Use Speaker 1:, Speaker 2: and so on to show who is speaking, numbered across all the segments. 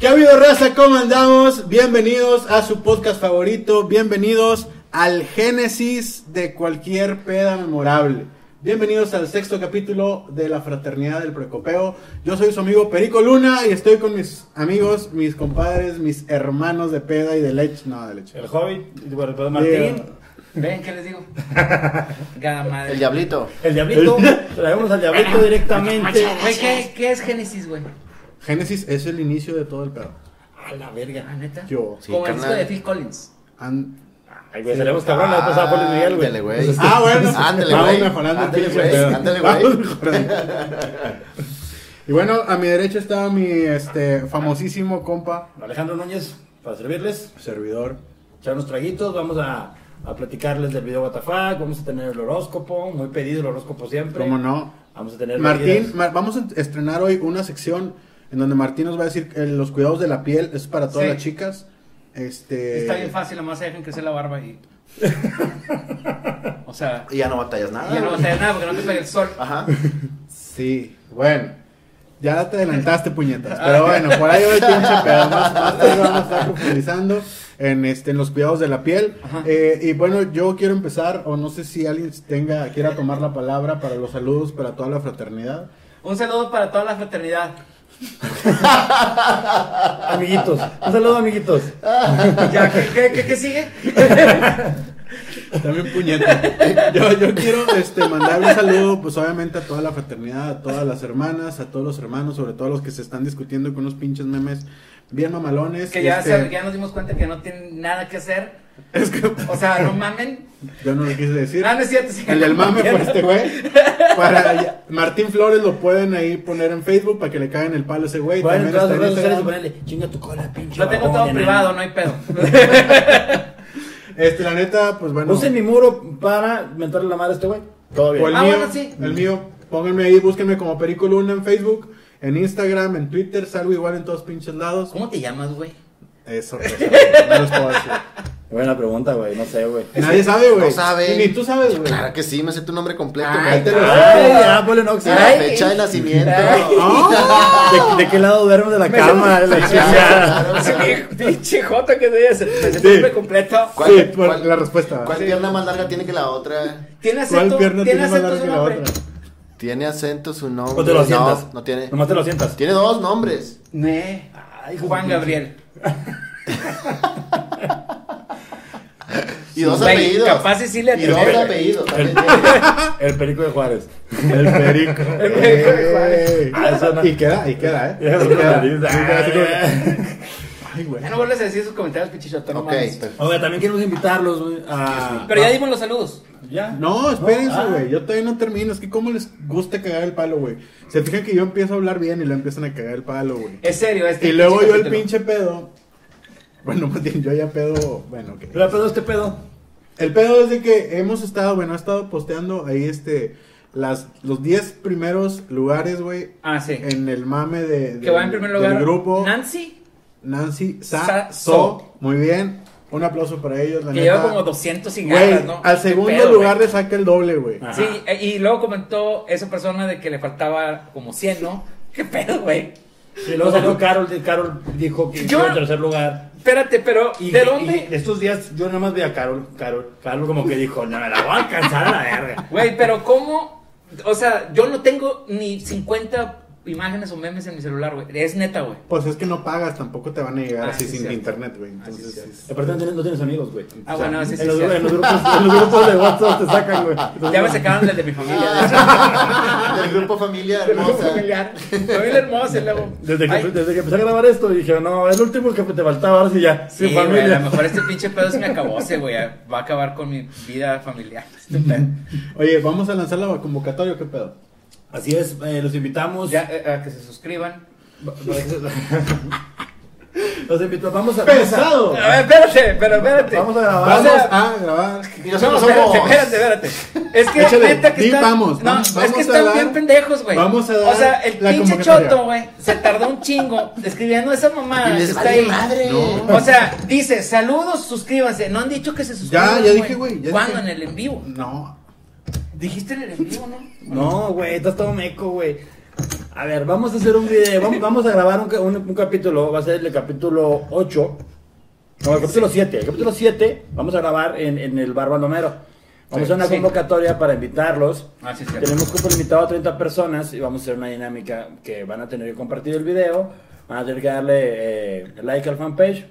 Speaker 1: Pero raza, ¿cómo andamos? Bienvenidos a su podcast favorito, bienvenidos al génesis de cualquier peda memorable. Bienvenidos al sexto capítulo de la fraternidad del precopeo. Yo soy su amigo Perico Luna y estoy con mis amigos, mis compadres, mis hermanos de peda y de leche. No, de leche.
Speaker 2: El Hobbit, bueno, pues, Martín,
Speaker 1: Yeah.
Speaker 3: Ven, ¿qué les digo? Cada madre.
Speaker 4: El diablito.
Speaker 2: el Diablito, traemos al Diablito directamente.
Speaker 3: Güey, ¿qué, qué es Génesis, güey?
Speaker 1: Génesis es el inicio de todo el pedo.
Speaker 2: A la verga.
Speaker 3: La neta.
Speaker 1: Yo.
Speaker 4: Sí,
Speaker 3: Como el disco
Speaker 4: carnal.
Speaker 3: de Phil Collins.
Speaker 1: An-
Speaker 2: Ay, güey, seremos cabrón la vez pasada por Luis Miguel, güey.
Speaker 4: Ándale, güey.
Speaker 2: Entonces,
Speaker 1: Ah, bueno.
Speaker 4: Ándale,
Speaker 1: Vamos
Speaker 4: güey.
Speaker 1: mejorando el
Speaker 4: Ándale,
Speaker 1: pinche
Speaker 4: güey.
Speaker 1: pedo.
Speaker 4: Ándale,
Speaker 1: Vamos
Speaker 4: güey.
Speaker 1: mejorando. Y bueno, a mi derecha está mi este famosísimo compa,
Speaker 2: Alejandro Núñez, para servirles,
Speaker 1: servidor.
Speaker 2: echar unos traguitos, vamos a, a platicarles del video WTF, vamos a tener el horóscopo, muy pedido el horóscopo siempre.
Speaker 1: ¿Cómo no?
Speaker 2: Vamos a tener
Speaker 1: Martín,
Speaker 2: bebidas.
Speaker 1: Mar- vamos a estrenar hoy una sección en donde Martín nos va a decir eh, los cuidados de la piel es para todas
Speaker 3: Sí.
Speaker 1: las chicas. Este
Speaker 3: Está bien fácil, nomás se dejan crecer la barba y. o sea,
Speaker 4: Y ya no batallas nada.
Speaker 3: ya no vas a
Speaker 4: güey.
Speaker 3: hacer nada porque no te pega el sol.
Speaker 4: Ajá.
Speaker 1: Sí, bueno. Ya te adelantaste, puñetas. Pero bueno, por ahí va el pinche pedo. Más, más tarde vamos a estar profundizando en, este, en los cuidados de la piel.
Speaker 3: Ajá.
Speaker 1: Eh, y bueno, yo quiero empezar, o no sé si alguien tenga,
Speaker 3: Eh.
Speaker 1: quiera tomar la palabra para los saludos para toda la fraternidad.
Speaker 3: Un saludo para toda la fraternidad.
Speaker 2: Amiguitos, un saludo, amiguitos.
Speaker 3: Ya, ¿qué, qué, qué, qué sigue?
Speaker 1: También puñeta. Yo, yo quiero este, mandar un saludo, pues obviamente a toda la fraternidad, a todas las hermanas, a todos los hermanos, sobre todo a los que se están discutiendo con unos pinches memes bien mamalones.
Speaker 3: Es que ya,
Speaker 1: Este,
Speaker 3: se- ya nos dimos cuenta que no tienen nada que hacer.
Speaker 1: Es que
Speaker 3: O sea, no mamen. Ah,
Speaker 1: yo no lo quise decir.
Speaker 3: No, no es cierto. sí.
Speaker 1: El del mame por este güey. Para Martín Flores lo pueden ahí poner en Facebook para que le caigan el palo a ese güey.
Speaker 2: Bueno, en
Speaker 1: También
Speaker 2: todas las
Speaker 1: está
Speaker 2: redes
Speaker 1: en
Speaker 2: sociales y
Speaker 1: Instagram.
Speaker 2: ponerle, chinga tu cola, pinche.
Speaker 3: Lo tengo
Speaker 2: barbón,
Speaker 3: todo
Speaker 2: enano".
Speaker 3: privado, no hay pedo.
Speaker 1: Este, la neta, pues bueno.
Speaker 2: Usen mi muro para mentarle la madre a este güey. Todo
Speaker 1: O el
Speaker 3: Ah,
Speaker 1: mío,
Speaker 3: bueno, sí.
Speaker 1: el mío. Pónganme ahí, búsquenme como Perico Luna en Facebook, en Instagram, en Twitter, salgo igual en todos pinches lados.
Speaker 3: ¿Cómo te llamas, güey?
Speaker 1: Es sorpresa, no les puedo decir.
Speaker 2: Buena pregunta, güey, no sé, güey.
Speaker 1: Nadie sabe, güey.
Speaker 4: No sabe.
Speaker 1: Ni tú sabes, güey.
Speaker 4: Claro que sí, me sé tu nombre completo,
Speaker 3: Ay,
Speaker 1: Ahí
Speaker 4: güey.
Speaker 1: te
Speaker 4: Ah,
Speaker 1: lo-
Speaker 2: Ay, ya, ponle un
Speaker 4: Y
Speaker 2: oxígeno.
Speaker 4: la
Speaker 3: ay.
Speaker 4: fecha de nacimiento.
Speaker 3: Ay.
Speaker 1: ¡Ah!
Speaker 2: ¿De, de qué lado duermo de la cama? De la chingada.
Speaker 3: Pinche jota que debes. Me
Speaker 1: Sí.
Speaker 3: siento completo.
Speaker 4: ¿Cuál-
Speaker 1: Sí, por
Speaker 4: cuál-
Speaker 1: la respuesta.
Speaker 4: ¿Cuál pierna más larga tiene que la otra?
Speaker 3: Tiene
Speaker 1: ¿Cuál
Speaker 3: acento.
Speaker 1: pierna tiene más
Speaker 3: acento
Speaker 1: larga
Speaker 3: su
Speaker 1: que la
Speaker 3: nombre?
Speaker 1: otra?
Speaker 4: ¿Tiene acento su nombre?
Speaker 2: O te lo
Speaker 4: no,
Speaker 2: sientas.
Speaker 4: no tiene.
Speaker 2: Nomás te lo sientas.
Speaker 4: Tiene dos nombres.
Speaker 3: Ne. Juan Gabriel.
Speaker 4: Y dos
Speaker 3: Güey,
Speaker 4: apellidos.
Speaker 3: Capaz y sí le
Speaker 4: Y dos
Speaker 3: atinó, güey.
Speaker 4: apellidos.
Speaker 2: El,
Speaker 4: también tiene.
Speaker 2: el perico de Juárez.
Speaker 1: El perico.
Speaker 3: El perico de Juárez.
Speaker 1: Ey.
Speaker 2: Ah, eso no-
Speaker 1: Y queda, y queda, eh.
Speaker 2: Ya
Speaker 1: Y
Speaker 2: no lo Ah.
Speaker 1: queda.
Speaker 2: analiza.
Speaker 1: Y queda así como- Ay, güey.
Speaker 3: Ya no vuelves a decir sus comentarios, pichichoto. No
Speaker 4: Ok,
Speaker 3: mames.
Speaker 4: perfecto. Ah.
Speaker 2: Oiga, también queremos invitarlos, güey, a...
Speaker 3: Pero ya dimos los saludos.
Speaker 2: ¿Ya?
Speaker 1: No, espérense,
Speaker 2: ah.
Speaker 1: güey. Yo todavía no termino. Es que cómo les gusta cagar el palo, güey. Se fijan que yo empiezo a hablar bien y lo empiezan a cagar el palo, güey.
Speaker 3: Es serio, este.
Speaker 1: Y luego yo el
Speaker 3: capítulo.
Speaker 1: pinche pedo. Bueno, más bien, yo ya pedo. Bueno, ok.
Speaker 2: Pero pedo este pedo.
Speaker 1: El pedo es de que hemos estado, bueno, he estado posteando ahí este. Las, los 10 primeros lugares, güey.
Speaker 3: Ah, sí.
Speaker 1: En el mame de,
Speaker 3: que va en primer lugar.
Speaker 1: del grupo.
Speaker 3: Nancy,
Speaker 1: Nancy Sa,
Speaker 3: Sa-
Speaker 1: So.
Speaker 3: So.
Speaker 1: Muy bien. Un aplauso para ellos. La
Speaker 3: que
Speaker 1: neta.
Speaker 3: lleva como 200 cigarras,
Speaker 1: Güey,
Speaker 3: ¿no?
Speaker 1: al
Speaker 3: Qué
Speaker 1: segundo
Speaker 3: pedo,
Speaker 1: lugar
Speaker 3: güey.
Speaker 1: le saca el doble, güey.
Speaker 2: Ah.
Speaker 3: Sí, eh, y luego comentó esa persona de que le faltaba como 100, ¿no? ¿Qué pedo, güey?
Speaker 2: Y luego salió Carol, de- Carol dijo que
Speaker 3: Yo-
Speaker 2: yo en tercer lugar.
Speaker 3: Espérate, pero
Speaker 2: Y,
Speaker 3: ¿de
Speaker 2: y-
Speaker 3: dónde?
Speaker 2: y estos días yo nada más vi a Carol, Carol, Carol como que dijo, no, me la voy a alcanzar a la verga.
Speaker 3: Güey, pero ¿cómo? O sea, yo no tengo ni 50 imágenes o memes en mi celular, güey. Es neta, güey.
Speaker 1: Pues es que no pagas, tampoco te van a llegar
Speaker 3: Ah,
Speaker 1: así
Speaker 3: sí,
Speaker 1: sin
Speaker 3: cierto.
Speaker 1: internet, güey.
Speaker 3: Ah, sí,
Speaker 1: Entonces,
Speaker 3: cierto.
Speaker 1: es-
Speaker 2: Aparte no tienes, no tienes amigos, güey.
Speaker 3: Ah,
Speaker 1: O sea,
Speaker 3: bueno, sí, sí.
Speaker 2: en, los,
Speaker 3: sí.
Speaker 2: en los grupos, en los grupos de WhatsApp te sacan, güey.
Speaker 3: Ya me sacaron las de mi familia. de hecho.
Speaker 4: Del grupo familia
Speaker 3: Del grupo
Speaker 4: Ah, hermosa.
Speaker 3: familiar. Familia hermosa, y luego.
Speaker 2: Desde que,
Speaker 3: Ay,
Speaker 2: desde que empecé a grabar esto dije, no, el último que te faltaba, ahora sí ya,
Speaker 3: Sí,
Speaker 2: sin
Speaker 3: güey,
Speaker 2: familia.
Speaker 3: a lo mejor este pinche pedo se me acabó, ese, güey. Va a acabar con mi vida familiar. Este pedo.
Speaker 1: Oye, vamos a lanzar la convocatoria, o ¿qué pedo?
Speaker 2: Así es, eh, los invitamos.
Speaker 3: Ya, eh, a que se suscriban.
Speaker 2: Los invitamos. Vamos a.
Speaker 1: ¡Pesado!
Speaker 3: A ver, espérate, pero espérate.
Speaker 2: Vamos a
Speaker 5: Ah,
Speaker 1: Vamos
Speaker 2: grabar.
Speaker 3: O sea,
Speaker 1: a grabar.
Speaker 4: Y
Speaker 3: No,
Speaker 4: nosotros
Speaker 3: espérate,
Speaker 4: somos-
Speaker 3: espérate, espérate. Es que
Speaker 1: Échale,
Speaker 3: neta que
Speaker 1: di,
Speaker 3: están,
Speaker 1: vamos,
Speaker 3: no,
Speaker 1: vamos,
Speaker 3: es
Speaker 1: vamos
Speaker 3: que
Speaker 1: a
Speaker 3: están
Speaker 1: dar-
Speaker 3: bien pendejos, güey.
Speaker 1: vamos a dar
Speaker 3: O sea, el
Speaker 1: la
Speaker 3: pinche
Speaker 1: convocatoria.
Speaker 3: choto, güey, se tardó un chingo escribiendo esa mamada.
Speaker 4: Y
Speaker 3: que
Speaker 4: les
Speaker 3: está
Speaker 4: vale
Speaker 3: ahí.
Speaker 4: madre.
Speaker 3: O sea, dice, "Saludos, suscríbanse." No han dicho que se suscriban.
Speaker 1: ya dije, güey, ya
Speaker 3: ¿Cuándo
Speaker 1: dije.
Speaker 3: en el en vivo?
Speaker 1: No.
Speaker 3: Dijiste en el en vivo, ¿no?
Speaker 2: No, güey, estás todo meco, güey. A ver, vamos a hacer un video, vamos, vamos a grabar un, ca- un- un capítulo, va a ser el capítulo 8, no, el capítulo 7, el capítulo 7 vamos a grabar en, en el Bar Baldomero. Vamos
Speaker 3: Sí,
Speaker 2: a hacer una
Speaker 3: sí.
Speaker 2: convocatoria para invitarlos.
Speaker 3: Ah, sí, es cierto.
Speaker 2: Tenemos cupo limitado a 30 personas y vamos a hacer una dinámica que van a tener que compartir el video, van a tener que darle eh, like al fanpage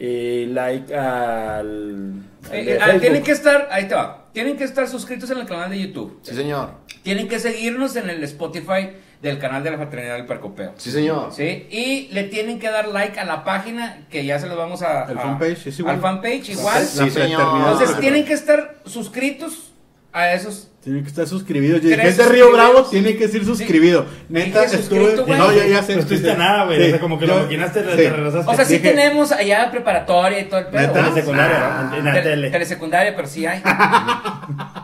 Speaker 2: y like al... al
Speaker 3: Eh,
Speaker 2: de
Speaker 3: eh, ah, tienen
Speaker 2: Facebook.
Speaker 3: que estar, ahí te va, tienen que estar suscritos en el canal de YouTube.
Speaker 4: Sí, señor.
Speaker 3: Tienen que seguirnos en el Spotify del canal de la Fraternidad del Percopeo.
Speaker 4: Sí, señor.
Speaker 3: ¿Sí? Y le tienen que dar like a la página que ya se los vamos a.
Speaker 1: Al
Speaker 3: a-
Speaker 1: fanpage, es igual.
Speaker 3: Ah. Al fanpage igual.
Speaker 4: Sí, señor.
Speaker 3: Entonces
Speaker 4: Ah.
Speaker 3: tienen que estar suscritos a esos.
Speaker 1: Tienen que estar suscribidos. Yo dije,
Speaker 3: Tres
Speaker 1: gente de Río
Speaker 3: suscribidos.
Speaker 1: Bravo tiene que ser suscribido. Neta,
Speaker 3: Dije
Speaker 1: estuve.
Speaker 3: suscrito, güey.
Speaker 1: No, yo ya sé.
Speaker 5: No estuviste nada, güey.
Speaker 1: Sí,
Speaker 5: O sea, como que lo
Speaker 1: yo-
Speaker 5: maquinaste,
Speaker 1: sí.
Speaker 5: te regresaste.
Speaker 3: O sea, sí
Speaker 1: Dije-
Speaker 3: tenemos allá preparatoria y todo el pedo.
Speaker 1: ¿Neta?
Speaker 5: En la secundaria,
Speaker 2: Ah.
Speaker 5: ¿no? en la
Speaker 3: Tele-
Speaker 5: tele.
Speaker 3: Telesecundaria, pero sí hay.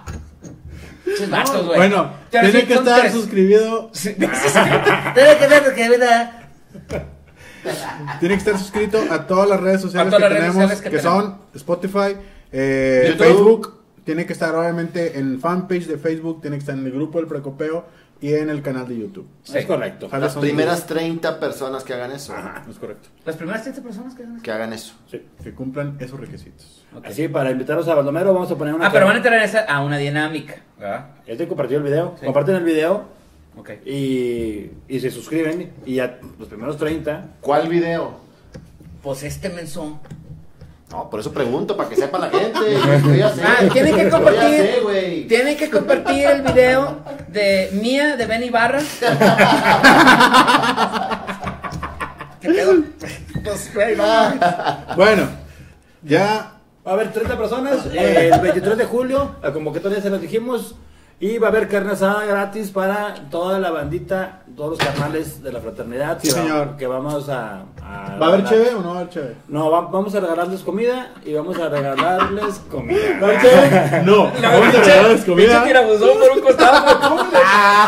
Speaker 3: Muchos vatos, güey.
Speaker 1: Bueno,
Speaker 3: Pero sí
Speaker 1: tiene que
Speaker 3: son
Speaker 1: estar
Speaker 3: tres.
Speaker 1: suscribido.
Speaker 3: Tiene que estar suscrito.
Speaker 1: Tiene que estar suscrito a todas las redes sociales que
Speaker 3: todas las redes
Speaker 1: tenemos,
Speaker 3: sociales
Speaker 1: que,
Speaker 3: que tenemos.
Speaker 1: son Spotify, eh,
Speaker 4: YouTube.
Speaker 1: Facebook. Tiene que estar obviamente en el fanpage de Facebook, tiene que estar en el grupo del Precopeo y en el canal de YouTube.
Speaker 3: Sí.
Speaker 2: Es correcto.
Speaker 1: Ojalá
Speaker 4: Las
Speaker 1: son-
Speaker 4: primeras 30 personas que hagan eso.
Speaker 1: Es correcto.
Speaker 3: Las primeras 30 personas que ganan.
Speaker 4: Que hagan eso.
Speaker 1: Que cumplan esos requisitos.
Speaker 2: Así, para invitarlos a Baldomero vamos a poner una...
Speaker 3: Ah, pero van a
Speaker 2: cámara.
Speaker 3: entrar a, esa- a una dinámica, ¿verdad?
Speaker 2: Este compartió el video.
Speaker 3: Sí.
Speaker 2: Comparten el video
Speaker 3: Ok.
Speaker 2: y, y se suscriben y ya los primeros 30.
Speaker 4: ¿Cuál video?
Speaker 3: Pues este mensón.
Speaker 4: No, por eso pregunto, para que sepa la gente. Yo ya sé.
Speaker 3: Ah, tienen que
Speaker 4: Yo
Speaker 3: compartir.
Speaker 4: Ya sé, güey.
Speaker 3: Tienen que compartir el video de Mía de Benny Barra. ¿Qué pedo? Pues, güey, no mames.
Speaker 1: Bueno, ya.
Speaker 2: Va a haber 30 personas
Speaker 3: Ah,
Speaker 2: eh, el 23 de julio. La convocatoria se los dijimos. Y va a haber carne asada gratis para toda la bandita, todos los carnales de la fraternidad.
Speaker 1: Sí,
Speaker 2: que va-
Speaker 1: señor.
Speaker 2: que vamos a. a
Speaker 1: ¿Va a haber
Speaker 2: regalar.
Speaker 1: cheve o no va a haber cheve?
Speaker 2: No, va- vamos a regalarles comida y vamos a regalarles comida.
Speaker 1: ¿Va a haber cheve? No.
Speaker 3: La
Speaker 1: Vamos a
Speaker 3: pinche-
Speaker 1: regalarles
Speaker 3: pinche
Speaker 1: comida.
Speaker 3: tirabuzón por un costado. ¡Pum!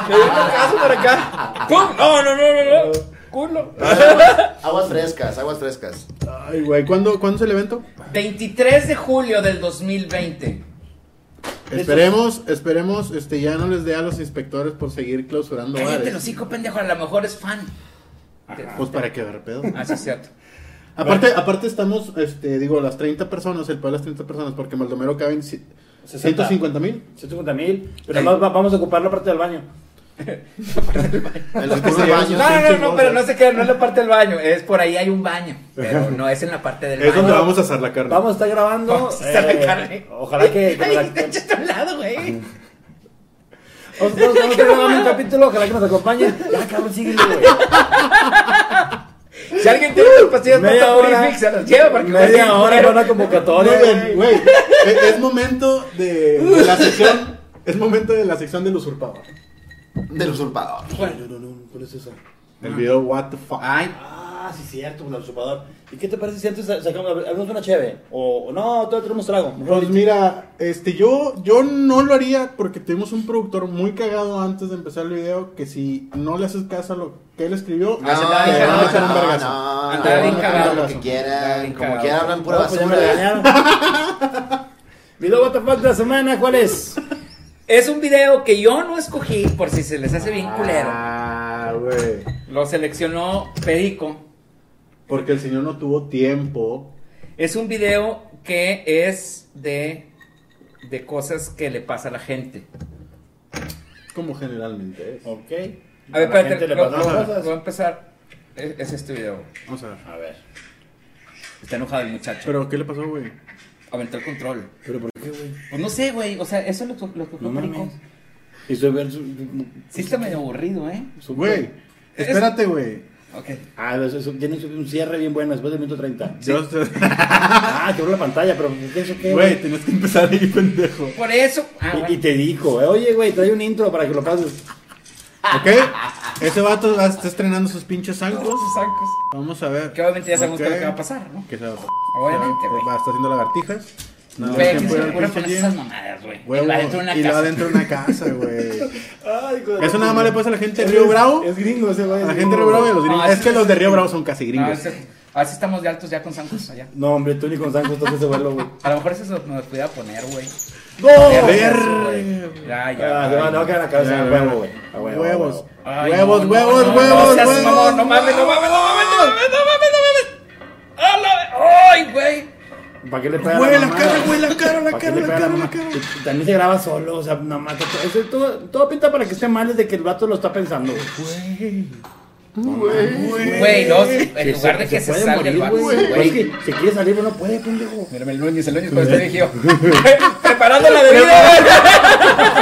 Speaker 3: Le doy un caso por acá. ¡Pum! No, no, no, no, no. Culo.
Speaker 4: Aguas frescas, aguas frescas.
Speaker 1: Ay, güey. ¿Cuándo, ¿Cuándo es el evento?
Speaker 3: 23 de julio del 2020.
Speaker 1: Esperemos, esperemos, este, ya no les dé a los inspectores por seguir clausurando
Speaker 3: Cállate el
Speaker 1: bares.
Speaker 3: hocico, pendejo. A lo mejor es fan.
Speaker 1: Pues para que ver pedo.
Speaker 3: Así Ah, es cierto.
Speaker 1: Aparte, aparte estamos, este, digo, las 30 personas, el pueblo de las 30 personas, porque en Baldomero caben ci-
Speaker 2: 60.
Speaker 1: 150 mil.
Speaker 2: 150 mil. Pero no, va- vamos a ocupar la parte del baño.
Speaker 4: En los puros
Speaker 1: Yo
Speaker 4: baños.
Speaker 3: No, no,
Speaker 1: estoy
Speaker 3: no,
Speaker 1: chingoso.
Speaker 3: pero no se queda, no es la parte del baño. Es por ahí hay un baño. Pero no es en la parte del
Speaker 1: Es
Speaker 3: baño.
Speaker 1: donde vamos a hacer la carne.
Speaker 2: Vamos a estar grabando.
Speaker 3: Vamos a hacer la
Speaker 2: eh,
Speaker 3: carne.
Speaker 2: Ojalá que. que nos
Speaker 3: Ay,
Speaker 2: la-
Speaker 3: está hecho a un lado, güey.
Speaker 2: Vamos vamos- vamos a estar grabando un capítulo. Ojalá que nos acompañen. Ya, cabrón, síguele, güey.
Speaker 3: Si alguien tiene unas pastillas
Speaker 2: Media
Speaker 3: Pastapurific,
Speaker 2: hora.
Speaker 3: se las lleva porque
Speaker 2: Media hora para una
Speaker 1: No,
Speaker 2: convocatoria.
Speaker 1: güey,
Speaker 2: güey.
Speaker 1: güey, es, es momento de, de la sección, es momento de la sección del usurpador.
Speaker 4: Del usurpador.
Speaker 2: No, no, no, ¿cuál es esa?
Speaker 1: El video What the fuck.
Speaker 3: Ay,
Speaker 2: Ah, sí, cierto, el usurpador. ¿Y qué te parece si antes sa- sacamos, abrimos una cheve? O, o no, todavía tenemos trago.
Speaker 1: Pues mira, este, yo, yo no lo haría porque tuvimos un productor muy cagado antes de empezar el video que si no le haces caso a lo que él escribió,
Speaker 4: No,
Speaker 1: te
Speaker 4: no,
Speaker 1: van a echar un
Speaker 4: no,
Speaker 1: vergazo.
Speaker 4: no,
Speaker 3: Andaba
Speaker 4: no,
Speaker 3: bien
Speaker 4: no,
Speaker 3: cagado.
Speaker 4: Lo que
Speaker 3: Andaba
Speaker 4: quieran,
Speaker 3: bien
Speaker 4: como
Speaker 3: cagado.
Speaker 4: quieran, hablan pura
Speaker 2: No, pues ya me
Speaker 4: basura.
Speaker 2: regañaron. Video what the fuck de la semana, ¿cuál es?
Speaker 3: es un video que yo no escogí por si se les hace bien culero.
Speaker 1: Ah, güey.
Speaker 3: Lo seleccionó Perico.
Speaker 1: Porque el señor no tuvo tiempo.
Speaker 3: Es un video que es de, de cosas que le pasa a la gente.
Speaker 1: Como generalmente es.
Speaker 2: Ok.
Speaker 3: A ver,
Speaker 2: la
Speaker 3: espérate,
Speaker 2: gente le
Speaker 3: lo-
Speaker 2: pasan
Speaker 3: lo-
Speaker 2: cosas.
Speaker 3: voy a empezar. Es, es este video.
Speaker 1: Vamos a ver.
Speaker 2: A ver.
Speaker 3: Está enojado el muchacho.
Speaker 1: ¿Pero qué le pasó, güey?
Speaker 3: Aventó el control.
Speaker 2: ¿Pero por qué, güey?
Speaker 3: Pues no sé, güey. O sea, eso es lo, lo que fue
Speaker 2: No
Speaker 3: Perico.
Speaker 2: mames. Y su- su-
Speaker 3: Sí está medio aburrido, ¿eh?
Speaker 2: su-
Speaker 1: Güey,
Speaker 3: Es-
Speaker 1: espérate, güey.
Speaker 3: Ok.
Speaker 2: Ah, eso, eso, tiene su- un cierre bien bueno después del minuto 30.
Speaker 1: Yo-
Speaker 2: Ah, quebró la pantalla, pero ¿qué eso qué?
Speaker 1: Güey, tenías que empezar ahí, pendejo.
Speaker 3: Por eso. Ah,
Speaker 2: Y, y
Speaker 3: bueno.
Speaker 2: te dijo, eh, oye, güey, trae un intro para que lo pases.
Speaker 1: ¿Ok? Ese vato va- está estrenando sus pinches zancos.
Speaker 3: Todos sus sacos.
Speaker 1: Vamos a ver.
Speaker 3: Que obviamente ya sabemos
Speaker 1: Ok.
Speaker 3: qué es lo que va a pasar, ¿no?
Speaker 1: ¿Qué se va a pasar?
Speaker 3: Obviamente, güey.
Speaker 1: Va, está haciendo lagartijas. Nada más
Speaker 3: Güey,
Speaker 1: que
Speaker 3: ¿quién se
Speaker 1: fuera
Speaker 3: le
Speaker 1: el
Speaker 3: ocurre
Speaker 1: pinche
Speaker 3: poner
Speaker 1: gym.
Speaker 3: esas mamadas, güey? Y
Speaker 1: Huevo,
Speaker 3: va dentro de una
Speaker 1: y lo
Speaker 3: casa.
Speaker 1: adentro de una casa, güey.
Speaker 2: Ay,
Speaker 1: Eso nada más le pasa a la gente de Río Bravo.
Speaker 2: Es gringo ese, güey.
Speaker 1: A la gente de Río Bravo y a los gringos.
Speaker 3: Ah,
Speaker 1: Es
Speaker 3: sí,
Speaker 1: que
Speaker 3: sí,
Speaker 1: los de Río
Speaker 3: sí.
Speaker 1: Bravo son casi
Speaker 3: No,
Speaker 1: gringos.
Speaker 3: ese- así estamos de altos ya con zancos allá.
Speaker 2: No, hombre, tú ni con San Justo ese vuelo, güey.
Speaker 3: A lo mejor eso nos nos pudiera poner, güey.
Speaker 2: ¡No!
Speaker 1: ver.
Speaker 3: Ya, ya.
Speaker 2: Ah, se va- le va a quedar la cabeza
Speaker 1: Ya,
Speaker 2: a huevo, güey. A
Speaker 1: Huevo, huevos.
Speaker 3: Ay,
Speaker 1: huevos,
Speaker 3: no, no,
Speaker 1: huevos,
Speaker 3: no,
Speaker 1: huevos,
Speaker 3: No seas
Speaker 1: huevos,
Speaker 3: mamón, no mames, no mames, no mames, no mames, no mames, no mames. A la- ¡Ay, güey!
Speaker 6: ¿Para qué le pega
Speaker 1: Güey,
Speaker 6: la
Speaker 1: la
Speaker 6: mamada?
Speaker 1: cara, güey, la cara, la
Speaker 6: ¿Para qué
Speaker 1: cara,
Speaker 6: le
Speaker 1: la
Speaker 6: pega la
Speaker 1: cara, la
Speaker 6: mamada?
Speaker 1: cara.
Speaker 6: Y También se graba solo, o sea, nomás. Todo, eso todo, todo pinta para que esté mal desde que el vato lo está pensando. güey.
Speaker 3: Güey, no, en lugar de que se,
Speaker 6: puede
Speaker 3: salga el
Speaker 6: morir,
Speaker 3: vato,
Speaker 6: Pero Pues es
Speaker 3: güey.
Speaker 6: que si quiere salir, no puede, pendejo.
Speaker 3: Mírame el Núñez, el Núñez
Speaker 1: ¿Eh?
Speaker 3: cuando está dirigido. Preparando la bebida.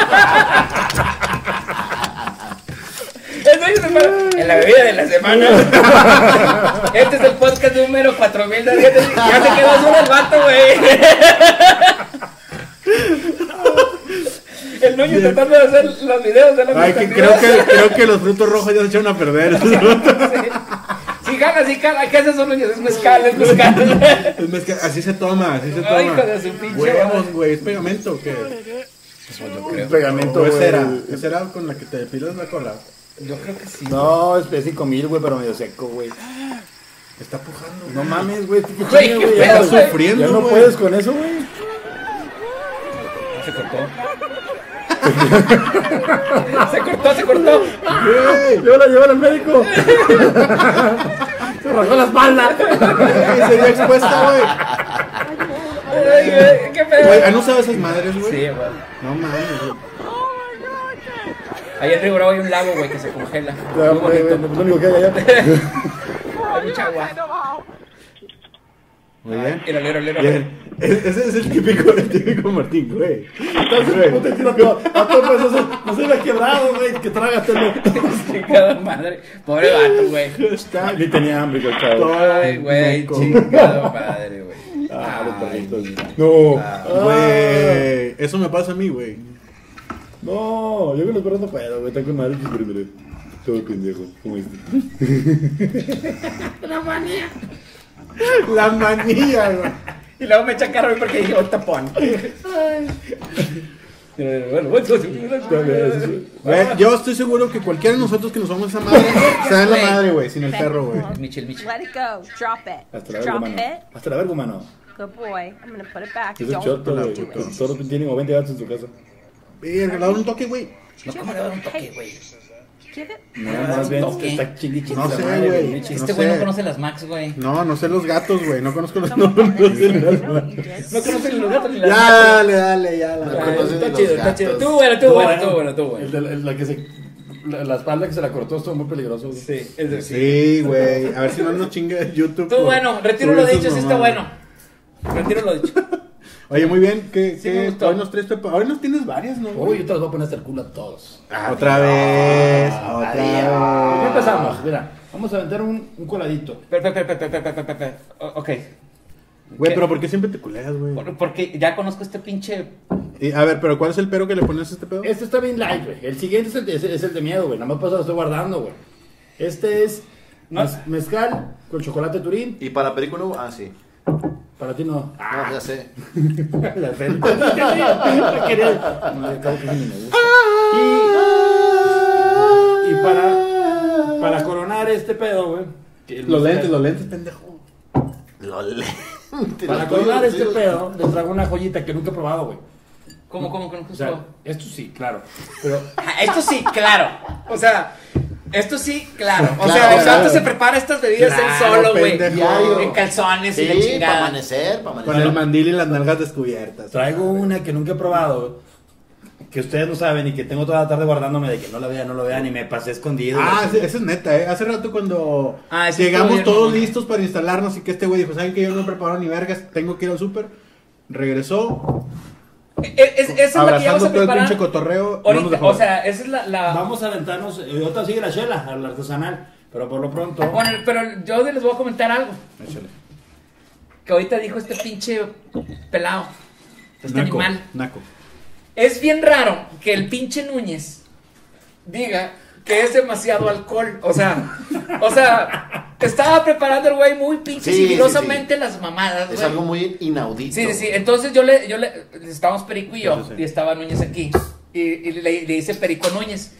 Speaker 3: El Núñez prepara- En la bebida de la semana. Este es el podcast número 4000. Ya te quedas solo el vato, güey. El Núñez tratando de hacer los videos de la
Speaker 1: Ay, que creo que, creo que los frutos rojos ya se echaron a perder.
Speaker 3: Si gana, si gana, ¿qué haces, Núñez? Es mezcal, es mezcal.
Speaker 1: Es que así se toma, así se
Speaker 3: Ay, hijo
Speaker 1: toma.
Speaker 3: de su pinche
Speaker 1: Huevos,
Speaker 3: madre.
Speaker 1: güey, es pegamento o qué?
Speaker 6: Un pegamento,
Speaker 1: ¿O es
Speaker 6: güey.
Speaker 1: cera? ¿Es cera con la que te depilas la cola?
Speaker 3: Yo creo que sí.
Speaker 6: No, es de 5000, güey, pero medio seco, güey.
Speaker 2: Ah,
Speaker 1: Está pujando.
Speaker 6: No mames, güey. ¿Qué
Speaker 3: Güey,
Speaker 6: chingas,
Speaker 3: qué
Speaker 6: güey?
Speaker 3: pedo,
Speaker 6: Ya
Speaker 3: güey.
Speaker 6: no- Ya no
Speaker 1: güey.
Speaker 6: puedes con eso, güey.
Speaker 3: Se cortó. se cortó, se cortó.
Speaker 6: Güey, Yo la llevo al médico. Se rasgó la espalda.
Speaker 1: Ay, sería expuesta,
Speaker 3: Ay, güey, qué
Speaker 1: güey. Güey,
Speaker 3: pedo.
Speaker 1: ¿han usado esas madres, güey?
Speaker 3: Sí, güey.
Speaker 1: No mames, güey.
Speaker 3: Ahí en Río Bravo hay un lago, güey, que se congela.
Speaker 6: Ya,
Speaker 3: Muy
Speaker 6: güey,
Speaker 3: bonito.
Speaker 6: güey, Lo único que hay allá.
Speaker 3: Hay mucha agua.
Speaker 1: Muy bien.
Speaker 3: Mira, mira, mira.
Speaker 1: Bien. E- Ese es el típico, el típico Martín, güey.
Speaker 6: Entonces, puta, tira todo. A todo, pues, no se- no se me ha quebrado, güey. Que trágatelo.
Speaker 3: Chingada madre. Pobre vato, güey.
Speaker 1: Está
Speaker 6: Ni tenía hambre, güey, chavo.
Speaker 3: Ay, güey, chingada madre, güey.
Speaker 6: Ah, los perritos.
Speaker 1: No. Güey. Ah. Eso me pasa a mí, güey.
Speaker 6: No, yo con los perros no puedo, güey. Está con madre pues, primero. Todo pendejo, como este.
Speaker 1: La manía, güey.
Speaker 3: Y luego me echa carro porque dije, un tapón.
Speaker 6: Dale,
Speaker 1: Güey, Yo estoy seguro que cualquiera de nosotros que nos vamos a esa madre, se da en la madre, güey, sin el perro, güey.
Speaker 3: Michel, Michel.
Speaker 7: Let it go. Drop it.
Speaker 6: Hasta la verga,
Speaker 7: Drop
Speaker 6: mano.
Speaker 7: it.
Speaker 6: Hasta la verga, mano.
Speaker 7: Good boy. I'm gonna put it back.
Speaker 6: Es el
Speaker 7: Don't
Speaker 6: choto,
Speaker 7: do
Speaker 6: güey.
Speaker 7: it.
Speaker 6: Con Todos tienen como 20 gatos en su casa.
Speaker 1: Verga, le da un toque, güey.
Speaker 3: No, ¿cómo le va a dar un toque, güey?
Speaker 7: Give it.
Speaker 6: No, más bien
Speaker 3: toque.
Speaker 6: está chili chili.
Speaker 1: No
Speaker 6: la
Speaker 1: sé,
Speaker 6: madre,
Speaker 1: güey.
Speaker 6: pinche.
Speaker 1: No
Speaker 3: Este güey no
Speaker 1: sé.
Speaker 3: conoce las Max, güey.
Speaker 1: No, no sé los gatos, güey. No conozco los
Speaker 7: Don't
Speaker 1: nombres.
Speaker 7: do it. No, you did.
Speaker 3: No conoce ni los gatos ni las
Speaker 1: Ya,
Speaker 3: Max.
Speaker 1: dale, dale, ya. La...
Speaker 3: Ay, eh,
Speaker 4: conoce
Speaker 3: Está
Speaker 4: ni
Speaker 3: chido,
Speaker 4: los
Speaker 3: está chido.
Speaker 4: gatos.
Speaker 3: Tú, bueno, tú,
Speaker 2: No,
Speaker 3: bueno,
Speaker 2: eh.
Speaker 3: tú, bueno, tú,
Speaker 2: El
Speaker 3: bueno.
Speaker 2: de la, el- la que se. La, la espalda que se la cortó estuvo muy peligroso. güey.
Speaker 3: Sí, es de sí.
Speaker 1: Sí, güey. A ver si no nos chinga YouTube.
Speaker 3: Tú,
Speaker 1: por
Speaker 3: bueno, retiro
Speaker 1: subir
Speaker 3: lo dicho,
Speaker 1: sus
Speaker 3: sí está bueno.
Speaker 1: mamadas.
Speaker 3: Retiro lo dicho.
Speaker 1: Oye, muy bien. ¿Qué,
Speaker 3: Sí, me
Speaker 1: qué?
Speaker 3: gustó.
Speaker 1: Hoy nos traes tu- Hoy nos tienes varias, ¿no?
Speaker 2: Uy,
Speaker 1: güey?
Speaker 2: yo te las voy a poner hasta el culo a todos.
Speaker 1: Otra vez. Otra
Speaker 2: ¿Qué
Speaker 1: vez.
Speaker 2: empezamos? Mira, vamos a aventar un, un coladito.
Speaker 3: Pero, pero, pero, pero, pero, pero, pero, o- Ok.
Speaker 1: Güey,
Speaker 3: ¿Qué?
Speaker 1: pero ¿por qué siempre te culeas, güey?
Speaker 3: Por- Porque ya conozco este pinche.
Speaker 1: Y, a ver, pero ¿cuál es el pero que le pones a este pedo?
Speaker 2: Este está bien light, güey. El siguiente es el, de- es, es el de miedo, güey. Nada más pasa, lo estoy guardando, güey. Este es
Speaker 3: No.
Speaker 1: Ah.
Speaker 2: mez- mezcal con chocolate turín.
Speaker 4: ¿Y para Perico no? Ah, sí.
Speaker 2: Para ti no.
Speaker 4: No, ya sé.
Speaker 2: La gente. No quería- no, al cabo que ni me gusta.
Speaker 1: Ah.
Speaker 2: Y, y para, para coronar este pedo, güey. que el
Speaker 1: Los
Speaker 2: mezcal-
Speaker 1: lentes, los lentes, pendejo.
Speaker 4: Lol.
Speaker 2: Para coronar este pedo, les traigo una joyita que nunca he probado, güey.
Speaker 3: ¿Cómo, cómo, cómo?
Speaker 2: O sea,
Speaker 3: justo?
Speaker 2: esto sí, claro. Pero
Speaker 3: Ah, Esto sí, claro. O sea, esto sí, claro. O
Speaker 4: Claro,
Speaker 3: sea, el
Speaker 4: claro.
Speaker 3: santo se prepara estas bebidas él
Speaker 1: Claro,
Speaker 3: solo, güey.
Speaker 1: pendejo.
Speaker 3: En calzones y la
Speaker 4: Sí, para
Speaker 3: chingada.
Speaker 4: amanecer, para
Speaker 1: Con el
Speaker 4: amanecer.
Speaker 1: mandil y las nalgas descubiertas.
Speaker 6: Traigo una que nunca he probado, que ustedes no saben y que tengo toda la tarde guardándome de que no la vean, no la vean y me pasé escondido.
Speaker 1: Ah,
Speaker 6: güey.
Speaker 1: sí, eso es neta, ¿eh? Hace rato cuando
Speaker 3: Ah, eso estuvo
Speaker 1: llegamos
Speaker 3: bien,
Speaker 1: todos
Speaker 3: mamá.
Speaker 1: listos para instalarnos y que este güey dijo, ¿saben que yo no preparo ni vergas? Tengo que ir al súper. Regresó,
Speaker 3: E- e- es- Esa es la que ya vas
Speaker 1: abrazando todo
Speaker 3: a
Speaker 1: el
Speaker 3: preparar.
Speaker 1: pinche cotorreo. no nos
Speaker 3: Ahorita,
Speaker 1: dejó.
Speaker 3: o sea, esa es la. la-
Speaker 6: Vamos a aventarnos, eh, ahorita sigue la chela, al artesanal, pero por lo pronto...
Speaker 3: Bueno, pero yo les voy a comentar algo.
Speaker 6: Échale.
Speaker 3: Que ahorita dijo este pinche pelado. Este
Speaker 1: naco,
Speaker 3: animal.
Speaker 1: naco.
Speaker 3: Es bien raro que el pinche Núñez diga que es demasiado alcohol. O sea, o sea, estaba preparando el güey muy pinche
Speaker 4: Sí, sí,
Speaker 3: sigilosamente las mamadas,
Speaker 4: Es
Speaker 3: güey.
Speaker 4: algo muy inaudito.
Speaker 3: Sí, sí, sí. Entonces yo le, yo le, estábamos Perico y yo,
Speaker 1: Sí, sí, sí.
Speaker 3: y estaba Núñez aquí, y, y le, le dice Perico a Núñez,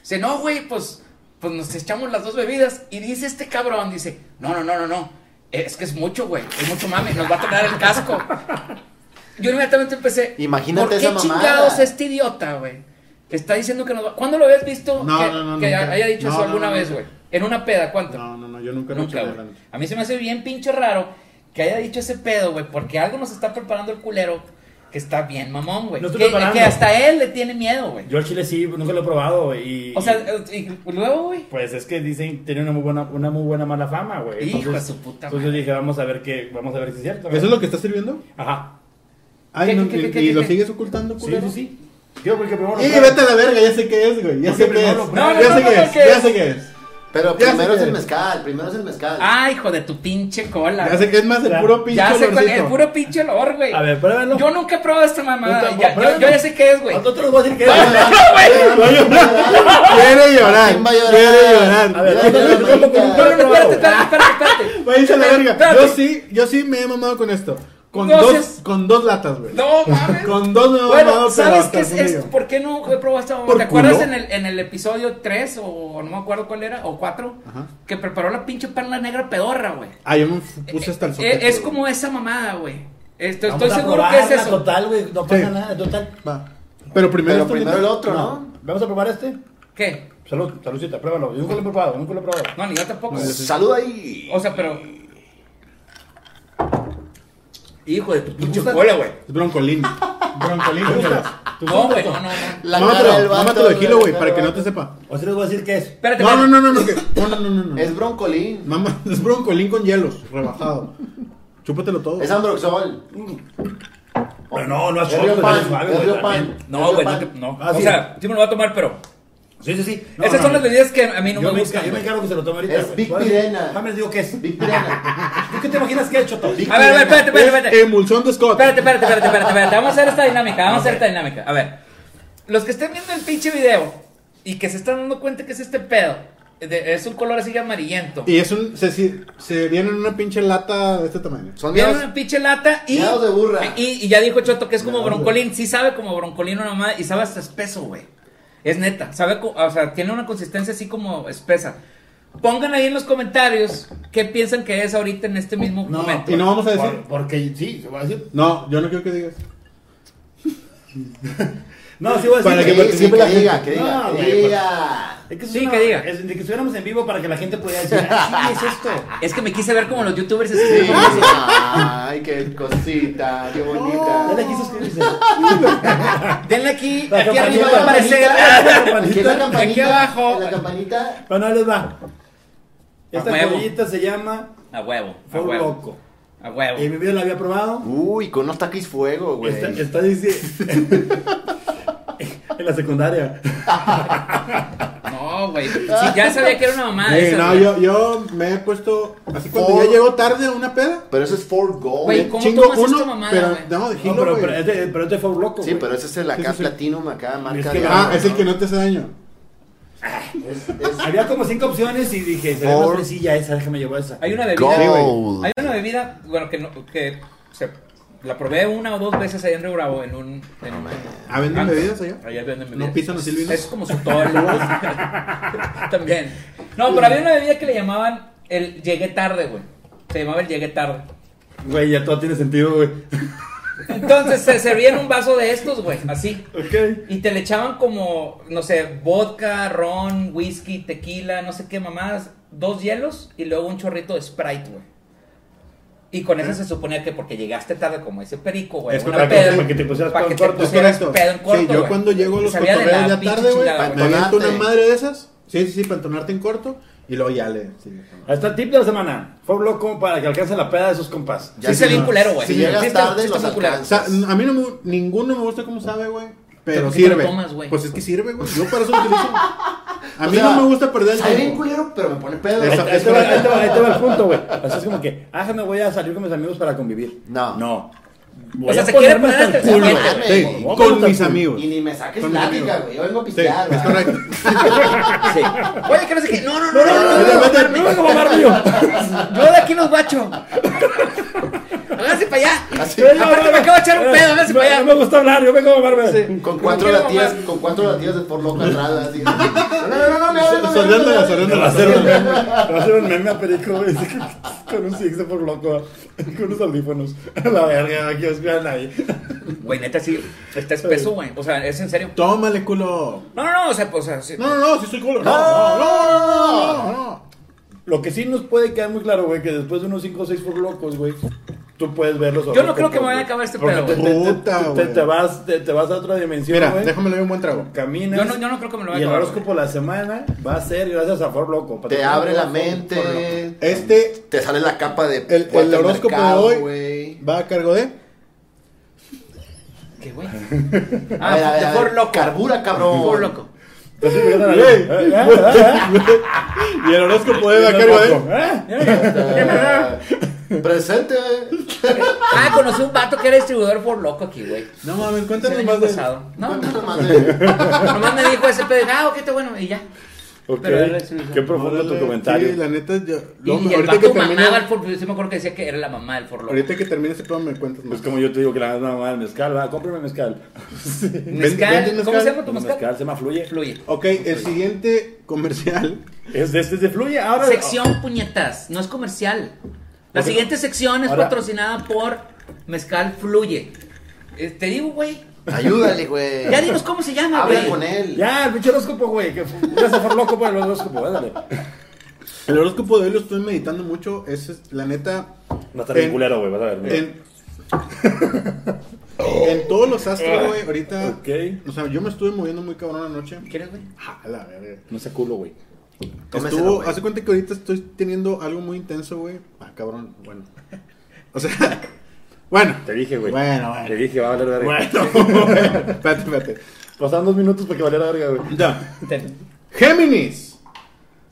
Speaker 3: dice, no, güey, pues, pues nos echamos las dos bebidas, y dice este cabrón, dice, no, no, no, no, no, es que es mucho, güey, es mucho mame, nos va a tocar el casco. Yo inmediatamente empecé,
Speaker 4: Imagínate
Speaker 3: ¿por qué
Speaker 4: esa mamada.
Speaker 3: chingados este idiota, güey? Está diciendo que nos va. ¿Cuándo lo habías visto
Speaker 1: No,
Speaker 3: que,
Speaker 1: no, no,
Speaker 3: que
Speaker 1: nunca.
Speaker 3: haya dicho
Speaker 1: No,
Speaker 3: eso
Speaker 1: no,
Speaker 3: alguna
Speaker 1: no,
Speaker 3: vez,
Speaker 1: nunca.
Speaker 3: güey? En una peda, ¿cuánto?
Speaker 1: No, no, no, yo nunca lo he hecho
Speaker 3: Nunca,
Speaker 1: de
Speaker 3: güey.
Speaker 1: grande.
Speaker 3: A mí se me hace bien pinche raro que haya dicho ese pedo, güey, porque algo nos está preparando el culero que está bien mamón, güey.
Speaker 2: No estoy
Speaker 3: Que,
Speaker 2: preparando.
Speaker 3: que hasta él le tiene miedo, güey.
Speaker 2: Yo al chile sí, nunca lo he probado, güey. y-
Speaker 3: O sea, eh, y, y luego, güey.
Speaker 2: Pues es que dicen tiene una muy buena, una muy buena mala fama, güey.
Speaker 3: Hijo
Speaker 2: Entonces-
Speaker 3: de su puta
Speaker 2: Entonces
Speaker 3: madre.
Speaker 2: dije, vamos a ver qué, vamos a ver si es cierto.
Speaker 1: ¿Eso es lo que está sirviendo?
Speaker 2: Ajá.
Speaker 1: Ay,
Speaker 3: ¿Qué,
Speaker 1: no,
Speaker 3: qué,
Speaker 1: y,
Speaker 3: qué, qué,
Speaker 1: y
Speaker 3: qué,
Speaker 1: lo
Speaker 3: qué?
Speaker 1: sigues ocultando,
Speaker 2: Sí,
Speaker 1: culero.
Speaker 2: sí, sí. Yo porque primero lo
Speaker 1: Y
Speaker 2: pruebo.
Speaker 1: vete a la verga, ya sé qué es, güey. Ya
Speaker 2: Porque
Speaker 1: sé qué es.
Speaker 2: primero lo
Speaker 3: pruebas.
Speaker 1: Ya
Speaker 3: No, no,
Speaker 1: sé
Speaker 3: no,
Speaker 1: qué
Speaker 3: no,
Speaker 1: es,
Speaker 3: ¿qué es?
Speaker 1: ya sé qué es.
Speaker 4: Pero
Speaker 1: Ya
Speaker 4: primero
Speaker 1: sé
Speaker 4: es el
Speaker 1: que-
Speaker 4: mezcal, primero es el mezcal.
Speaker 3: Ah, hijo de tu pinche cola.
Speaker 1: Ya sé que es más el
Speaker 2: Ya.
Speaker 1: puro pinche
Speaker 3: Ya sé cuál es,
Speaker 1: olorcito.
Speaker 3: el puro pinche olor, güey.
Speaker 2: A ver, pruébalo.
Speaker 3: Yo nunca he probado esta mamada.
Speaker 2: Puta,
Speaker 3: Ya- yo,
Speaker 2: pruébalo.
Speaker 3: yo ya sé qué es, güey.
Speaker 2: A Nosotros voy a decir que es.
Speaker 1: Quiere llorar.
Speaker 4: ¿Quién va a llorar?
Speaker 1: Quiere llorar.
Speaker 2: A ver,
Speaker 4: Ya,
Speaker 2: nosotros-
Speaker 4: ya,
Speaker 2: nosotros-
Speaker 4: ya.
Speaker 2: nosotros-
Speaker 3: No, no, no, espérate,
Speaker 2: nosotros-
Speaker 3: espérate, espérate, espérate.
Speaker 1: Váyanse a la verga.
Speaker 3: Espérate.
Speaker 1: Yo sí, yo sí me he mamado con esto. Con
Speaker 3: No
Speaker 1: dos,
Speaker 3: seas-
Speaker 1: con dos latas, güey.
Speaker 3: No mames.
Speaker 1: Con dos me he mamado,
Speaker 3: Bueno,
Speaker 1: pero
Speaker 3: ¿sabes
Speaker 1: hasta
Speaker 3: qué es
Speaker 1: el fondo
Speaker 3: esto?
Speaker 1: yo.
Speaker 3: ¿Por qué no he probado esta
Speaker 1: ¿Por
Speaker 3: ¿Te acuerdas
Speaker 1: culo?
Speaker 3: en el, en el episodio 3 o no me acuerdo cuál era? ¿O 4?
Speaker 1: Ajá.
Speaker 3: Que preparó la pinche perla negra pedorra, güey.
Speaker 1: Ah, yo me f- puse hasta el
Speaker 3: Eh,
Speaker 1: soquete,
Speaker 3: es
Speaker 1: güey.
Speaker 3: como esa mamada, güey. Esto-
Speaker 2: Vamos
Speaker 3: Estoy
Speaker 2: a
Speaker 3: seguro que es
Speaker 2: probarla,
Speaker 3: eso.
Speaker 2: Total, güey, no pasa
Speaker 1: Sí.
Speaker 2: nada, total.
Speaker 1: Va. Pero primero,
Speaker 4: Pero
Speaker 1: esto,
Speaker 4: primero
Speaker 1: neta.
Speaker 4: el otro,
Speaker 2: No.
Speaker 4: ¿no?
Speaker 2: Vamos a probar este.
Speaker 3: ¿Qué?
Speaker 2: Salud, saludcita, pruébalo. Yo nunca lo he probado, nunca lo he probado.
Speaker 3: No, ni yo tampoco.
Speaker 4: Salud ahí.
Speaker 3: O sea, pero. Hijo de tu pinche
Speaker 2: gusta?
Speaker 3: cola, güey.
Speaker 1: Es broncolín. Broncolín, ¿sabes?
Speaker 3: No, güey, no, no, no.
Speaker 4: La cara del
Speaker 1: Mámatelo,
Speaker 4: vato,
Speaker 1: mámatelo de kilo,
Speaker 4: la
Speaker 1: güey,
Speaker 4: cara
Speaker 1: para que
Speaker 4: del
Speaker 1: no te
Speaker 4: vato.
Speaker 1: sepa.
Speaker 2: O si les voy a decir qué es.
Speaker 3: Espérate,
Speaker 1: No, no,
Speaker 3: espérate.
Speaker 1: no, no, no, que- no, no, no, no.
Speaker 4: Es broncolín.
Speaker 1: Mamá, es broncolín con hielos, rebajado. Chúpatelo todo.
Speaker 4: Es ambroxol.
Speaker 2: Pero no, no es
Speaker 4: Es
Speaker 2: cholo,
Speaker 4: río
Speaker 2: no
Speaker 4: pan.
Speaker 2: es suave,
Speaker 4: Es
Speaker 2: güey,
Speaker 4: río
Speaker 2: también.
Speaker 4: pan.
Speaker 3: No, güey, no,
Speaker 4: Es
Speaker 3: te-
Speaker 4: río pan.
Speaker 3: no.
Speaker 2: Ah,
Speaker 3: O
Speaker 2: sí.
Speaker 3: sea, sí me lo voy a tomar, pero.
Speaker 2: Sí, sí, sí. No,
Speaker 3: Esas
Speaker 2: no, no.
Speaker 3: son las bebidas que a mí no
Speaker 2: yo
Speaker 3: me
Speaker 2: me,
Speaker 3: gustan.
Speaker 2: yo me
Speaker 3: güey.
Speaker 2: encargo que se lo tome ahorita.
Speaker 4: Es
Speaker 2: güey.
Speaker 4: Big
Speaker 2: Ahora sí,
Speaker 4: Pirena.
Speaker 2: Déjame les digo qué es.
Speaker 4: Big Pirena.
Speaker 2: ¿Tú qué te imaginas que ha hecho, Toto?
Speaker 4: Big
Speaker 3: A ver, a ver, espérate, espérate, espérate.
Speaker 1: Es emulsión de Scott.
Speaker 3: Espérate, espérate, espérate, espérate, espérate. Vamos a hacer esta dinámica, vamos a hacer esta dinámica. A ver, los que estén viendo el pinche video y que se están dando cuenta que es este pedo, de- es un color así amarillento.
Speaker 1: Y es un. Se, si- se viene en una pinche lata de este tamaño.
Speaker 4: Son
Speaker 3: Viene
Speaker 4: miedos.
Speaker 3: una pinche lata y,
Speaker 4: Miados de burra.
Speaker 3: y. y ya dijo Choto que es como broncolín. Sí sabe como broncolín una mamada y sabe hasta espeso, güey. Es neta. Sabe, co- o sea, tiene una consistencia así como espesa. Pongan ahí en los comentarios qué piensan que es ahorita en este mismo momento.
Speaker 1: y no vamos a decir.
Speaker 2: Por- porque sí, se va a decir.
Speaker 1: No, yo no quiero que digas.
Speaker 2: No, sí voy a decir.
Speaker 1: Para que
Speaker 4: Sí,
Speaker 1: participe
Speaker 4: sí, que
Speaker 1: la gente.
Speaker 4: diga, que diga,
Speaker 2: No,
Speaker 4: que
Speaker 2: güey,
Speaker 4: diga.
Speaker 2: Es que
Speaker 3: Sí,
Speaker 2: es una-
Speaker 3: que diga.
Speaker 2: Es de que estuviéramos en vivo para que la gente pudiera decir, "Ah, sí, es esto.
Speaker 3: Es que me quise ver como los youtubers así.
Speaker 1: pues.
Speaker 4: Sí.
Speaker 3: como-
Speaker 4: Ay, qué cosita, qué
Speaker 2: Dale
Speaker 4: bonita.
Speaker 2: aquí suscribirse.
Speaker 3: Denle aquí,
Speaker 2: La
Speaker 3: aquí arriba
Speaker 2: campanita,
Speaker 3: va a
Speaker 2: la
Speaker 3: aparecer.
Speaker 2: campanita, la
Speaker 4: Aquí en la
Speaker 2: campanita.
Speaker 4: campanita.
Speaker 3: Aquí abajo.
Speaker 4: en La campanita.
Speaker 2: Bueno, ahí les va.
Speaker 3: A
Speaker 2: Esta
Speaker 3: huevo.
Speaker 2: joyita se llama
Speaker 3: A huevo, a
Speaker 2: Fuego
Speaker 3: huevo.
Speaker 2: Loco.
Speaker 3: A
Speaker 2: Y
Speaker 3: huevo.
Speaker 2: mi vida la había probado.
Speaker 4: Uy, con unos taquis fuego, güey.
Speaker 3: Este,
Speaker 2: Está, está diciendo. en la secundaria.
Speaker 3: No, güey. Sí, ya sabía que era una mamada.
Speaker 1: Eh,
Speaker 3: Ah, esa,
Speaker 1: no,
Speaker 3: güey.
Speaker 1: yo, yo me he puesto. Así cuando
Speaker 4: Por-
Speaker 1: ya llego tarde a una peda.
Speaker 4: Pero eso es for gold.
Speaker 3: Güey, ¿cómo
Speaker 1: chingo
Speaker 3: tomas
Speaker 1: uno,
Speaker 3: esta mamada,
Speaker 1: pero
Speaker 3: güey?
Speaker 1: no, de
Speaker 2: No,
Speaker 1: gilo,
Speaker 2: pero,
Speaker 1: güey.
Speaker 2: pero este, pero este fue un loco.
Speaker 4: Sí,
Speaker 2: güey.
Speaker 4: pero ese es el acá Platinum, acá marca
Speaker 2: Es que-
Speaker 4: de
Speaker 1: Ah,
Speaker 4: agua,
Speaker 1: es el
Speaker 4: ¿no?
Speaker 1: que no te hace daño.
Speaker 4: Es- es-
Speaker 2: Había como cinco opciones y dije, se ve más
Speaker 4: Por-
Speaker 2: fresilla esa, déjame llevar esa.
Speaker 3: Hay una bebida.
Speaker 4: Gold.
Speaker 3: Hay una bebida, bueno, que, no, que se- la probé una o dos veces allá en Río Bravo en un. En un
Speaker 1: Ah, ¿venden
Speaker 3: antes.
Speaker 1: bebidas allá?
Speaker 3: Allá venden
Speaker 1: ¿No
Speaker 3: bebidas.
Speaker 1: pisan así el vino?
Speaker 3: Es como su También. No, pero había una bebida que le llamaban el llegué tarde, güey. Se llamaba el llegué tarde.
Speaker 2: Güey, ya todo tiene sentido, güey.
Speaker 3: Entonces se servían un vaso de estos, güey, así.
Speaker 2: Ok.
Speaker 3: Y te le echaban como, no sé, vodka, ron, whisky, tequila, no sé qué mamadas, dos hielos y luego un chorrito de Sprite, güey. Y con eso se suponía que porque llegaste tarde, como ese perico, güey,
Speaker 2: Es
Speaker 3: una
Speaker 2: correcto,
Speaker 3: peda,
Speaker 2: para que te pusieras
Speaker 3: para
Speaker 2: pedo
Speaker 3: que
Speaker 2: en
Speaker 3: te
Speaker 1: pues
Speaker 2: corto.
Speaker 3: pusieras
Speaker 1: Correcto.
Speaker 3: pedo en corto,
Speaker 1: Sí, yo
Speaker 3: güey.
Speaker 1: cuando llego a los
Speaker 3: Sabía de
Speaker 1: cotorreos
Speaker 3: la
Speaker 1: ya
Speaker 3: pinche
Speaker 1: tarde, güey,
Speaker 3: chingada,
Speaker 1: me
Speaker 4: güey.
Speaker 1: aviento una
Speaker 4: Tonate.
Speaker 1: madre de esas. Sí, sí, sí, para entonarte en corto. Y luego ya le. sí,
Speaker 2: Ahí está el tip de la semana. Fue un loco para que alcance la peda de sus compas.
Speaker 4: Ya
Speaker 3: Sí se
Speaker 4: si
Speaker 3: ve
Speaker 4: no-
Speaker 3: culero, güey.
Speaker 4: Si
Speaker 3: Sí,
Speaker 4: llegas
Speaker 3: sí está-
Speaker 4: tarde,
Speaker 3: sí está
Speaker 4: los
Speaker 3: muy culero.
Speaker 1: O sea,
Speaker 4: alcanzas.
Speaker 1: n- a mí no me, ninguno me gusta cómo sabe, güey. Pero
Speaker 3: ¿por qué te lo
Speaker 1: sirve.
Speaker 3: tomas, güey?
Speaker 1: pues es que sirve, güey. Yo para eso lo utilizo. A
Speaker 4: O
Speaker 1: mí
Speaker 4: sea,
Speaker 1: no me gusta perder el
Speaker 4: sabe bien
Speaker 1: tiempo.
Speaker 4: culero, pero me pone pedo.
Speaker 1: Esa-
Speaker 2: Ahí ahí te va, ahí te va- ahí te va el punto, güey. Así es como que, ah, me voy a salir con mis amigos para convivir.
Speaker 4: No.
Speaker 2: No.
Speaker 3: O sea,
Speaker 2: Voy
Speaker 3: se
Speaker 2: a
Speaker 3: quiere
Speaker 2: ponerme
Speaker 3: poner
Speaker 2: hasta
Speaker 3: hasta
Speaker 2: el
Speaker 3: el
Speaker 2: culo,
Speaker 4: culo,
Speaker 2: güey.
Speaker 4: güey.
Speaker 1: Sí,
Speaker 2: Voy a
Speaker 1: con
Speaker 2: ponerme
Speaker 1: mis
Speaker 2: hasta el culo.
Speaker 1: amigos.
Speaker 4: Y ni me saques
Speaker 1: Con
Speaker 4: plática,
Speaker 1: dinero.
Speaker 4: güey. Yo vengo a
Speaker 1: Sí,
Speaker 4: pistear,
Speaker 1: es
Speaker 4: ¿verdad?
Speaker 1: correcto.
Speaker 3: Oye, que no sé qué. No, no, no, no, no,
Speaker 1: Yo le
Speaker 3: no,
Speaker 1: meto-
Speaker 3: no, no, no, no, no. Yo de aquí los bacho. Háganse para allá.
Speaker 4: Así.
Speaker 3: Aparte me acabo de echar un pedo, háganse
Speaker 2: Eh, No,
Speaker 3: para allá.
Speaker 2: No me gusta hablar, yo vengo a mamarme.
Speaker 4: Con cuatro
Speaker 3: Quiero
Speaker 4: latillas,
Speaker 3: mamar.
Speaker 4: con cuatro latillas de por loco atrás, así. No, no, no, no, me hables, no, me hables, no, me
Speaker 1: Soleándola,
Speaker 4: hables.
Speaker 2: Te
Speaker 1: soleándola.
Speaker 2: va a hacer un meme, te va a hacer un meme a Perico, güey, con un six por loco, con unos audífonos. A la verga, aquí os vean ahí.
Speaker 3: Güey, neta, sí, está espeso, güey. O sea, es en serio.
Speaker 1: Tómale, culo.
Speaker 3: No, no, no, o sea, pues, o sea, sí.
Speaker 1: No, no, no, si soy culo. No, no, no, no, no, no.
Speaker 2: Lo que sí nos puede quedar muy claro, güey, que después de unos 5 o 6 por locos, güey, tú puedes ver los
Speaker 3: Yo no
Speaker 2: ojos
Speaker 3: creo que me vaya a
Speaker 2: güey.
Speaker 3: acabar este
Speaker 2: Porque
Speaker 3: pedo,
Speaker 2: te-
Speaker 1: güey.
Speaker 2: te-
Speaker 1: Puta,
Speaker 2: te-
Speaker 1: güey.
Speaker 2: Te vas te- te vas a otra dimensión,
Speaker 1: Mira,
Speaker 2: güey.
Speaker 1: déjame le doy un buen trago.
Speaker 2: Caminas.
Speaker 3: Yo no- yo no creo que me lo vaya
Speaker 2: Y
Speaker 3: a
Speaker 2: el
Speaker 3: acabar,
Speaker 2: horóscopo de la semana va a ser gracias a For Loco.
Speaker 4: Te abre la
Speaker 2: Por Loco.
Speaker 4: mente.
Speaker 1: Este,
Speaker 4: Te sale la capa de.
Speaker 1: el,
Speaker 4: puerta
Speaker 1: el
Speaker 4: al
Speaker 1: horóscopo
Speaker 4: mercado,
Speaker 1: de hoy
Speaker 4: güey.
Speaker 1: va a cargo de.
Speaker 3: ¿Qué, güey?
Speaker 4: A ver, a
Speaker 3: Ah,
Speaker 4: ver, a
Speaker 3: mejor
Speaker 4: ver.
Speaker 3: loco.
Speaker 4: Carbura, cabrón.
Speaker 3: Por loco.
Speaker 2: Entonces, fíjate la-
Speaker 1: Güey.
Speaker 2: Eh, eh, eh, eh.
Speaker 1: Y el horóscopo de va a
Speaker 2: Por
Speaker 1: cargo
Speaker 2: Loco.
Speaker 1: de.
Speaker 2: Eh.
Speaker 4: Ah, Presente.
Speaker 3: Ah, conocí un vato que era distribuidor por loco aquí, güey.
Speaker 1: No mames,
Speaker 3: El
Speaker 1: cuéntanos
Speaker 3: año
Speaker 1: más Este de
Speaker 3: pasado. No,
Speaker 4: Cuéntanos más de-
Speaker 3: nomás me dijo ese pedo. Ah, ok, está bueno. Y ya.
Speaker 2: Ok,
Speaker 3: Pero él es el-
Speaker 2: Qué profundo tu
Speaker 1: Órale,
Speaker 2: comentario.
Speaker 1: Sí, la neta, yo.
Speaker 3: Y,
Speaker 1: no,
Speaker 3: y el
Speaker 1: ahorita, que
Speaker 3: vato mamaba el
Speaker 1: termine,
Speaker 3: fútbol. Yo sí me acuerdo que decía que era la mamá del forloco.
Speaker 1: ahorita que termine ese programa me cuentas más.
Speaker 2: Es como yo te digo que la mamá mamada del mezcal, va, cómprame mezcal.
Speaker 1: Ven-
Speaker 3: Mezcal.
Speaker 1: venden
Speaker 3: ¿Cómo se
Speaker 1: mezcal.
Speaker 3: llama tu
Speaker 2: El
Speaker 3: mezcal?
Speaker 2: mezcal se llama Fluye.
Speaker 3: Fluye.
Speaker 1: Ok, el siguiente comercial.
Speaker 2: Es de, este es de Fluye. Ahora,
Speaker 3: Sección puñetas. No es comercial. La
Speaker 2: Ok.
Speaker 3: siguiente sección es
Speaker 2: Ahora-
Speaker 3: patrocinada por Mezcal Fluye. Eh, te digo, güey.
Speaker 4: Ayúdale, güey.
Speaker 3: Ya dinos cómo se llama,
Speaker 4: Habla con
Speaker 3: güey.
Speaker 4: él.
Speaker 2: Ya, el pinche horóscopo, güey. que fue- Gracias a For Loco por el horóscopo, ándale.
Speaker 1: El horóscopo de hoy lo estoy meditando mucho. Es, es- la neta.
Speaker 2: No está bien
Speaker 1: en-
Speaker 2: culero, güey, vas a ver. mira.
Speaker 1: En, en todos los astros, güey, ahorita.
Speaker 2: Ok.
Speaker 1: O sea, yo me estuve moviendo muy cabrón anoche.
Speaker 3: ¿Quieres, güey?
Speaker 1: A la verga.
Speaker 2: No sea culo, güey.
Speaker 4: Tómeselo,
Speaker 1: Estuvo,
Speaker 4: güey.
Speaker 1: hace cuenta que ahorita estoy teniendo algo muy intenso, güey. Ah, cabrón, bueno. O sea, bueno.
Speaker 2: Te dije, güey.
Speaker 1: Bueno,
Speaker 2: Te
Speaker 1: bueno.
Speaker 2: dije, va a valer verga.
Speaker 1: Bueno, espérate, espérate.
Speaker 2: Pasaron dos minutos para que valiera verga, güey.
Speaker 1: Ya.
Speaker 3: Te-
Speaker 1: Géminis.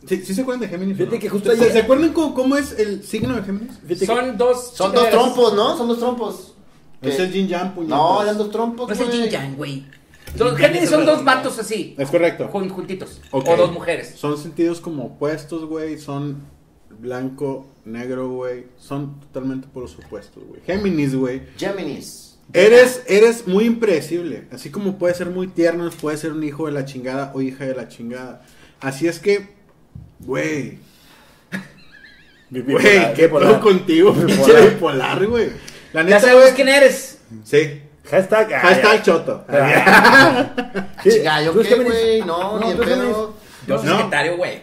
Speaker 1: ¿Sí, sí se acuerdan de Géminis? o
Speaker 2: Fíjate
Speaker 1: no?
Speaker 2: que justo
Speaker 1: ¿Se-
Speaker 2: ayer-
Speaker 1: ¿Se acuerdan cómo, cómo es el signo de Géminis?
Speaker 3: Son dos.
Speaker 4: Son dos
Speaker 3: chingaderas.
Speaker 4: trompos, ¿no? Son dos trompos.
Speaker 1: Es
Speaker 4: ¿Qué?
Speaker 1: el Jin Yang, puñetas.
Speaker 4: No, eran dos trompos.
Speaker 3: No es Pues el
Speaker 4: güey.
Speaker 3: yin yang, güey. Son- Géminis son dos vatos así.
Speaker 1: Es correcto.
Speaker 3: jun- Juntitos.
Speaker 1: Ok.
Speaker 3: O dos mujeres.
Speaker 1: Son sentidos como opuestos, güey. Son blanco, negro, güey. Son totalmente por los opuestos, güey. Géminis, güey.
Speaker 4: Géminis.
Speaker 1: Eres, eres muy impredecible. Así como puede ser muy tierno, puede ser un hijo de la chingada o hija de la chingada. Así es que, güey. Güey, qué pedo contigo, pinche bipolar, güey. La
Speaker 3: Ya
Speaker 1: neta,
Speaker 3: sabemos
Speaker 1: güey.
Speaker 3: quién eres.
Speaker 1: Sí.
Speaker 2: Hashtag. ah,
Speaker 1: Hashtag
Speaker 2: ya.
Speaker 1: choto.
Speaker 2: Ah,
Speaker 4: Ah, Chinga, yo
Speaker 2: ¿Tú eres
Speaker 4: qué,
Speaker 2: Géminis?
Speaker 4: güey. No, ni
Speaker 2: No,
Speaker 4: en
Speaker 2: tú eres
Speaker 4: pedo.
Speaker 3: Yo soy
Speaker 1: No.
Speaker 3: secretario, güey.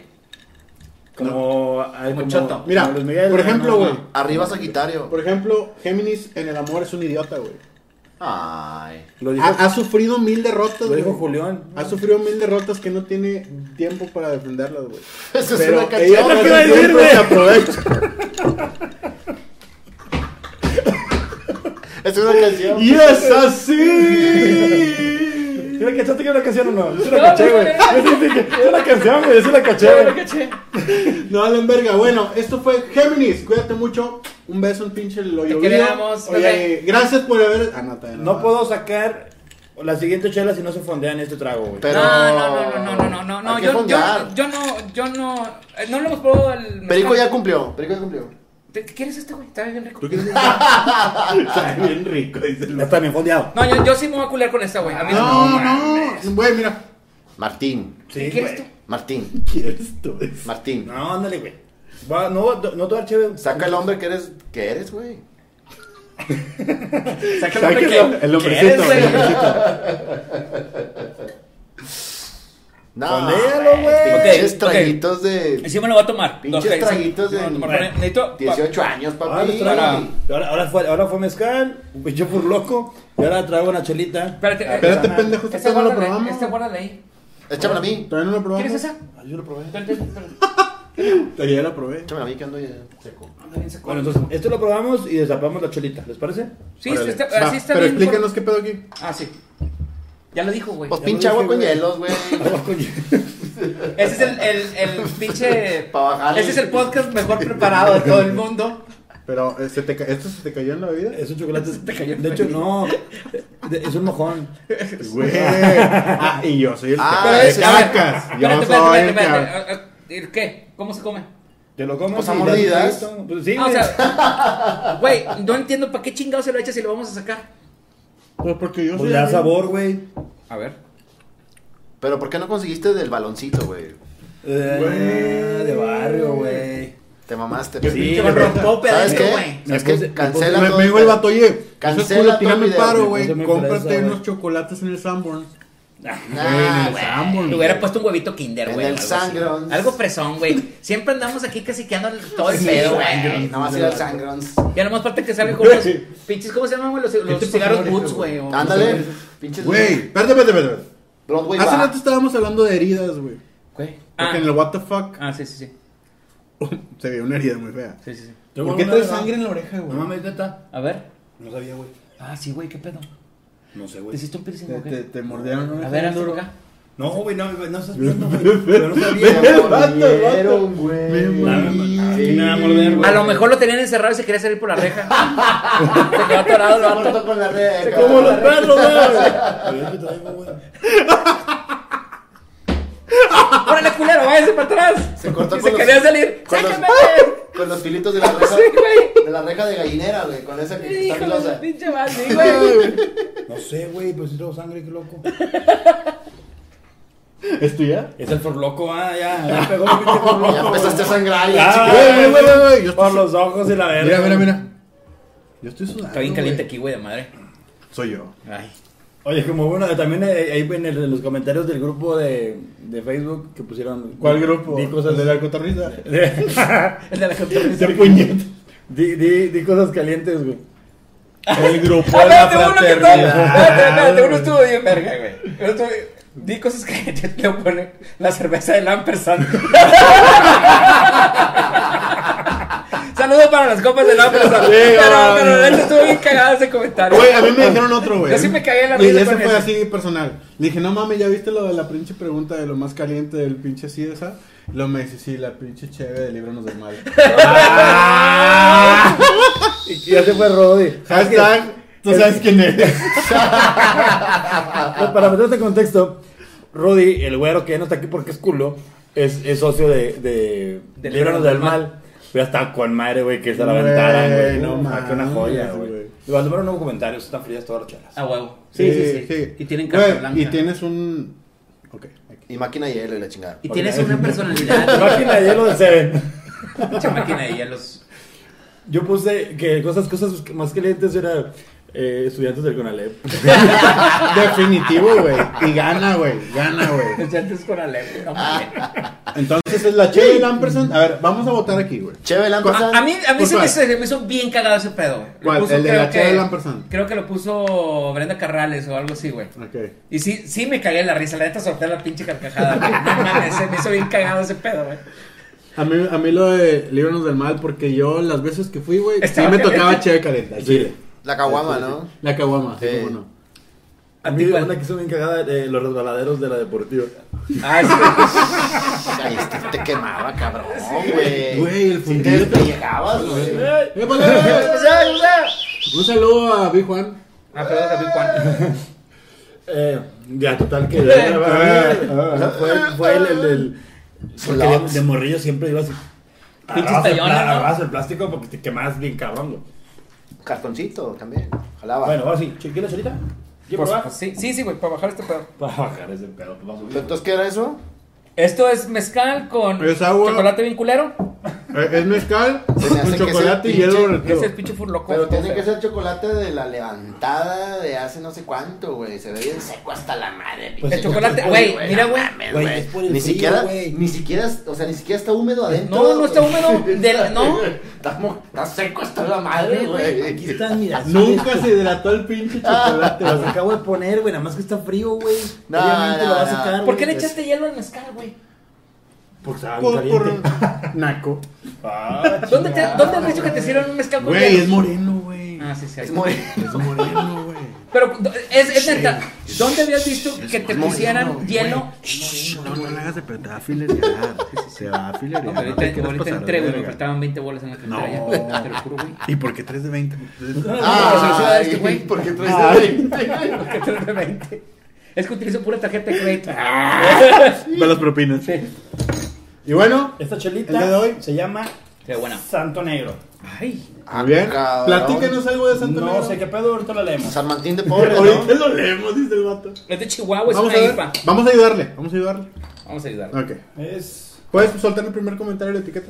Speaker 2: Como. ay,
Speaker 3: Como
Speaker 2: como-
Speaker 3: choto.
Speaker 1: Mira,
Speaker 2: como Luis Miguel,
Speaker 1: por
Speaker 2: ah, no,
Speaker 1: ejemplo, güey.
Speaker 4: Arriba Sagitario.
Speaker 1: Por ejemplo, Géminis en el amor es un idiota, güey.
Speaker 4: Ay.
Speaker 2: Lo dijo,
Speaker 1: Ha, ha sufrido mil derrotas,
Speaker 2: lo dijo
Speaker 1: güey.
Speaker 2: Julián.
Speaker 1: Ha sufrido mil derrotas que no tiene tiempo para defenderlas, güey.
Speaker 4: Eso es
Speaker 1: Pero
Speaker 4: una
Speaker 1: ella
Speaker 4: canción.
Speaker 2: ¿Qué iba a decir,
Speaker 1: siempre
Speaker 2: güey?
Speaker 1: se aprovecha.
Speaker 4: Es una canción.
Speaker 1: Y es así.
Speaker 2: ¿Sí la cachaste que era una canción o no? Yo sí
Speaker 3: No,
Speaker 2: la caché,
Speaker 3: no,
Speaker 2: güey.
Speaker 3: no,
Speaker 2: Yo sí dije, "Es una canción, güey. Yo sí la caché, güey.
Speaker 1: No, Alan Verga. Bueno, esto fue Géminis. Cuídate mucho. Un beso, un pinche lo llovido.
Speaker 3: queremos,
Speaker 1: Oye,
Speaker 3: bebé.
Speaker 1: gracias por haber. Ah, no, todavía
Speaker 2: No puedo sacar la siguiente chela si no se fondea en este trago, güey.
Speaker 4: Pero.
Speaker 3: No, no, no, no, no, no, no, no.
Speaker 4: Hay que
Speaker 3: Yo, yo,
Speaker 4: fondear.
Speaker 3: yo no, yo no. eh, No lo hemos probado al.
Speaker 4: Perico ya cumplió. Perico ya cumplió.
Speaker 3: ¿Te- ¿Qué quieres este, güey? Está bien rico.
Speaker 1: ¿Tú quieres Está bien rico, dice el-
Speaker 2: Ya está bien fondeado.
Speaker 3: No, yo, yo sí me voy a culiar con esta, güey. A mí
Speaker 1: No, no.
Speaker 3: mames.
Speaker 1: Güey, mira.
Speaker 4: Martín.
Speaker 2: Sí,
Speaker 3: ¿Quieres
Speaker 2: güey.
Speaker 3: tú?
Speaker 4: Martín.
Speaker 1: ¿Qué es esto?
Speaker 4: Martín.
Speaker 2: No, ándale, güey. Va, no, no te va a dar chévere.
Speaker 4: Saca el hombre que eres, que eres, güey.
Speaker 3: Saca el hombre
Speaker 1: Sáquenlo,
Speaker 3: que.
Speaker 1: el hombrecito,
Speaker 3: ¿Quieres,
Speaker 1: el
Speaker 3: güey?
Speaker 1: hombrecito.
Speaker 4: No,
Speaker 2: Fondéalo, güey.
Speaker 4: Pinches
Speaker 3: Ok, ok.
Speaker 4: traguitos
Speaker 3: Y
Speaker 4: de.
Speaker 3: sí me lo voy a tomar.
Speaker 4: Pinches
Speaker 3: Ok, sí.
Speaker 4: traguitos
Speaker 3: Me lo voy a
Speaker 4: de-
Speaker 3: tomar. Necesito.
Speaker 4: 18 años,
Speaker 2: Ah,
Speaker 4: papi.
Speaker 2: ahora, ahora, ahora fue, ahora fue mezcal, un pinche loco y ahora traigo una chelita.
Speaker 3: Espérate,
Speaker 2: Ah,
Speaker 1: Espérate,
Speaker 2: personal.
Speaker 1: pendejo.
Speaker 3: Este
Speaker 1: Este no lo
Speaker 3: guárdale,
Speaker 1: probamos.
Speaker 3: Este guárdale ahí.
Speaker 4: Échamela a mí.
Speaker 1: Todavía no lo probamos.
Speaker 3: ¿Quieres esa?
Speaker 4: Ah, Yo lo probé.
Speaker 3: Espérate, espérate.
Speaker 1: Todavía ya la probé.
Speaker 4: Échamela a mí que ando ya seco.
Speaker 3: Anda bien seco.
Speaker 2: Bueno, entonces, esto lo probamos y destapamos la chelita, ¿les parece?
Speaker 3: Sí,
Speaker 1: Órale.
Speaker 3: está,
Speaker 1: Va,
Speaker 3: así está
Speaker 1: Pero
Speaker 3: bien.
Speaker 1: explícanos qué pedo aquí.
Speaker 3: Ah, sí. Ya lo dijo, güey.
Speaker 4: Pues
Speaker 2: lo
Speaker 4: pinche agua
Speaker 2: dije,
Speaker 4: con
Speaker 2: güey.
Speaker 4: hielos, güey.
Speaker 3: Ese es el, el, el pinche.
Speaker 4: Pa' bajarle.
Speaker 3: Ese es el podcast mejor preparado de todo el mundo.
Speaker 1: Pero, eh, ¿se te ca- ¿esto se te cayó en la bebida?
Speaker 3: Eh,
Speaker 2: Es un chocolate.
Speaker 3: Te cayó el
Speaker 2: De hecho, no. de- Es un mojón.
Speaker 1: Güey. Ah, y yo soy el
Speaker 4: Ah,
Speaker 1: que de
Speaker 4: ese-
Speaker 1: Caracas. Yo
Speaker 3: Espérate,
Speaker 1: soy
Speaker 3: espérate,
Speaker 1: el que-
Speaker 3: espérate, espérate. Eh, eh, ¿Qué? ¿Cómo se come?
Speaker 2: Te lo comes
Speaker 4: Pues a
Speaker 2: y le das
Speaker 4: mordidas.
Speaker 2: un traguito. Pues sí,
Speaker 3: Ah, o
Speaker 2: güey.
Speaker 3: sea, güey, no entiendo para qué chingado se lo echas si lo vamos a sacar.
Speaker 1: Pues porque yo soy.
Speaker 2: Pues le da
Speaker 1: el-
Speaker 2: sabor, güey.
Speaker 3: A ver.
Speaker 4: Pero ¿por qué no conseguiste del baloncito, güey?
Speaker 2: Eh, De barrio, güey.
Speaker 4: Te mamaste.
Speaker 1: Yo
Speaker 4: pues.
Speaker 1: sí,
Speaker 3: Pinche me roncó
Speaker 4: ¿Sabes
Speaker 3: pedacito,
Speaker 4: qué?
Speaker 3: güey.
Speaker 4: ¿Sabes
Speaker 2: Me puse-
Speaker 4: qué?
Speaker 2: me
Speaker 1: Me,
Speaker 4: Cancela
Speaker 1: me
Speaker 4: todo.
Speaker 1: dijo el vato, oye, pues,
Speaker 4: Cancela tu
Speaker 1: tirame
Speaker 4: video.
Speaker 1: paro,
Speaker 4: güey.
Speaker 1: güey.
Speaker 2: Eso me
Speaker 1: Cómprate
Speaker 2: interesa,
Speaker 1: unos
Speaker 2: güey.
Speaker 1: chocolates en el Sanborns.
Speaker 4: Nah,
Speaker 1: Güey,
Speaker 4: güey.
Speaker 1: Sanborns,
Speaker 3: Le hubiera
Speaker 1: güey.
Speaker 3: puesto un huevito kinder,
Speaker 4: En
Speaker 3: güey. o
Speaker 4: el
Speaker 3: algo así.
Speaker 4: sangrón.
Speaker 3: Algo fresón, güey. Siempre andamos aquí casi que andan todo el pedo, güey.
Speaker 4: Nada más ir al Sangrons.
Speaker 3: Ya nomás falta que salga con los pinches, ¿cómo se llaman, güey? Los, los
Speaker 1: te
Speaker 3: cigarros
Speaker 1: pasó,
Speaker 3: Boots, güey. o-
Speaker 4: Ándale. Pinches.
Speaker 1: Güey, espérate, espérate, espérate.
Speaker 4: Broadway
Speaker 2: Pues
Speaker 1: Hace
Speaker 4: va.
Speaker 1: rato estábamos hablando de heridas, güey.
Speaker 3: Güey.
Speaker 1: Porque en el
Speaker 3: Ah,
Speaker 1: What the fuck
Speaker 3: ah, sí, sí, sí.
Speaker 1: se ve una herida muy fea.
Speaker 3: Sí, sí, sí.
Speaker 1: ¿Por qué traes sangre en la oreja,
Speaker 2: No
Speaker 1: güey?
Speaker 2: mames, neta.
Speaker 3: A ver.
Speaker 2: No sabía, güey.
Speaker 3: Ah, sí, güey, qué pedo.
Speaker 2: No sé,
Speaker 3: ¿Te
Speaker 2: güey.
Speaker 3: hiciste un piercing
Speaker 1: Te,
Speaker 3: o
Speaker 1: te,
Speaker 3: qué?
Speaker 1: te mordieron, ¿no?
Speaker 3: A ver, hazlo acá.
Speaker 2: No, güey, no, no estás viendo, güey. Pero no sabía.
Speaker 4: Me
Speaker 1: vato,
Speaker 4: mordieron, güey.
Speaker 2: No, no, no, sí, me va a morder, güey.
Speaker 3: A lo mejor lo tenían encerrado y se quería salir por la reja. se quedó atorado el
Speaker 4: Se
Speaker 3: vato.
Speaker 4: cortó con la red.
Speaker 2: Como los perros, güey.
Speaker 3: ¡Órale, culero! ¡Váyase para atrás!
Speaker 4: Se cortó
Speaker 3: y
Speaker 4: con
Speaker 3: se
Speaker 4: los-
Speaker 3: quería salir.
Speaker 4: con los-
Speaker 3: ¡Sáqueme! güey!
Speaker 4: Con los filitos de la reja.
Speaker 3: Sí, güey.
Speaker 4: De la reja de gallinera, güey. Con esa que está
Speaker 3: Híjole,
Speaker 4: filosa.
Speaker 3: pinche mal, sí, güey.
Speaker 2: No sé, güey, pero si tengo sangre, qué loco.
Speaker 1: ¿Es tuya?
Speaker 2: Es el forloco, ah, ya. Ya pegó el pinche forloco.
Speaker 4: Ya empezaste a sangrar. y
Speaker 2: Oh. Ah,
Speaker 4: chiquito.
Speaker 1: Güey, güey, güey, güey, yo estoy-
Speaker 2: Por los ojos y la verga.
Speaker 1: Mira, mira, mira. Yo estoy sudando.
Speaker 3: Está bien caliente
Speaker 1: güey.
Speaker 3: aquí, güey, de madre.
Speaker 1: Soy yo.
Speaker 3: Ay.
Speaker 2: Oye, como bueno, también eh, ahí en, el- en los comentarios del grupo de, de Facebook que pusieron.
Speaker 1: ¿Cuál grupo? Pues
Speaker 2: Di cosas
Speaker 1: de la cotorrisa?
Speaker 3: El de la controversia.
Speaker 1: Se puñeta.
Speaker 2: Di, di, di cosas calientes, güey.
Speaker 1: El grupo de la
Speaker 3: Espérate, uno que todo.
Speaker 1: fraternidad.
Speaker 3: Espérate, espérate, uno estuvo bien verga, güey. Uno estuvo bien- Di cosas que yo te lo pone la cerveza del Ampersand. Saludos para las copas del Ampersand. pero, pero de hecho estuvo bien cagado ese comentario.
Speaker 1: Güey, a mí me dijeron otro, güey.
Speaker 3: Yo sí me cagué en la
Speaker 1: Y
Speaker 3: risa
Speaker 1: ese
Speaker 3: con
Speaker 1: fue
Speaker 3: ese.
Speaker 1: así personal. Le dije, no mames, ¿ya viste lo de la pinche pregunta de lo más caliente del pinche así esa? Y luego me dice, sí, la pinche chévere del libro nos del mal. ah.
Speaker 2: Y que ya se fue Rodi.
Speaker 1: Hashtag, tú sabes quién eres.
Speaker 2: Pues, Para meterte en contexto, Rodi, el güero que ya no está aquí porque es culo, es, es socio de, de,
Speaker 3: De
Speaker 2: Líbranos del Mal. Ya está con madre, güey, que se la
Speaker 1: Güey,
Speaker 2: aventaran, güey.
Speaker 1: no
Speaker 2: Uh, ah, qué una
Speaker 1: mames,
Speaker 2: joya,
Speaker 1: güey.
Speaker 2: güey. Le mandaron nuevos comentarios, están frías todas las chelas.
Speaker 3: A huevo. Y tienen
Speaker 1: Güey,
Speaker 3: carta blanca.
Speaker 1: Y tienes un. Ok. aquí.
Speaker 4: Y máquina de hielo y la chingada.
Speaker 3: Y tienes una personalidad.
Speaker 2: Máquina de hielo de Seven.
Speaker 3: Pinche máquina de hielos.
Speaker 2: Yo puse que cosas, cosas más calientes era eh, estudiantes del Conalep.
Speaker 1: Definitivo, güey. Y gana, güey. Gana, güey.
Speaker 3: Ya antes con Aleph. No, mames.
Speaker 1: Ah. Entonces es la chévere del Ampersand. A ver, vamos a votar aquí, güey.
Speaker 4: Cheve Lampersand.
Speaker 3: A, a mí, a mí
Speaker 1: ¿Por
Speaker 3: se, me,
Speaker 1: cuál?
Speaker 3: se me hizo bien cagado ese pedo, güey. Lo
Speaker 1: ¿Cuál?
Speaker 3: puso,
Speaker 1: ¿El de
Speaker 3: creo
Speaker 1: la
Speaker 3: que-
Speaker 1: chava de Lampersand?
Speaker 3: Creo que lo puso Brenda Carrales o algo así, güey.
Speaker 1: Ok.
Speaker 3: Y sí, sí me cagué en la risa, la neta solté la pinche carcajada, güey. No mames, se me hizo bien cagado ese pedo, güey.
Speaker 1: A mí, a mí lo de Líbranos del Mal, porque yo las veces que fui, güey, sí
Speaker 3: Estaba
Speaker 1: me
Speaker 3: caliente.
Speaker 1: tocaba chévere caliente. al chile.
Speaker 4: La caguama, ¿no?
Speaker 1: La caguama, sí,
Speaker 4: Sí.
Speaker 1: cómo no.
Speaker 2: A mí una que hizo bien cagada, eh, los resbaladeros de la deportiva.
Speaker 3: Ah, sí.
Speaker 4: Ahí te, te quemaba, cabrón, güey.
Speaker 1: Güey, el
Speaker 4: Sí
Speaker 1: fundillo
Speaker 4: te,
Speaker 1: te-
Speaker 4: te llegabas, güey.
Speaker 1: ¡Épale! ¡Eh, Un saludo a Big Juan.
Speaker 3: Ah, perdón, David Juan.
Speaker 2: Eh, ya, total que. fue fue el. el, el- ah, porque de, de morrillo siempre ibas.
Speaker 3: Pinches
Speaker 2: agarrabas el
Speaker 3: tallones,
Speaker 2: pla-
Speaker 3: ¿no?
Speaker 2: agarrabas el plástico porque te quemabas bien cabrón, güey.
Speaker 4: Cartoncito también. Jalaba.
Speaker 2: Bueno, ahora sí, ¿quieres ahorita? ¿Quieres
Speaker 3: Pues,
Speaker 2: probar?
Speaker 3: pues, sí, sí, sí, güey, para bajar este pedo.
Speaker 2: Para bajar ese pedo, pues vamos a subir.
Speaker 4: Entonces, ¿qué era eso?
Speaker 3: Esto es mezcal con
Speaker 1: Es agua.
Speaker 3: chocolate bien culero.
Speaker 1: Eh, Es mezcal
Speaker 4: Se me
Speaker 1: con
Speaker 4: hace que
Speaker 1: chocolate y
Speaker 4: sea pinche-
Speaker 1: hielo
Speaker 3: Ese es
Speaker 1: derretido.
Speaker 3: el pinche furloco.
Speaker 4: Pero tiene que ser chocolate de la levantada de hace no sé cuánto, güey. Se ve bien seco hasta la madre.
Speaker 2: Pues
Speaker 4: pinche
Speaker 3: el chocolate, güey, mira, güey.
Speaker 4: mames,
Speaker 2: Güey,
Speaker 4: güey.
Speaker 2: es por el
Speaker 4: Ni
Speaker 2: frío,
Speaker 4: siquiera,
Speaker 2: güey.
Speaker 4: ni siquiera, o sea, ni siquiera está húmedo adentro.
Speaker 3: No, no está húmedo. Del- no.
Speaker 4: Está, mo- está seco hasta la madre, güey.
Speaker 2: Aquí están, mira. así
Speaker 1: Nunca
Speaker 2: es.
Speaker 1: se hidrató el pinche
Speaker 2: Te
Speaker 1: chocolate.
Speaker 2: las acabo de poner, güey, nada más que está frío, güey.
Speaker 4: No,
Speaker 2: Obviamente
Speaker 4: no,
Speaker 2: lo va a
Speaker 4: no.
Speaker 2: sacar.
Speaker 3: ¿Por qué le
Speaker 2: güey. pues.
Speaker 3: echaste hielo al mezcal, güey?
Speaker 2: Porque estaba bien
Speaker 1: Por,
Speaker 2: caliente.
Speaker 1: por- Naco.
Speaker 2: Ah,
Speaker 3: ¿Dónde, te, ¿Dónde has dicho que te hicieron un mezcal con
Speaker 1: Güey,
Speaker 3: hielo?
Speaker 1: es moreno, güey.
Speaker 3: Ah, sí, sí.
Speaker 4: Es muy...
Speaker 1: Es moreno, güey.
Speaker 3: Pero es, es neta, ¿dónde habías visto que te pusieran hielo?
Speaker 1: No, no le hagas de pero te va a filerear. Se va a filerear. no te
Speaker 3: Ahorita,
Speaker 1: quieras
Speaker 3: ahorita
Speaker 1: pasar
Speaker 3: entré,
Speaker 1: de
Speaker 3: güey, me
Speaker 1: verga.
Speaker 3: faltaban 20 bolas en la cartera
Speaker 1: No.
Speaker 3: ya, te lo juro, güey.
Speaker 1: ¿Y por qué 3 de 20?
Speaker 4: Ah,
Speaker 3: Ay, güey.
Speaker 4: ¿por qué traes de 20?
Speaker 3: Porque tres de 20. Es que utilizo pura tarjeta de crédito.
Speaker 1: Ah. Para las propinas.
Speaker 3: Sí.
Speaker 1: Y bueno,
Speaker 2: Esta chelita
Speaker 1: El día de hoy.
Speaker 2: se llama
Speaker 3: Qué buena.
Speaker 2: Santo Negro.
Speaker 3: Ay,
Speaker 1: muy Ah, bien.
Speaker 4: cabrón.
Speaker 1: Platícanos algo de Santo
Speaker 2: No
Speaker 1: Negro.
Speaker 2: sé qué pedo, ahorita la leemos.
Speaker 4: San Martín de Porres,
Speaker 1: Ahorita
Speaker 4: ¿no?
Speaker 1: lo leemos, dice el vato.
Speaker 3: es de Chihuahua, Ah, es
Speaker 1: vamos, a
Speaker 3: una
Speaker 1: ver,
Speaker 3: IPA.
Speaker 1: vamos a ayudarle, vamos a ayudarle.
Speaker 3: Vamos a ayudar.
Speaker 1: Ok.
Speaker 2: Es.
Speaker 1: ¿Puedes soltar el primer comentario de la etiqueta?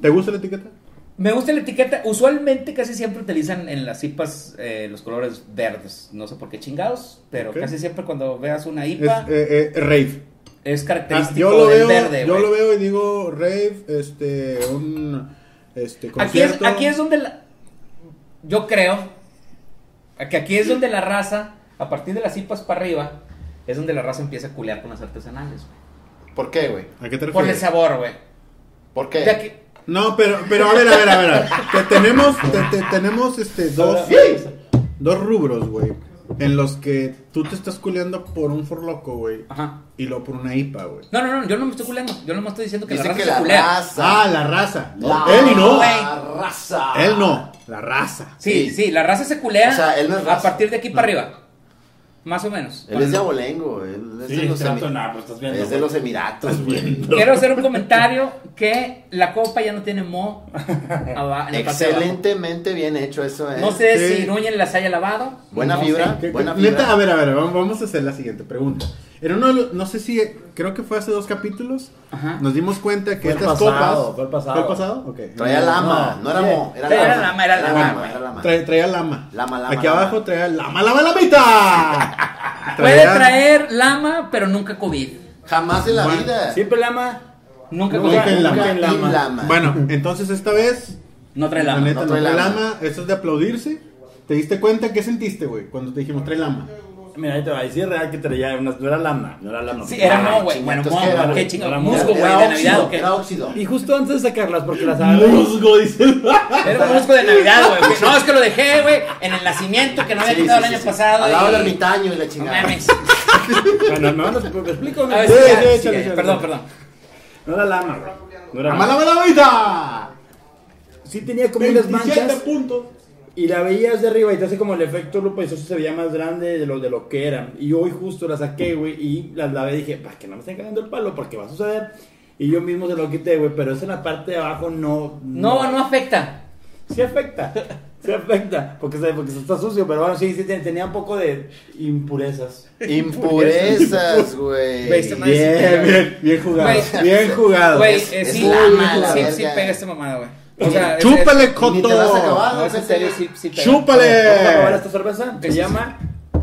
Speaker 1: ¿Te gusta la etiqueta?
Speaker 3: Me gusta la etiqueta. Usualmente casi siempre utilizan en las IPAs eh, los colores verdes. No sé por qué chingados, pero
Speaker 1: Ok.
Speaker 3: casi siempre cuando veas una
Speaker 1: Es,
Speaker 3: IPA es,
Speaker 1: eh, eh, rave. Ah, yo
Speaker 3: característico
Speaker 1: lo veo,
Speaker 3: del verde.
Speaker 1: yo
Speaker 3: güey.
Speaker 1: lo veo y digo rave, este, un este
Speaker 3: aquí, es,
Speaker 1: concierto.
Speaker 3: aquí es donde la- Yo creo que aquí es donde la raza, a partir de las IPAs para arriba, es donde la raza empieza a culear con las artesanales. güey.
Speaker 4: ¿Por qué, güey?
Speaker 1: ¿A qué te
Speaker 3: Por el
Speaker 1: refieres?
Speaker 3: sabor, güey.
Speaker 4: ¿Por
Speaker 3: De
Speaker 4: qué?
Speaker 3: aquí-
Speaker 1: No, pero, pero a ver, a ver, a ver. a ver. Te- tenemos, te- te- tenemos este dos, dos rubros, güey, en los que tú te estás culeando por un forloco, güey,
Speaker 3: Ajá.
Speaker 1: y luego por una IPA, güey.
Speaker 3: No, no, no, yo no me estoy culeando. Yo no me estoy diciendo que la
Speaker 4: Dice
Speaker 3: raza
Speaker 4: que
Speaker 3: se
Speaker 4: la
Speaker 3: culea.
Speaker 4: raza.
Speaker 1: Ah, la raza.
Speaker 4: La
Speaker 1: él no.
Speaker 4: La raza.
Speaker 1: Él no. La raza.
Speaker 3: Sí, sí, la raza se culea
Speaker 4: O sea, él no es
Speaker 3: a
Speaker 4: raza.
Speaker 3: partir de aquí para arriba. Más o menos.
Speaker 4: Él es de abolengo, él es de los
Speaker 2: trato,
Speaker 4: Emi-
Speaker 2: nah, pues estás viendo.
Speaker 4: es de
Speaker 2: güey.
Speaker 4: los Emiratos, güey.
Speaker 3: Quiero hacer un comentario que la copa ya no tiene mo. aba- en la parte de abajo.
Speaker 4: Excelentemente bien hecho eso, eh.
Speaker 3: Ah, No sé
Speaker 1: Sí.
Speaker 3: si Núñez las haya lavado.
Speaker 4: Buena
Speaker 3: No
Speaker 4: fibra.
Speaker 3: sé.
Speaker 1: ¿Qué- qué-
Speaker 4: Buena
Speaker 1: neta,
Speaker 4: fibra.
Speaker 1: a ver, a ver, vamos- vamos a hacer la siguiente pregunta. En uno de los- no sé si, creo que fue hace dos capítulos,
Speaker 3: Ajá.
Speaker 1: nos dimos cuenta que
Speaker 2: Fue el
Speaker 1: estas
Speaker 2: pasado,
Speaker 1: copas...
Speaker 2: fue el pasado.
Speaker 1: ¿Fue el pasado? Ok.
Speaker 4: Traía lama, no era mo, era lama.
Speaker 3: Era lama, era lama, güey.
Speaker 4: era lama.
Speaker 1: Trae- traía lama.
Speaker 4: Lama, lama,
Speaker 1: Aquí
Speaker 4: lama.
Speaker 1: abajo traía lama, lama, lamita.
Speaker 3: Puede traer lama, pero nunca COVID.
Speaker 4: Jamás en la
Speaker 1: Bueno,
Speaker 4: vida.
Speaker 2: Siempre lama.
Speaker 3: Nunca
Speaker 1: Nunca
Speaker 3: COVID.
Speaker 1: en lama.
Speaker 4: Nunca en
Speaker 2: lama.
Speaker 4: lama.
Speaker 1: Bueno, entonces esta vez,
Speaker 3: No trae
Speaker 1: la
Speaker 3: lama.
Speaker 1: neta,
Speaker 4: no
Speaker 1: no trae
Speaker 4: trae
Speaker 1: lama.
Speaker 4: lama.
Speaker 1: Eso es de aplaudirse. ¿Te diste cuenta qué sentiste, güey, cuando te dijimos trae lama?
Speaker 2: Mira, ahí te va. Y sí es real que traía unas. No era lama. No era lama.
Speaker 3: Sí, era
Speaker 2: Ah,
Speaker 3: mo, güey.
Speaker 4: chingados,
Speaker 3: Bueno,
Speaker 4: ¿qué era,
Speaker 3: mo,
Speaker 4: güey?
Speaker 3: qué chingado.
Speaker 2: Era
Speaker 3: Musgo,
Speaker 4: Era
Speaker 3: güey, de Navidad.
Speaker 4: óxido,
Speaker 3: ¿o qué?
Speaker 4: era óxido.
Speaker 2: Y justo antes de sacarlas, porque las agarré.
Speaker 1: Musgo, dice el-
Speaker 3: Era un musgo de Navidad, güey. Que No, es que lo dejé, güey, en el nacimiento que no había
Speaker 4: Sí,
Speaker 3: quitado
Speaker 4: sí,
Speaker 3: el
Speaker 4: sí,
Speaker 3: año
Speaker 4: sí.
Speaker 3: pasado.
Speaker 4: Al lado
Speaker 3: y-
Speaker 4: del ermitaño y la
Speaker 3: No
Speaker 4: chingada.
Speaker 3: mames.
Speaker 2: Bueno, no, no, me explico.
Speaker 3: A ver,
Speaker 2: No
Speaker 1: Sí, sí,
Speaker 3: sigue, Ah, sigue.
Speaker 1: échale, échale.
Speaker 3: Perdón, perdón.
Speaker 2: No era lama, güey. No era
Speaker 1: ¡Lama,
Speaker 2: lama.
Speaker 1: lama, lamita!
Speaker 2: Sí tenía como unas
Speaker 1: 27
Speaker 2: manchas.
Speaker 1: puntos.
Speaker 2: Y la veías de arriba y te hace como el efecto lupa y eso se veía más grande de lo, de lo que era. Y hoy justo la saqué, güey, y las lavé y dije, para que no me estén cagando el palo, porque va a suceder. Y yo mismo se lo quité, güey, pero es en la parte de abajo no...
Speaker 3: No, no afecta.
Speaker 2: Sí afecta, sí afecta, porque, se- porque se está sucio, pero bueno, sí, sí, te- tenía un poco de impurezas.
Speaker 4: Impurezas, güey.
Speaker 3: Güey, este man-
Speaker 1: Bien, bien, bien jugado.
Speaker 3: Güey.
Speaker 1: bien jugado.
Speaker 3: Güey,
Speaker 4: es-
Speaker 3: eh,
Speaker 4: es
Speaker 3: sí,
Speaker 4: la
Speaker 3: sí,
Speaker 4: mala
Speaker 3: sí,
Speaker 4: verga.
Speaker 3: sí pega esta mamada, güey. O sea, es-
Speaker 1: Chúpale,
Speaker 4: Ni te las has
Speaker 1: Coto.
Speaker 4: acabado.
Speaker 3: No, es en serio, sí, sí pega.
Speaker 2: Vamos a probar
Speaker 1: Chúpale.
Speaker 2: esta cerveza que
Speaker 3: Sí,
Speaker 2: se
Speaker 3: sí,
Speaker 2: llama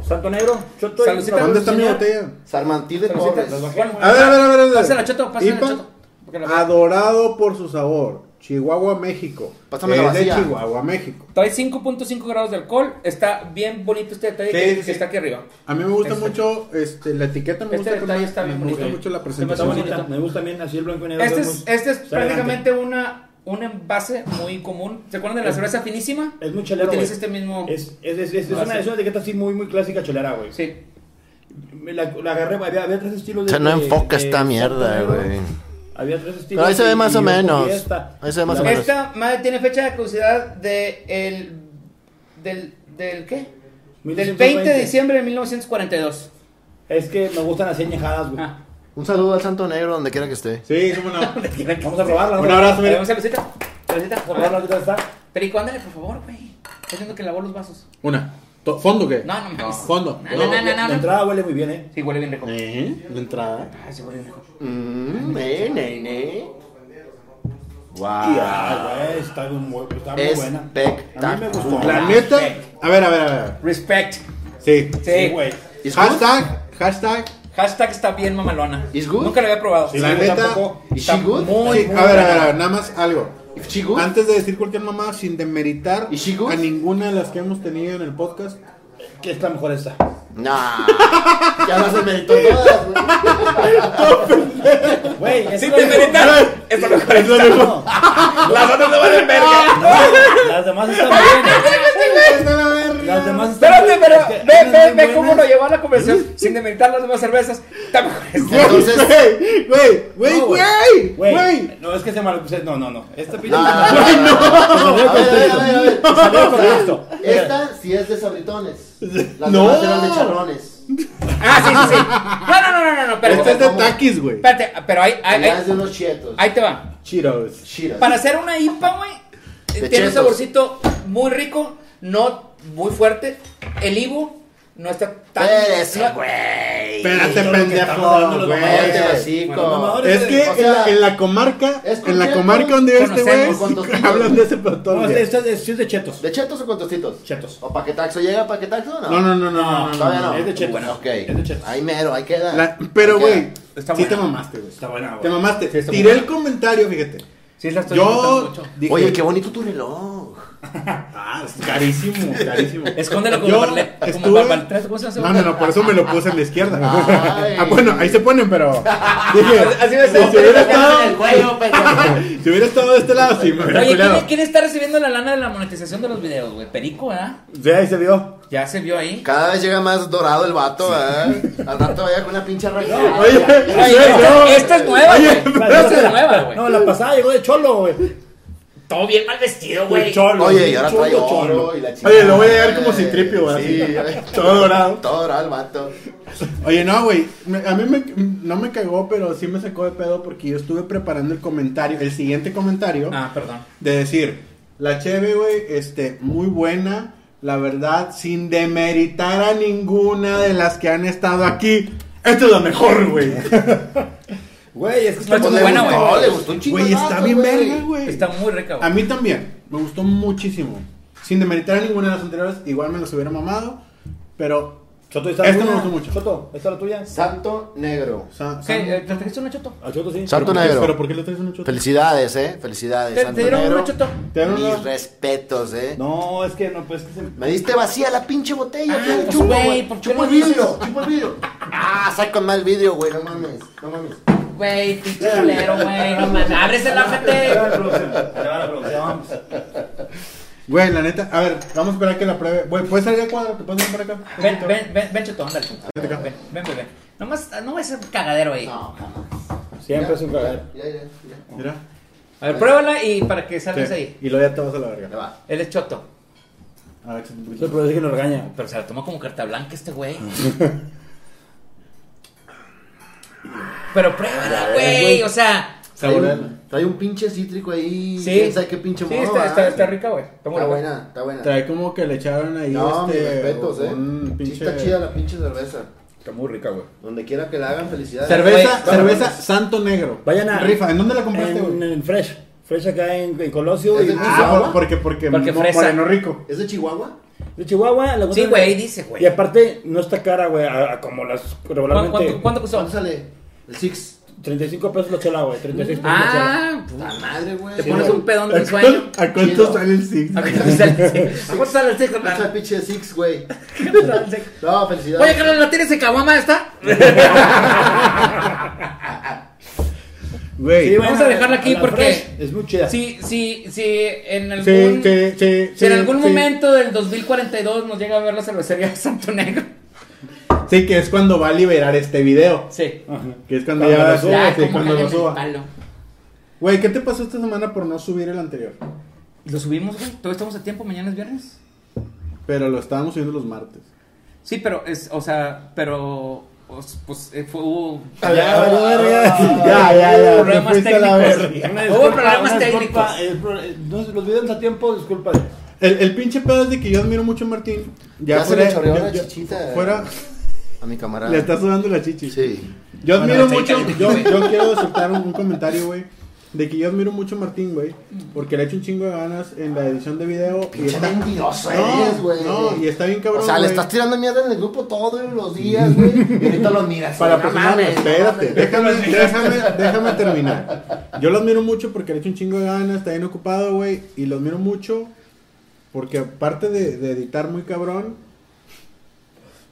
Speaker 2: Santo Negro, Choto y-
Speaker 3: Salucita.
Speaker 1: ¿Dónde está mi
Speaker 2: Señor.
Speaker 1: botella?
Speaker 4: Sarmantí de pobres.
Speaker 2: Las bajé,
Speaker 3: Bueno,
Speaker 2: güey.
Speaker 1: A ver, a ver, a ver. Ah. a ver.
Speaker 3: Pásala, Choto, pásala,
Speaker 1: IPA,
Speaker 3: Choto. Porque la-
Speaker 1: Adorado por su sabor. Chihuahua, México.
Speaker 4: Pásame la
Speaker 1: Es de
Speaker 4: vacía.
Speaker 1: Chihuahua, México.
Speaker 3: Trae 5.5 grados de alcohol. Está bien bonito este detalle
Speaker 1: Sí,
Speaker 3: que,
Speaker 1: sí,
Speaker 3: que
Speaker 1: sí.
Speaker 3: está aquí arriba.
Speaker 1: A mí me gusta
Speaker 3: Este.
Speaker 1: mucho este, la etiqueta, me
Speaker 3: Este
Speaker 1: gusta,
Speaker 3: detalle
Speaker 1: cómo-
Speaker 3: está bien
Speaker 1: me
Speaker 3: bonito.
Speaker 1: gusta mucho la
Speaker 2: Está
Speaker 1: presentación.
Speaker 2: bonita, me gusta bien, así el blanco y negro.
Speaker 3: Este
Speaker 2: es
Speaker 3: es,
Speaker 2: muy-
Speaker 3: este es
Speaker 2: está elegante.
Speaker 3: prácticamente una, un envase muy común. ¿Se acuerdan de la
Speaker 1: Eh,
Speaker 3: cerveza finísima?
Speaker 2: Es muy chelero,
Speaker 3: Utiliza
Speaker 2: güey.
Speaker 3: este mismo.
Speaker 2: Es, es, es, es
Speaker 3: Ah,
Speaker 2: una,
Speaker 3: sí.
Speaker 2: es una etiqueta así muy, muy clásica chelera, güey.
Speaker 3: Sí.
Speaker 2: Me La, la agarré, güey, había, había tres estilos de...
Speaker 4: O sea, no enfoca esta
Speaker 2: Santo
Speaker 4: mierda,
Speaker 2: Negro.
Speaker 4: güey.
Speaker 2: Había tres estilos...
Speaker 4: Pero ahí se ve
Speaker 2: y-
Speaker 4: más o
Speaker 2: y yo
Speaker 4: menos.
Speaker 2: cogí esta.
Speaker 4: Ahí se ve más o
Speaker 2: La-
Speaker 4: menos.
Speaker 3: Esta madre tiene fecha de caducidad de el, del, del. ¿Qué? Del 20 de diciembre de 1942.
Speaker 2: Es que me gustan así añejadas, güey.
Speaker 3: Ah,
Speaker 4: Un saludo al Santo Negro, donde quiera que esté.
Speaker 1: Sí, cómo no.
Speaker 2: Vamos a probarla.
Speaker 1: Un abrazo,
Speaker 3: Ahí
Speaker 1: mira.
Speaker 3: Vamos a Lucita. Lucita,
Speaker 2: Vamos a probarla, ¿qué tal está?
Speaker 3: Perico, ándale, por favor, güey. Estoy viendo que lavó los vasos.
Speaker 1: Una. To- ¿Fondo qué?
Speaker 3: No, no mames.
Speaker 1: Fondo.
Speaker 3: No, no, no, no.
Speaker 2: La
Speaker 3: no.
Speaker 2: entrada huele muy bien, eh.
Speaker 3: Sí, huele bien rico.
Speaker 1: ¿Eh? La entrada.
Speaker 3: Ah, sí, huele bien rico. Mm,
Speaker 4: Mmm, eh, ne, ne.
Speaker 2: Y,
Speaker 4: Wow.
Speaker 2: ah, güey, está muy, está muy buena. A mí me gustó.
Speaker 4: Espectacular.
Speaker 1: La neta. A ver, a ver, a ver.
Speaker 3: Respect.
Speaker 1: Sí.
Speaker 2: Sí,
Speaker 3: Sí,
Speaker 2: güey.
Speaker 4: Is good?
Speaker 1: Hashtag, hashtag.
Speaker 3: Hashtag está bien mamalona.
Speaker 4: Is good?
Speaker 3: Nunca lo había probado.
Speaker 2: Sí,
Speaker 1: La
Speaker 2: yo
Speaker 1: neta,
Speaker 2: tampoco.
Speaker 4: Is she good?
Speaker 3: Muy,
Speaker 1: Sí,
Speaker 3: muy
Speaker 1: a ver, a
Speaker 3: buena.
Speaker 1: ver, a ver, nada más algo.
Speaker 4: Is she good?
Speaker 1: Antes de decir cualquier mamá, sin demeritar
Speaker 4: ¿Y she good?
Speaker 1: a ninguna de las que hemos tenido en el podcast.
Speaker 2: Que es la mejor esta.
Speaker 4: Nah. Ya no se meditó todas, güey.
Speaker 2: Güey, es
Speaker 3: Sí,
Speaker 2: la
Speaker 3: te
Speaker 2: mejor.
Speaker 3: meritaron. Es lo mejor.
Speaker 1: Es lo mejor.
Speaker 2: No,
Speaker 3: Las otras no valen verga.
Speaker 1: Ah.
Speaker 2: Las demás están bien. Las demás están
Speaker 3: Espérate, pero
Speaker 2: es que
Speaker 3: ve,
Speaker 2: están
Speaker 3: ve,
Speaker 2: bien
Speaker 3: ve cómo
Speaker 2: buenas.
Speaker 3: lo llevó a la conversación sin demeritar las demás cervezas. Está mejor esta.
Speaker 1: Entonces, güey, güey,
Speaker 2: No,
Speaker 1: güey,
Speaker 2: Güey,
Speaker 1: güey.
Speaker 2: no, es que se mal. pues, No, no, no. Esta pinche.
Speaker 4: Nah.
Speaker 2: Te
Speaker 4: A ver,
Speaker 2: salió con esto.
Speaker 4: a ver, a ver, a ver.
Speaker 2: Te salió con esto.
Speaker 4: Esta sí es de sabritones. Las
Speaker 1: No.
Speaker 4: demás eran de charrones.
Speaker 3: Ah, sí, sí, sí. No, no, no, no, no, no. Pero,
Speaker 1: Este es de
Speaker 4: ¿cómo?
Speaker 1: taquis, güey.
Speaker 3: espérate, pero ahí, ahí,
Speaker 4: Las
Speaker 3: ahí,
Speaker 4: de unos chetos.
Speaker 3: ahí te va.
Speaker 1: Cheetos.
Speaker 4: Chiras.
Speaker 3: Para hacer una IPA, güey,
Speaker 4: De
Speaker 3: tiene un
Speaker 4: chetos.
Speaker 3: saborcito muy rico, no muy fuerte. El higo no está tan.
Speaker 4: Espérese,
Speaker 3: no-
Speaker 4: güey.
Speaker 1: Espérate,
Speaker 2: lo que estamos
Speaker 1: pendejo,
Speaker 2: hablando, los
Speaker 1: güey. este
Speaker 4: Cállate el
Speaker 2: Bueno,
Speaker 4: hocico.
Speaker 2: mamadores.
Speaker 1: Es que
Speaker 4: O
Speaker 1: en,
Speaker 4: sea,
Speaker 1: la, en la comarca,
Speaker 4: es
Speaker 1: en la
Speaker 4: contigo,
Speaker 1: comarca donde vive este
Speaker 3: conocemos
Speaker 4: con
Speaker 1: güey,
Speaker 4: tus
Speaker 1: hablan de ese
Speaker 2: No,
Speaker 1: platón.
Speaker 2: este,
Speaker 1: güey.
Speaker 2: este, este es de chetos.
Speaker 4: ¿De chetos o con tostitos?
Speaker 2: Chetos.
Speaker 4: ¿O paquetaxo? ¿Llega paquetaxo o no?
Speaker 1: No, no, no, no, no, no,
Speaker 4: Todavía
Speaker 1: no.
Speaker 4: no.
Speaker 2: Es de chetos.
Speaker 4: Bueno, ok.
Speaker 2: Es de chetos.
Speaker 4: Ahí mero, ahí queda.
Speaker 1: La- pero,
Speaker 4: Ahí
Speaker 1: güey,
Speaker 3: Está
Speaker 1: sí te
Speaker 3: buena.
Speaker 1: mamaste, güey.
Speaker 2: Está buena, güey.
Speaker 1: Te mamaste.
Speaker 3: Sí, está
Speaker 1: Tiré
Speaker 3: buena.
Speaker 1: el comentario, fíjate.
Speaker 3: Sí, la estoy
Speaker 1: Yo
Speaker 3: disfrutando mucho.
Speaker 4: queda.
Speaker 1: dije,
Speaker 4: Oye, qué bonito tu reloj.
Speaker 1: ah, es carísimo, carísimo.
Speaker 3: Escóndelo como
Speaker 1: Yo
Speaker 3: Barlet. Como
Speaker 1: estuve-
Speaker 3: Barlet. ¿Cómo se llama?
Speaker 1: No, no, no, por eso me lo puse en la izquierda.
Speaker 4: Ay.
Speaker 1: Ah, bueno, ahí se ponen, pero. Dije,
Speaker 3: Así me
Speaker 1: si
Speaker 3: sentí,
Speaker 1: hubiera
Speaker 3: me
Speaker 1: estado.
Speaker 4: El cuello, pendejo.
Speaker 1: Si hubiera estado de este lado, sí, me hubiera
Speaker 3: Oye,
Speaker 1: culeado.
Speaker 3: ¿quién, quién está recibiendo la lana de la monetización de los videos, güey? Perico, ¿verdad?
Speaker 2: Sí, ahí se vio.
Speaker 3: Ya se vio ahí.
Speaker 4: Cada vez llega más dorado el vato, ¿eh? Al rato vaya con una pinche rajada.
Speaker 1: Oye,
Speaker 3: Oye, este,
Speaker 1: sí, no.
Speaker 3: esta, esta es nueva,
Speaker 1: Oye,
Speaker 3: güey. Esta es nueva, güey.
Speaker 2: No, la pasada llegó de cholo, güey.
Speaker 3: Todo bien mal vestido, güey.
Speaker 2: Cholo.
Speaker 4: Oye, y ahora
Speaker 2: Cholo,
Speaker 4: trae
Speaker 2: cholo.
Speaker 4: oro y la chica.
Speaker 1: Oye, lo voy a llevar como Citripio, güey,
Speaker 4: Sí,
Speaker 1: así.
Speaker 4: oye.
Speaker 1: Todo dorado.
Speaker 4: Todo dorado el vato.
Speaker 1: Oye, no, güey. me- A mí me, no me cagó, pero sí me sacó de pedo porque yo estuve preparando el comentario, el siguiente comentario.
Speaker 3: Ah, perdón.
Speaker 1: De decir, la cheve, güey, este, muy buena. La verdad, sin demeritar a ninguna de las que han estado aquí. Esto es lo mejor, güey.
Speaker 2: Güey, es que
Speaker 3: Está
Speaker 2: estamos
Speaker 3: muy
Speaker 4: Pues, le
Speaker 3: buena,
Speaker 4: gustó,
Speaker 3: güey.
Speaker 4: le gustó un chingo.
Speaker 1: Güey,
Speaker 4: el
Speaker 1: está
Speaker 4: vato,
Speaker 1: bien verga, güey.
Speaker 3: Está muy rica,
Speaker 1: A
Speaker 3: güey.
Speaker 1: mí también, me gustó muchísimo. Sin demeritar a ninguna de las anteriores, igual me las hubiera mamado. Pero,
Speaker 2: Choto, esta es
Speaker 1: Esta
Speaker 2: la
Speaker 1: me
Speaker 2: tuya.
Speaker 1: gustó mucho.
Speaker 2: Choto, esta es la tuya.
Speaker 4: Santo negro.
Speaker 1: sa-
Speaker 3: ¿Qué?
Speaker 1: sa-
Speaker 3: Eh, ¿Te trajiste una choto?
Speaker 2: A Choto sí.
Speaker 4: Santo
Speaker 1: ¿por qué-
Speaker 4: negro.
Speaker 1: ¿Pero por qué le traes un choto?
Speaker 4: Felicidades, eh. Felicidades,
Speaker 3: ¿Te-
Speaker 4: Santo
Speaker 3: te dieron
Speaker 4: negro.
Speaker 3: una choto?
Speaker 1: ¿Te dieron
Speaker 4: Mis
Speaker 1: una?
Speaker 4: respetos, eh.
Speaker 2: No, es que no, pues es que se...
Speaker 4: Me diste vacía la pinche botella,
Speaker 3: Ah,
Speaker 4: güey.
Speaker 3: pues,
Speaker 4: Chupa,
Speaker 3: güey,
Speaker 4: güey.
Speaker 3: ¿por qué
Speaker 4: Chupa
Speaker 3: no
Speaker 4: el
Speaker 3: dices?
Speaker 4: vidrio, chupa el vidrio. Ah, saco mal vidrio, güey. No mames, no mames.
Speaker 3: Güey, pinche culero, güey. No mames. Ábrese la
Speaker 2: Ahí va
Speaker 3: gente.
Speaker 2: la producción, ahí va la producción, vamos.
Speaker 1: Güey, la neta, a ver, vamos a esperar que la pruebe. Güey, ¿puedes salir al cuadro? ¿Te puedes ir para acá?
Speaker 3: Ven, ven, ven, ven, choto, ándale. Ven, ven, ven, ven. Nomás, ah, no ese cagadero ahí.
Speaker 4: No, jamás.
Speaker 2: Siempre es un cagadero.
Speaker 4: Ya, ya, ya.
Speaker 1: Mira.
Speaker 3: A ver, pruébala y para que salgas
Speaker 1: Sí,
Speaker 3: ahí.
Speaker 1: Y luego ya te vas a la verga.
Speaker 4: Ya va.
Speaker 3: Él es choto.
Speaker 1: A ver, échate un
Speaker 2: Eso
Speaker 1: poquito.
Speaker 2: produce que lo regaña.
Speaker 3: Pero se la toma como carta blanca este güey. Pero pruébala, güey. O sea,
Speaker 4: Trae
Speaker 1: buena.
Speaker 4: un, trae un pinche cítrico ahí.
Speaker 3: Sí.
Speaker 4: ¿Quién sabe qué pinche
Speaker 3: sí,
Speaker 4: modo,
Speaker 3: está,
Speaker 4: ¿verdad?
Speaker 3: está, está rica, güey. Está muy
Speaker 4: Está
Speaker 3: buena.
Speaker 4: buena, está buena.
Speaker 1: Trae como que le echaron ahí
Speaker 4: No, mis
Speaker 1: este,
Speaker 4: respetos, eh.
Speaker 1: un
Speaker 4: Sí
Speaker 1: pinche...
Speaker 4: Está chida la pinche cerveza.
Speaker 2: Está muy rica, güey.
Speaker 4: Donde quiera que la hagan, felicidades.
Speaker 1: Cerveza,
Speaker 3: Güey,
Speaker 1: cerveza Santo Negro.
Speaker 2: Vayan a-
Speaker 1: Rifa, ¿en dónde la compraste,
Speaker 2: En,
Speaker 1: güey?
Speaker 2: el Fresh. Fresh acá en, en Colosio.
Speaker 4: Es
Speaker 2: Y,
Speaker 4: de-
Speaker 1: Ah,
Speaker 4: Chihuahua.
Speaker 1: por- porque, porque,
Speaker 3: Porque
Speaker 1: mo-
Speaker 3: fresa.
Speaker 1: Moreno Rico.
Speaker 4: ¿Es de Chihuahua?
Speaker 2: de Chihuahua. La
Speaker 3: Sí,
Speaker 2: encuentran-
Speaker 3: güey, dice, güey.
Speaker 2: Y aparte, no está cara, güey, a, a como las
Speaker 3: ¿Cuánto,
Speaker 2: regularmente.
Speaker 3: cuánto, cuánto
Speaker 4: ¿Cuánto
Speaker 3: costó?
Speaker 4: sale? El Six.
Speaker 2: 35 pesos la chela, güey. 36 pesos la chela.
Speaker 3: Ah,
Speaker 4: La
Speaker 3: puta.
Speaker 4: madre, güey.
Speaker 3: Te pones
Speaker 4: güey.
Speaker 3: un pedón
Speaker 1: ¿A
Speaker 3: de sueño.
Speaker 1: cuánto, a cuánto
Speaker 4: Chido.
Speaker 1: sale el Six?
Speaker 3: ¿A cuánto sale el sexo? ¿A cuánto sale el sexo,
Speaker 4: Esa
Speaker 3: carnal?
Speaker 4: pinche Six, güey.
Speaker 3: ¿Cuánto sale el sexo?
Speaker 4: No, felicidades.
Speaker 3: Oye, Carlos, ¿la tienes en caguama esta?
Speaker 1: Güey.
Speaker 2: Sí,
Speaker 3: Vamos
Speaker 2: vayan
Speaker 3: a dejarla aquí
Speaker 2: la
Speaker 3: porque-
Speaker 2: Fresh, Es muy chida.
Speaker 3: Sí, sí, sí, en
Speaker 1: Sí,
Speaker 3: algún...
Speaker 1: sí, sí,
Speaker 3: Si en
Speaker 1: sí,
Speaker 3: algún
Speaker 1: sí.
Speaker 3: momento del 2042 nos llega a ver la cervecería de Santo Negro.
Speaker 1: Sí, que es cuando va a liberar este video.
Speaker 3: Sí.
Speaker 2: Ajá.
Speaker 1: Que es cuando,
Speaker 2: Cuando
Speaker 1: ya
Speaker 2: lo
Speaker 1: sí,
Speaker 2: suba,
Speaker 1: sí, cuando
Speaker 3: cagan
Speaker 1: lo
Speaker 3: el
Speaker 1: suba.
Speaker 3: palo.
Speaker 1: Güey, ¿qué te pasó esta semana por no subir el anterior?
Speaker 3: Lo subimos, güey. Todavía estamos a tiempo, mañana es viernes.
Speaker 1: Pero lo estábamos subiendo los martes.
Speaker 3: Sí, pero es, o sea, pero os- pues eh, fue hubo
Speaker 2: Ya, valió verga.
Speaker 1: Ya, ya, ya. Te
Speaker 3: Problemas
Speaker 1: fuiste a la
Speaker 3: técnicos.
Speaker 1: verga.
Speaker 2: Una
Speaker 3: Hubo
Speaker 2: disculpa,
Speaker 3: problemas
Speaker 2: una disculpa,
Speaker 3: técnicos.
Speaker 2: el pro- eh, no, los videos a tiempo, disculpa.
Speaker 1: El, el pinche pedo es de que yo admiro mucho a Martín. Ya,
Speaker 4: Ya se
Speaker 1: fuera-
Speaker 4: le chorreó
Speaker 1: ya-
Speaker 4: la
Speaker 1: ya-
Speaker 4: chichita.
Speaker 1: Fuera,
Speaker 4: A mi camarada.
Speaker 1: le está sudando la chichi.
Speaker 4: Ah. Sí.
Speaker 1: Yo admiro
Speaker 3: Bueno,
Speaker 1: mucho,
Speaker 3: está ahí,
Speaker 1: yo,
Speaker 3: güey.
Speaker 1: yo quiero soltar un, un comentario, güey. De que yo admiro mucho a Martín, güey. Porque le ha hecho un chingo de ganas en la edición de video. Y
Speaker 4: Pinche
Speaker 1: está,
Speaker 4: mentiroso
Speaker 1: No,
Speaker 4: eres, güey.
Speaker 1: no, y está bien cabrón,
Speaker 4: O sea, le
Speaker 1: güey.
Speaker 4: estás tirando mierda en el grupo todos los días, güey. Y ahorita los miras.
Speaker 1: para
Speaker 4: güey, no
Speaker 1: personas,
Speaker 4: mames, no
Speaker 1: espérate,
Speaker 4: mames.
Speaker 1: déjame, déjame, déjame terminar. Yo lo admiro mucho porque le echo un chingo de ganas, está bien ocupado, güey, y lo admiro mucho porque aparte de, de editar muy cabrón,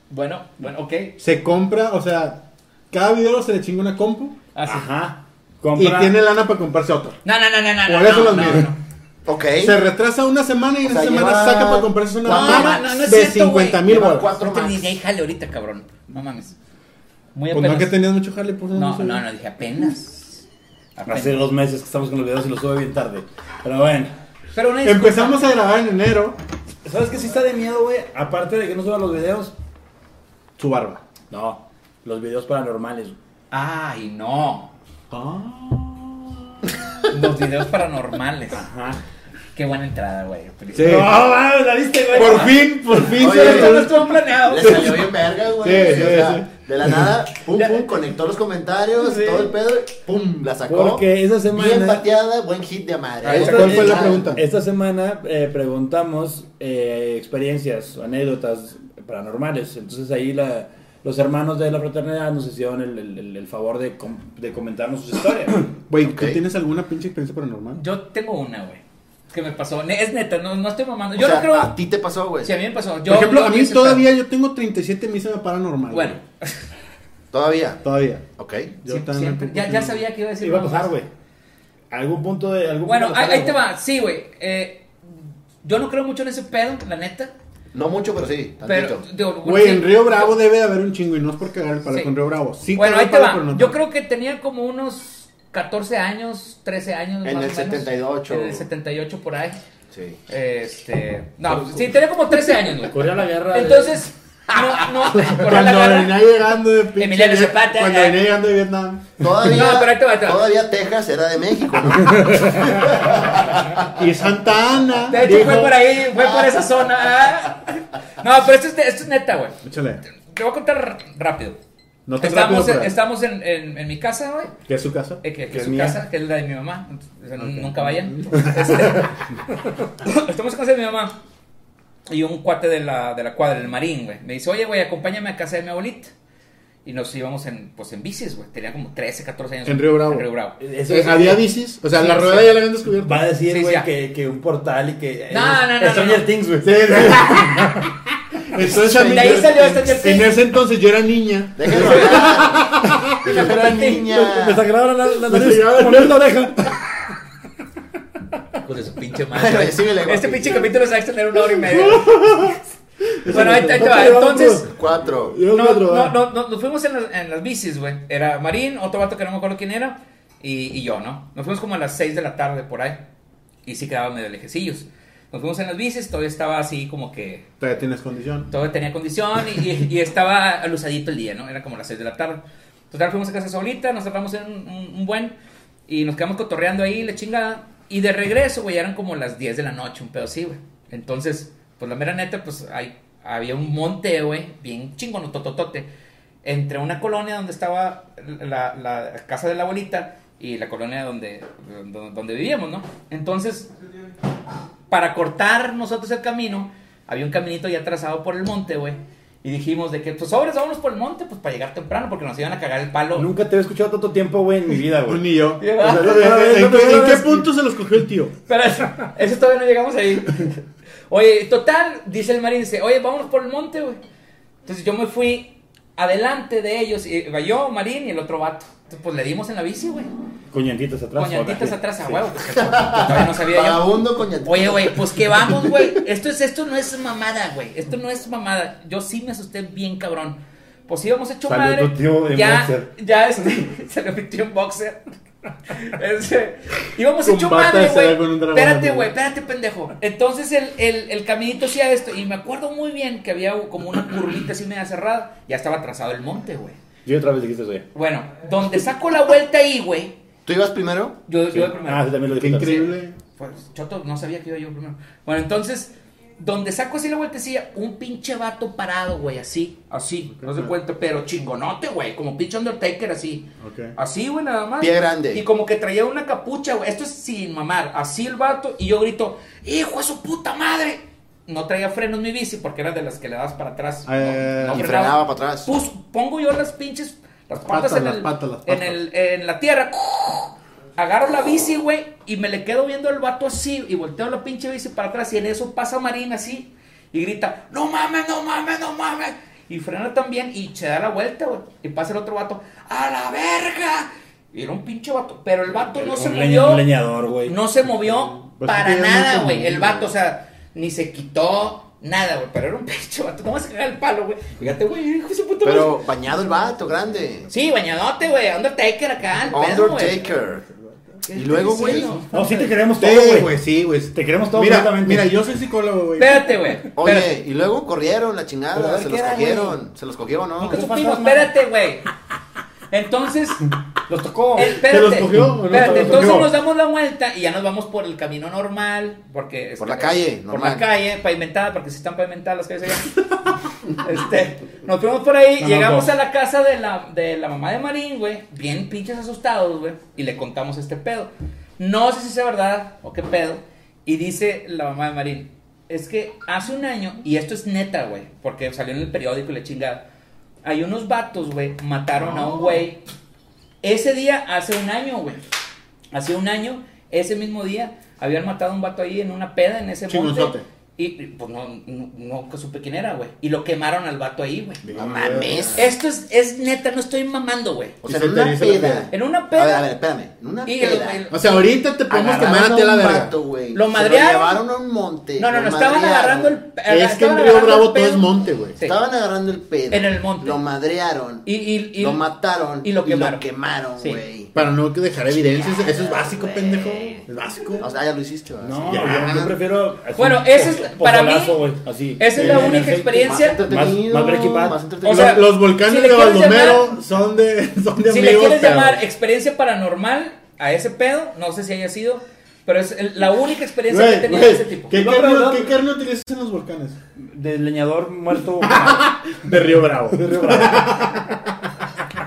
Speaker 3: Bueno, bueno, ok.
Speaker 1: se compra, o sea, cada video se le chinga una compu
Speaker 3: Así.
Speaker 2: Ajá. Compra.
Speaker 1: Ah, y tiene lana para comprarse otra.
Speaker 3: No, no, no, no, no.
Speaker 1: Por
Speaker 3: no,
Speaker 1: eso
Speaker 3: no,
Speaker 1: los
Speaker 3: no,
Speaker 1: miro.
Speaker 3: no.
Speaker 4: Ok.
Speaker 1: Se retrasa una semana y
Speaker 4: O
Speaker 1: en
Speaker 4: sea,
Speaker 1: esa semana
Speaker 4: lleva-
Speaker 1: saca para comprarse una
Speaker 4: No,
Speaker 1: mamá
Speaker 3: no, no es
Speaker 1: de
Speaker 3: cierto, güey.
Speaker 1: 50 mil
Speaker 4: Lleva
Speaker 1: bolas.
Speaker 4: cuatro
Speaker 3: No te
Speaker 4: más.
Speaker 3: ni de jale ahorita, cabrón. No mames. Muy
Speaker 1: Pues no
Speaker 3: apenas.
Speaker 1: que tenías mucho jale, por eso
Speaker 3: no,
Speaker 1: subí.
Speaker 3: no, no, dije apenas.
Speaker 2: Hace
Speaker 3: apenas.
Speaker 2: dos meses que estamos con los videos y los sube bien tarde. Pero bueno.
Speaker 3: Pero una disculpa.
Speaker 1: Empezamos a grabar en enero
Speaker 2: ¿Sabes qué sí está de miedo, güey? Aparte de que no suban los videos.
Speaker 1: su barba.
Speaker 2: No. Los videos paranormales. güey.
Speaker 3: Ay,
Speaker 1: Ah.
Speaker 3: no. Los videos paranormales.
Speaker 2: Ajá.
Speaker 3: Qué buena entrada, güey. Feliz-
Speaker 1: Sí.
Speaker 2: No, mames, la viste, güey.
Speaker 1: Por fin, por fin
Speaker 4: Oye,
Speaker 1: se
Speaker 3: Esto no
Speaker 1: lo
Speaker 3: estuvo planeado.
Speaker 4: Le salió bien verga, güey.
Speaker 1: Sí,
Speaker 4: Sí, o
Speaker 1: sí,
Speaker 4: sea, De la nada, pum,
Speaker 3: Ya.
Speaker 4: pum, conectó los comentarios,
Speaker 2: Sí.
Speaker 4: todo el pedo, y pum, la sacó.
Speaker 2: Porque esa semana-
Speaker 4: Bien bateada, buen hit de madre.
Speaker 2: Ahí está,
Speaker 4: Otra
Speaker 2: ¿cuál fue la
Speaker 4: vez,
Speaker 1: pregunta?
Speaker 2: Esta semana eh, preguntamos eh, experiencias, anécdotas paranormales. Entonces ahí la- los hermanos de la fraternidad nos hicieron el, el- el- el favor de, com- de comentarnos sus historias.
Speaker 1: Güey,
Speaker 4: Ok.
Speaker 1: ¿tú tienes alguna pinche experiencia paranormal?
Speaker 3: Yo tengo una, güey. Que me pasó. Ne- Es neta, no, no estoy mamando.
Speaker 4: O
Speaker 3: Yo
Speaker 4: sea,
Speaker 3: no creo.
Speaker 4: A ti te pasó, güey.
Speaker 3: Si a mí me pasó.
Speaker 1: Por
Speaker 3: Yo,
Speaker 1: ejemplo,
Speaker 3: yo
Speaker 1: a mí
Speaker 3: hice esa-
Speaker 1: todavía yo tengo 37 misas paranormal.
Speaker 3: Bueno,
Speaker 4: Todavía.
Speaker 1: Todavía.
Speaker 4: Ok.
Speaker 1: Yo
Speaker 3: siempre-
Speaker 1: también
Speaker 3: siempre- ya,
Speaker 1: tengo-
Speaker 3: ya sabía que iba a decir.
Speaker 2: Iba a
Speaker 3: mamás.
Speaker 2: pasar, güey. Algún punto de. Algún
Speaker 3: pues. Bueno,
Speaker 2: punto de
Speaker 3: ahí, ahí te
Speaker 2: pasar,
Speaker 3: va. Sí, güey. Eh, yo no creo mucho en ese pedo, la neta.
Speaker 4: No mucho, pero sí, tantito.
Speaker 3: Pero, digo, bueno,
Speaker 1: Güey,
Speaker 3: sí,
Speaker 1: en Río Bravo
Speaker 3: yo-
Speaker 1: debe de haber un chingo y no es por cagar el palo
Speaker 3: Sí.
Speaker 1: con Río Bravo. Sí,
Speaker 3: bueno,
Speaker 1: cagar
Speaker 3: ahí
Speaker 1: el
Speaker 3: te
Speaker 1: palo,
Speaker 3: va.
Speaker 1: pero no
Speaker 3: Yo
Speaker 1: tanto.
Speaker 3: creo que tenía como unos 14 años, 13 años. más
Speaker 4: En el
Speaker 3: o menos.
Speaker 4: 78.
Speaker 3: En el 78 por ahí.
Speaker 4: Sí.
Speaker 3: Este. No, sí, tenía como 13 años, güey.
Speaker 2: Corría la guerra. de-
Speaker 3: Entonces, no, no, corría la
Speaker 1: Cuando
Speaker 3: garra.
Speaker 1: venía llegando de pinche-
Speaker 3: Emiliano Zapata,
Speaker 1: Cuando
Speaker 3: ya.
Speaker 1: venía llegando de Vietnam.
Speaker 4: Todavía,
Speaker 3: No, pero ahí te va, ahí te va.
Speaker 4: todavía Texas era de México, ¿no?
Speaker 1: Y Santa Ana.
Speaker 3: De hecho,
Speaker 1: dijo-
Speaker 3: fue por ahí, fue por esa zona. ¿eh? No, pero esto es, esto es neta, güey.
Speaker 1: Échale.
Speaker 3: Te voy a contar rápido.
Speaker 1: No te
Speaker 3: estamos
Speaker 1: rápido,
Speaker 3: en,
Speaker 1: pero-
Speaker 3: estamos en, en, en mi casa, güey.
Speaker 1: ¿Qué es su casa?
Speaker 3: eh, Que, que
Speaker 1: ¿Qué
Speaker 3: es su
Speaker 1: mía?
Speaker 3: casa, que es la de mi mamá. o sea,
Speaker 1: Ok.
Speaker 3: Nunca vayan. Este, estamos en casa de mi mamá. Y un cuate de la, de la cuadra, el marín, güey. Me dice, oye, güey, acompáñame a casa de mi abuelita. Y nos íbamos en, pues, en bicis, güey. Tenía como 13, 14 años.
Speaker 1: En Río Bravo.
Speaker 3: En Río Bravo.
Speaker 2: Eso
Speaker 1: Eh,
Speaker 2: es-
Speaker 1: Había bicis. O sea, la
Speaker 3: Sí,
Speaker 1: rueda
Speaker 3: sí.
Speaker 1: ya la habían descubierto.
Speaker 2: Va a decir,
Speaker 3: Sí,
Speaker 2: güey,
Speaker 3: ya.
Speaker 2: que, que un portal y que.
Speaker 3: No, no, no,
Speaker 2: Stranger
Speaker 3: no.
Speaker 2: Things, güey.
Speaker 1: Sí, sí. Entonces, a mí-
Speaker 3: De ahí salió esta
Speaker 1: En ese entonces yo era niña.
Speaker 4: Déjenlo hablar. Déjenlo hablar, niña.
Speaker 2: Me sacaron la, la
Speaker 1: Me
Speaker 2: nariz.
Speaker 1: sacaron-
Speaker 2: poner la oreja.
Speaker 3: Hijo de su pinche
Speaker 4: Ay,
Speaker 3: madre.
Speaker 4: síguele,
Speaker 3: este
Speaker 4: guapi.
Speaker 3: pinche capítulo se va a extender una hora y media. bueno, ahí, ahí te va. Entonces,
Speaker 4: Cuatro.
Speaker 1: Yo
Speaker 3: no,
Speaker 1: era otro,
Speaker 3: no,
Speaker 1: ¿verdad?
Speaker 3: no, no, nos fuimos en las, en las bicis, güey. Era Marín, otro vato que no me acuerdo quién era, y, y yo, ¿no? Nos fuimos como a las 6 de la tarde por ahí. Y sí quedaban medio lejecillos. Nos fuimos en las bicis, todavía estaba así como que
Speaker 1: Todavía tienes condición.
Speaker 3: todo tenía condición y, y- y estaba alusadito el día, ¿no? Era como las 6 de la tarde. Total, fuimos a casa solita, nos tratamos en un, un- un buen y nos quedamos cotorreando ahí, la chingada. Y de regreso, güey, ya eran como las 10 de la noche, un pedo así, güey. Entonces, pues la mera neta, pues hay, había un monte, güey, bien tototote entre una colonia donde estaba la, la casa de la abuelita y la colonia donde, donde, donde vivíamos, ¿no? Entonces, para cortar nosotros el camino, había un caminito ya trazado por el monte, güey. Y dijimos de que, pues sobres, vámonos por el monte, pues para llegar temprano, porque nos iban a cagar el palo.
Speaker 2: Nunca te había escuchado tanto tiempo, güey, en mi vida,
Speaker 1: Pues
Speaker 2: güey.
Speaker 1: ni yo.
Speaker 3: Yeah.
Speaker 1: O sea,
Speaker 2: No, no, no,
Speaker 1: ¿En
Speaker 2: no, no,
Speaker 1: qué-
Speaker 2: no,
Speaker 1: en
Speaker 2: no,
Speaker 1: qué
Speaker 2: no.
Speaker 1: punto se los cogió el tío?
Speaker 3: Pero eso, eso todavía no llegamos ahí. Oye, total, dice el marín, dice, oye, vámonos por el monte, güey. Entonces yo me fui adelante de ellos, y iba yo, marín y el otro vato. Entonces, pues le dimos en la bici, güey.
Speaker 2: Coñantitas atrás.
Speaker 3: Coñantitas
Speaker 2: ahora.
Speaker 3: atrás a huevo, pues, que todavía no sabía yo.
Speaker 4: Vagabundo con
Speaker 3: Oye, güey, pues que vamos, güey. Esto, es, esto no es mamada, güey. Esto no es mamada. Yo sí me asusté bien cabrón. Pues íbamos hecho
Speaker 2: Salió
Speaker 3: madre.
Speaker 2: tu tío en
Speaker 3: ya,
Speaker 2: boxer.
Speaker 3: ya, este, se lo metió en boxer. Este, íbamos
Speaker 1: Con
Speaker 3: hecho
Speaker 1: bata
Speaker 3: madre,
Speaker 1: de seda
Speaker 3: güey.
Speaker 1: con un dragón
Speaker 3: Espérate,
Speaker 1: arriba.
Speaker 3: güey, espérate, pendejo. Entonces el, el, el caminito hacía esto. Y me acuerdo muy bien que había como una curvita así media cerrada. Ya estaba trazado el monte, güey.
Speaker 2: Yo otra vez dijiste eso, güey.
Speaker 3: Bueno, donde saco la vuelta ahí, güey.
Speaker 4: ¿Tú ibas primero?
Speaker 3: Yo, yo de primero.
Speaker 2: Ah, sí, también lo
Speaker 1: Qué
Speaker 2: dijiste.
Speaker 1: increíble.
Speaker 3: Pues, Choto, no sabía que iba yo primero. Bueno, entonces, donde saco así la vueltecilla, un pinche vato parado, güey, así, así, no se cuenta, pero chingonote, güey, como pinche Undertaker, así.
Speaker 1: Ok.
Speaker 3: Así, güey, nada más.
Speaker 4: Pie grande.
Speaker 3: Y como que traía una capucha, güey, esto es sin mamar, así el vato, y yo grito, hijo de su puta madre. No traía frenos mi bici porque era de las que le das para atrás.
Speaker 1: Ah, ya, ya, ya.
Speaker 3: no
Speaker 4: Y frenaba para atrás.
Speaker 3: Pus- pongo yo las pinches, las patas,
Speaker 1: patas,
Speaker 3: en,
Speaker 1: las
Speaker 3: el-
Speaker 1: patas, las
Speaker 3: en
Speaker 1: patas.
Speaker 3: el- en la tierra. Agarro la bici, güey, y me le quedo viendo al vato así, y volteo la pinche bici para atrás, y en eso pasa Marina así, y grita, no mames, no mames, no mames. Y frena también, y se da la vuelta, güey, y pasa el otro vato, a la verga. Y era un pinche vato, pero el vato no se
Speaker 2: Un leña-
Speaker 3: movió,
Speaker 2: Un leñador, güey.
Speaker 3: no se movió
Speaker 1: Pues
Speaker 3: para
Speaker 1: es que ya no
Speaker 3: nada,
Speaker 1: se
Speaker 3: güey,
Speaker 1: movió,
Speaker 3: el vato,
Speaker 1: güey.
Speaker 3: o sea, ni se quitó. Nada, güey, pero era un pinche vato. No vas a cagar el palo, güey. Fíjate, güey, hijo de su puta madre.
Speaker 4: Pero bañado el vato, grande.
Speaker 3: Sí, bañadote, güey. Undertaker acá. el pedo, güey.
Speaker 4: Undertaker.
Speaker 3: ¿Qué
Speaker 4: Y luego,
Speaker 3: estoy
Speaker 4: güey.
Speaker 3: diciendo?
Speaker 2: No, sí te queremos todo,
Speaker 1: Sí,
Speaker 2: güey.
Speaker 1: güey, sí, güey.
Speaker 2: Te queremos todo
Speaker 1: Mira,
Speaker 2: completamente.
Speaker 1: mira, yo soy psicólogo, güey.
Speaker 3: Espérate, güey. espérate.
Speaker 4: Oye, y luego corrieron la
Speaker 2: Pero a
Speaker 4: chingada,
Speaker 2: ver
Speaker 4: se
Speaker 2: qué
Speaker 4: los
Speaker 2: era,
Speaker 4: cogieron, se los cogieron, ¿no?
Speaker 3: Nunca
Speaker 2: ¿Qué
Speaker 3: supimos,
Speaker 2: fantasma?
Speaker 3: espérate, güey. Entonces,
Speaker 2: Los tocó.
Speaker 3: Eh,
Speaker 1: ¿Te los
Speaker 3: Espérate,
Speaker 1: cogió o no te
Speaker 3: espérate,
Speaker 1: los
Speaker 3: entonces
Speaker 1: cogió?
Speaker 3: nos damos la vuelta y ya nos vamos por el camino normal, porque... este,
Speaker 4: Por la calle,
Speaker 3: Por
Speaker 4: normal.
Speaker 3: la calle, pavimentada, porque si están pavimentadas las calles allá. este, nos fuimos por ahí,
Speaker 2: No, no,
Speaker 3: llegamos
Speaker 2: no.
Speaker 3: a la casa de la, de la mamá de Marín, güey, bien pinches asustados, güey, y le contamos este pedo. No sé si es verdad o qué pedo, y dice la mamá de Marín, es que hace un año, y esto es neta, güey, porque salió en el periódico y la chingada, hay unos vatos, güey, mataron a un güey ese día, hace un año, güey. Hace un año, ese mismo día, habían matado a un vato ahí en una peda en ese monte.
Speaker 1: Chingonzote.
Speaker 3: Y y, pues no, no, no supe quién era, güey. Y lo quemaron al vato ahí, güey.
Speaker 4: No mames.
Speaker 3: Esto es, es neta, no estoy mamando, güey.
Speaker 4: O
Speaker 1: Y
Speaker 4: sea,
Speaker 1: se
Speaker 4: en una
Speaker 1: te hizo la
Speaker 4: peda.
Speaker 1: peda.
Speaker 3: En una
Speaker 4: A ver, a
Speaker 3: peda.
Speaker 4: ver, espérame. En una
Speaker 3: Y el-
Speaker 4: peda.
Speaker 3: el-
Speaker 1: O sea, ahorita te podemos quemar a ti a la
Speaker 4: un
Speaker 1: verga.
Speaker 4: vato, güey.
Speaker 3: Lo
Speaker 4: Se
Speaker 3: madrearon.
Speaker 4: Lo llevaron a un monte.
Speaker 3: no, no,
Speaker 4: lo
Speaker 3: no, estaban
Speaker 4: madrearon.
Speaker 3: agarrando el.
Speaker 1: Es que en
Speaker 3: estaban
Speaker 1: Río
Speaker 3: agarrando
Speaker 1: Bravo
Speaker 3: el
Speaker 1: todo
Speaker 3: pedo.
Speaker 1: es monte, güey.
Speaker 3: Sí.
Speaker 4: Estaban agarrando el pedo.
Speaker 3: En el monte.
Speaker 4: Lo madrearon.
Speaker 3: Y, y, y-
Speaker 4: lo mataron.
Speaker 3: y lo quemaron.
Speaker 4: quemaron,
Speaker 3: Sí.
Speaker 4: güey.
Speaker 1: Para no dejar evidencias, eso es básico,
Speaker 4: Güey.
Speaker 1: pendejo. Es básico.
Speaker 4: O sea, ya lo hiciste, ¿verdad?
Speaker 2: No,
Speaker 4: Sí.
Speaker 1: Ya.
Speaker 2: yo, yo prefiero. así,
Speaker 3: Bueno, esa es-
Speaker 2: po-
Speaker 3: para mí,
Speaker 2: pozolazo, güey, así. Eh,
Speaker 3: esa es
Speaker 2: En
Speaker 3: la
Speaker 2: el
Speaker 3: única
Speaker 2: efecto.
Speaker 4: Más
Speaker 3: experiencia.
Speaker 4: entretenido.
Speaker 2: Más- más Breaking Bad.
Speaker 4: más
Speaker 3: O
Speaker 1: Los-
Speaker 4: entretenido.
Speaker 3: sea,
Speaker 1: los volcanes
Speaker 3: si le
Speaker 1: de
Speaker 3: quieres
Speaker 1: Baldomero
Speaker 3: llamar-
Speaker 1: son de, son de
Speaker 3: si le
Speaker 1: amigos,
Speaker 3: quieres
Speaker 1: pero-
Speaker 3: llamar experiencia paranormal a ese pedo, no sé si haya sido, pero es el- la única experiencia que he
Speaker 1: Güey,
Speaker 3: tenido
Speaker 1: güey,
Speaker 3: de ese tipo.
Speaker 1: ¿qué,
Speaker 2: No,
Speaker 1: carne,
Speaker 2: pero no.
Speaker 1: qué carne utilizas en los volcanes?
Speaker 2: Del leñador muerto.
Speaker 1: De Río Bravo.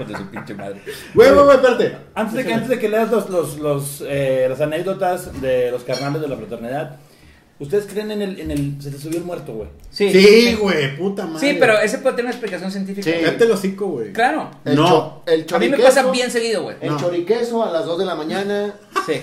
Speaker 3: de su pinche madre.
Speaker 1: Güey, güey, güey, espérate.
Speaker 2: Antes de, que, antes de que leas los, los, los, eh, las anécdotas de los carnales de la fraternidad, ¿ustedes creen en el. En el se te subió el muerto, güey?
Speaker 3: Sí,
Speaker 1: Sí, güey, puta madre.
Speaker 3: Sí, pero ese puede tener una explicación científica.
Speaker 4: Sí.
Speaker 1: Cállate el hocico, güey.
Speaker 3: Claro.
Speaker 4: El
Speaker 1: No.
Speaker 4: cho- el
Speaker 3: A mí me
Speaker 4: choriqueso-
Speaker 3: pasa bien seguido, güey.
Speaker 4: El
Speaker 1: No.
Speaker 4: choriqueso a las 2 de la mañana.
Speaker 3: Sí.
Speaker 4: Es
Speaker 3: Ese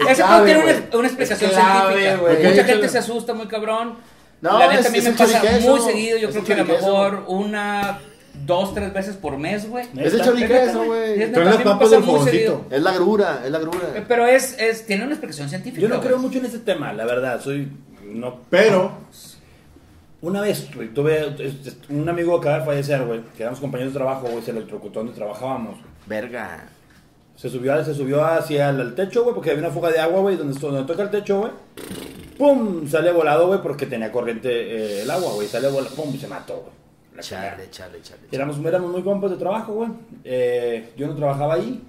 Speaker 3: puede
Speaker 4: clave,
Speaker 3: tener
Speaker 4: güey.
Speaker 3: una, una explicación
Speaker 4: Es clave,
Speaker 3: científica.
Speaker 4: güey.
Speaker 3: Mucha
Speaker 1: Ok.
Speaker 3: gente se asusta muy cabrón.
Speaker 4: No,
Speaker 3: la neta
Speaker 4: es-
Speaker 3: a mí
Speaker 4: es
Speaker 3: me
Speaker 4: un
Speaker 3: pasa
Speaker 4: choriqueso.
Speaker 3: muy seguido. Yo
Speaker 4: Es
Speaker 3: creo
Speaker 4: un
Speaker 3: que a lo
Speaker 4: choriqueso.
Speaker 3: mejor una, dos, tres veces por mes, güey.
Speaker 4: Es el choriqueso,
Speaker 3: Y es
Speaker 4: güey.
Speaker 1: Traen
Speaker 3: neta, a
Speaker 1: las
Speaker 3: mí me
Speaker 1: papas
Speaker 3: pasa
Speaker 1: del
Speaker 3: muy seguido.
Speaker 1: fogoncito.
Speaker 4: Es la grura, es la
Speaker 3: Eh,
Speaker 4: grura.
Speaker 3: Pero es, es, tiene una explicación científica.
Speaker 2: Yo no creo
Speaker 3: güey.
Speaker 2: mucho en ese tema, la verdad. Soy. No.
Speaker 1: Pero,
Speaker 2: Una vez, güey, tuve. este, Un amigo acaba de fallecer, güey. Que éramos compañeros de trabajo, güey. Se electrocutó donde trabajábamos.
Speaker 4: Verga.
Speaker 2: Se subió, a- se subió hacia el, el techo, güey, porque había una fuga de agua, güey, donde, donde toca el techo, güey. ¡Pum! Sale volado, güey, porque tenía corriente eh, el agua, güey. Sale volado, ¡pum! Se mató, güey. La chingada.
Speaker 4: Chale, chale, chale. chale.
Speaker 2: Éramos, éramos muy compas de trabajo, güey. Eh, yo no trabajaba ahí.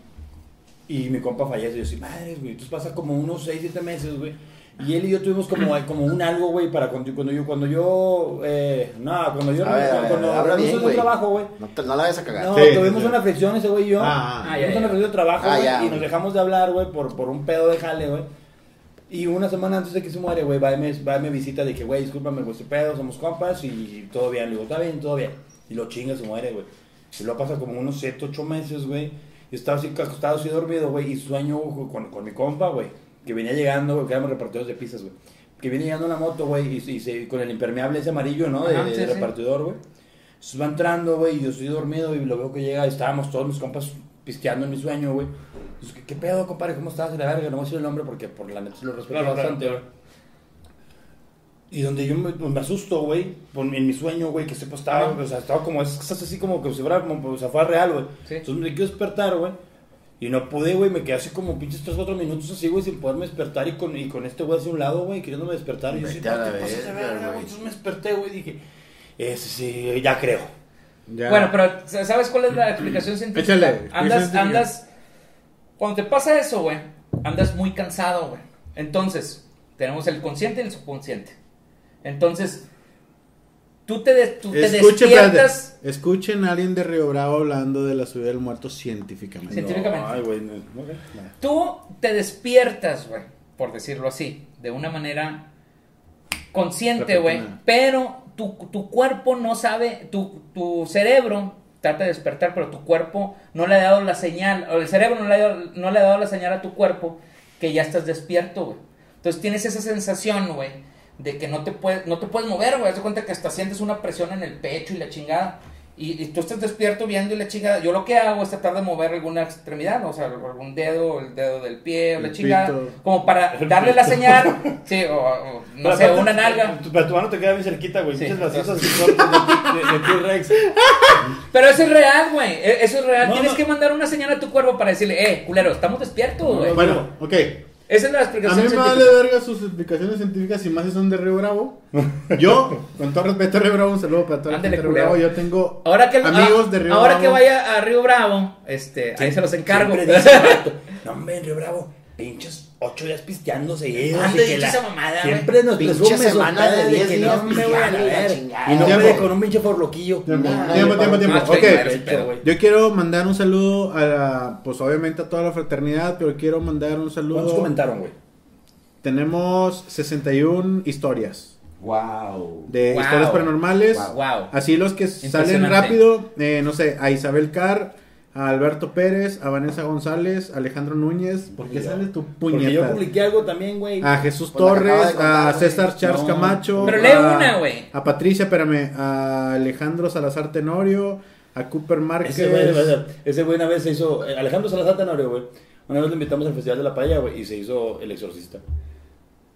Speaker 2: Y mi compa fallece. Yo sí, madre, güey. Entonces pasa como unos 6, 7 meses, güey. Y él y yo tuvimos como, como un algo, güey, para cuando, cuando yo, cuando yo, eh, no, cuando yo,
Speaker 4: A ver, a ver,
Speaker 2: cuando
Speaker 4: habla
Speaker 2: hablamos
Speaker 4: bien,
Speaker 2: de
Speaker 4: güey.
Speaker 2: trabajo, güey.
Speaker 4: No, te- no la vayas a cagar.
Speaker 2: No,
Speaker 1: Sí,
Speaker 2: tuvimos
Speaker 1: sí.
Speaker 2: una fricción ese güey y yo.
Speaker 1: Ah,
Speaker 3: ah,
Speaker 2: tuvimos
Speaker 3: ya,
Speaker 2: una
Speaker 3: ya.
Speaker 2: fricción de trabajo,
Speaker 4: Ah,
Speaker 2: güey,
Speaker 4: ya,
Speaker 2: y nos
Speaker 4: güey.
Speaker 2: dejamos de hablar, güey, por, por un pedo de jale, güey. Y una semana antes de que se muere, güey, va y me, va y me visita, dije, güey, discúlpame, güey, este pedo, somos compas y todo bien. Le digo, está bien, todo bien. Y lo chinga, se muere, güey. Y lo pasa como unos 7, 8 meses, güey. Y estaba así acostado, así dormido, güey, y sueño güey, con, con mi compa, güey, que venía llegando, güey, que éramos repartidores de pizzas, güey. Que viene llegando en la moto, güey, y, y se- con el impermeable ese amarillo, ¿no? De,
Speaker 3: Ajá,
Speaker 2: de
Speaker 3: sí, sí.
Speaker 2: repartidor, güey. Entonces va entrando, güey, y yo estoy dormido y lo veo que llega, y estábamos todos mis compas pisteando en mi sueño, güey. Entonces, ¿qué, qué pedo, compadre? ¿Cómo estás? Y la verga, no voy a decir el nombre porque por la neta se lo respeto
Speaker 3: Claro,
Speaker 2: bastante,
Speaker 3: claro,
Speaker 2: güey. Y donde yo me, me asusto, güey, por mi- en mi sueño, güey, que se pues, estaba,
Speaker 3: Ajá.
Speaker 2: o sea, estaba como, es es así como que si fuera, como, o sea, fuera real, güey.
Speaker 3: Sí.
Speaker 2: Entonces me quiero despertar, güey. Y no pude, güey, me quedé así como pinches 3, 4 minutos así, güey, sin poderme despertar y con, y con este güey hacia un lado, güey, queriéndome despertar. Y yo sí,
Speaker 4: Vete a la
Speaker 2: ¿qué pasa de
Speaker 4: verga,
Speaker 2: verga,
Speaker 4: güey.
Speaker 2: güey? Entonces me desperté, güey, y dije, ese sí, ya creo.
Speaker 1: ya.
Speaker 3: Bueno, pero sa- ¿sabes cuál es la explicación científica?
Speaker 1: Échale, explicación
Speaker 3: Andas,
Speaker 1: científica.
Speaker 3: andas. Cuando te pasa eso, güey, andas muy cansado, güey. Entonces, tenemos el consciente y el subconsciente. Entonces, tú te, de- tú te
Speaker 1: Escuchen,
Speaker 3: despiertas.
Speaker 1: espérate. escuchen a alguien de Río Bravo hablando de la subida del muerto científicamente.
Speaker 3: Sí. Científicamente.
Speaker 2: No, ay, güey, no, ok, no.
Speaker 3: Tú te despiertas, güey, por decirlo así, de una manera consciente, güey,
Speaker 1: Repentina.
Speaker 3: pero tu, tu cuerpo no sabe, tu, tu cerebro trata de despertar, pero tu cuerpo no le ha dado la señal, o el cerebro no le ha dado, no le ha dado la señal a tu cuerpo que ya estás despierto, güey. Entonces tienes esa sensación, güey, de que no te puedes, no te puedes mover, güey, haz de cuenta que hasta sientes una presión en el pecho y la chingada. Y, y tú estás despierto viendo y la chingada. Yo lo que hago es tratar de mover alguna extremidad, ¿no? o sea, algún dedo, el dedo del pie, o la
Speaker 1: El
Speaker 3: chingada,
Speaker 1: pito.
Speaker 3: como para darle la señal, sí, o, o, no
Speaker 2: Pero
Speaker 3: sé,
Speaker 2: aparte, eh,
Speaker 3: una nalga.
Speaker 2: tu- Pero tu mano te queda bien cerquita, güey.
Speaker 3: Sí.
Speaker 2: Pinches bracitos así cortos de, de, de T-Rex.
Speaker 3: Pero eso es real, güey, e- eso es real.
Speaker 2: No,
Speaker 3: Tienes
Speaker 2: no.
Speaker 3: que mandar una señal a tu cuerpo para decirle, eh, culero, estamos despiertos, güey.
Speaker 1: Bueno, ok.
Speaker 3: Esa es la
Speaker 1: A
Speaker 3: explicación
Speaker 1: mí me vale
Speaker 3: científica.
Speaker 1: verga sus explicaciones científicas y más si son de Río Bravo. Yo, con todo respeto a Río Bravo, un saludo para toda la gente
Speaker 3: Ándale,
Speaker 1: de Río Bravo.
Speaker 3: culero.
Speaker 1: Yo tengo
Speaker 3: Ahora que,
Speaker 1: amigos
Speaker 3: ah,
Speaker 1: de Río
Speaker 3: ahora
Speaker 1: Bravo.
Speaker 3: que vaya a Río Bravo, este, ahí se los encargo.
Speaker 6: Siempre dice el vato, no, hombre, en Río Bravo, pinches ocho días pisteando seguidos.
Speaker 3: Ande,
Speaker 6: y
Speaker 3: dicho
Speaker 6: que
Speaker 3: esa mamada,
Speaker 6: Siempre nos
Speaker 4: Pinche
Speaker 6: presume su
Speaker 4: semana
Speaker 6: padre
Speaker 4: de
Speaker 6: de
Speaker 4: diez
Speaker 6: que
Speaker 4: días
Speaker 6: no me voy a
Speaker 4: pisteando y la
Speaker 6: ver.
Speaker 4: chingada.
Speaker 6: Y no
Speaker 1: Tiempo.
Speaker 6: me con un pinche forloquillo.
Speaker 1: Tiempo,
Speaker 4: Nah,
Speaker 1: tiempo,
Speaker 4: nah,
Speaker 1: tiempo, tiempo.
Speaker 3: Más
Speaker 1: Ok,
Speaker 3: chingada,
Speaker 6: pecho,
Speaker 3: pedo,
Speaker 6: güey.
Speaker 1: yo quiero mandar un saludo a la, pues obviamente a toda la fraternidad, pero quiero mandar un
Speaker 6: ¿Cuántos
Speaker 1: saludo.
Speaker 6: comentaron, güey?
Speaker 1: Tenemos 61 historias.
Speaker 6: Wow.
Speaker 1: de Eh,
Speaker 3: Wow.
Speaker 1: historias paranormales.
Speaker 3: Wow. Wow.
Speaker 1: Así los que salen
Speaker 3: Impresionante.
Speaker 1: rápido, eh, no sé, a Isabel Carr, a Alberto Pérez, a Vanessa González, a Alejandro Núñez. ¿Por qué
Speaker 2: Yo.
Speaker 1: sale tu
Speaker 2: Porque yo
Speaker 1: puñeta?
Speaker 2: publiqué algo también, güey.
Speaker 1: A Jesús
Speaker 4: Pues la acabo de
Speaker 1: Torres, a
Speaker 4: contar, güey.
Speaker 1: César Charles
Speaker 6: No.
Speaker 1: Camacho.
Speaker 3: Pero lee
Speaker 1: a-
Speaker 3: una, güey.
Speaker 1: A Patricia, espérame, a Alejandro Salazar Tenorio, a Cooper Márquez.
Speaker 2: Ese güey, ese güey una vez se hizo. eh, Alejandro Salazar Tenorio, güey. Una vez lo invitamos al Festival de la Playa, güey, y se hizo el exorcista.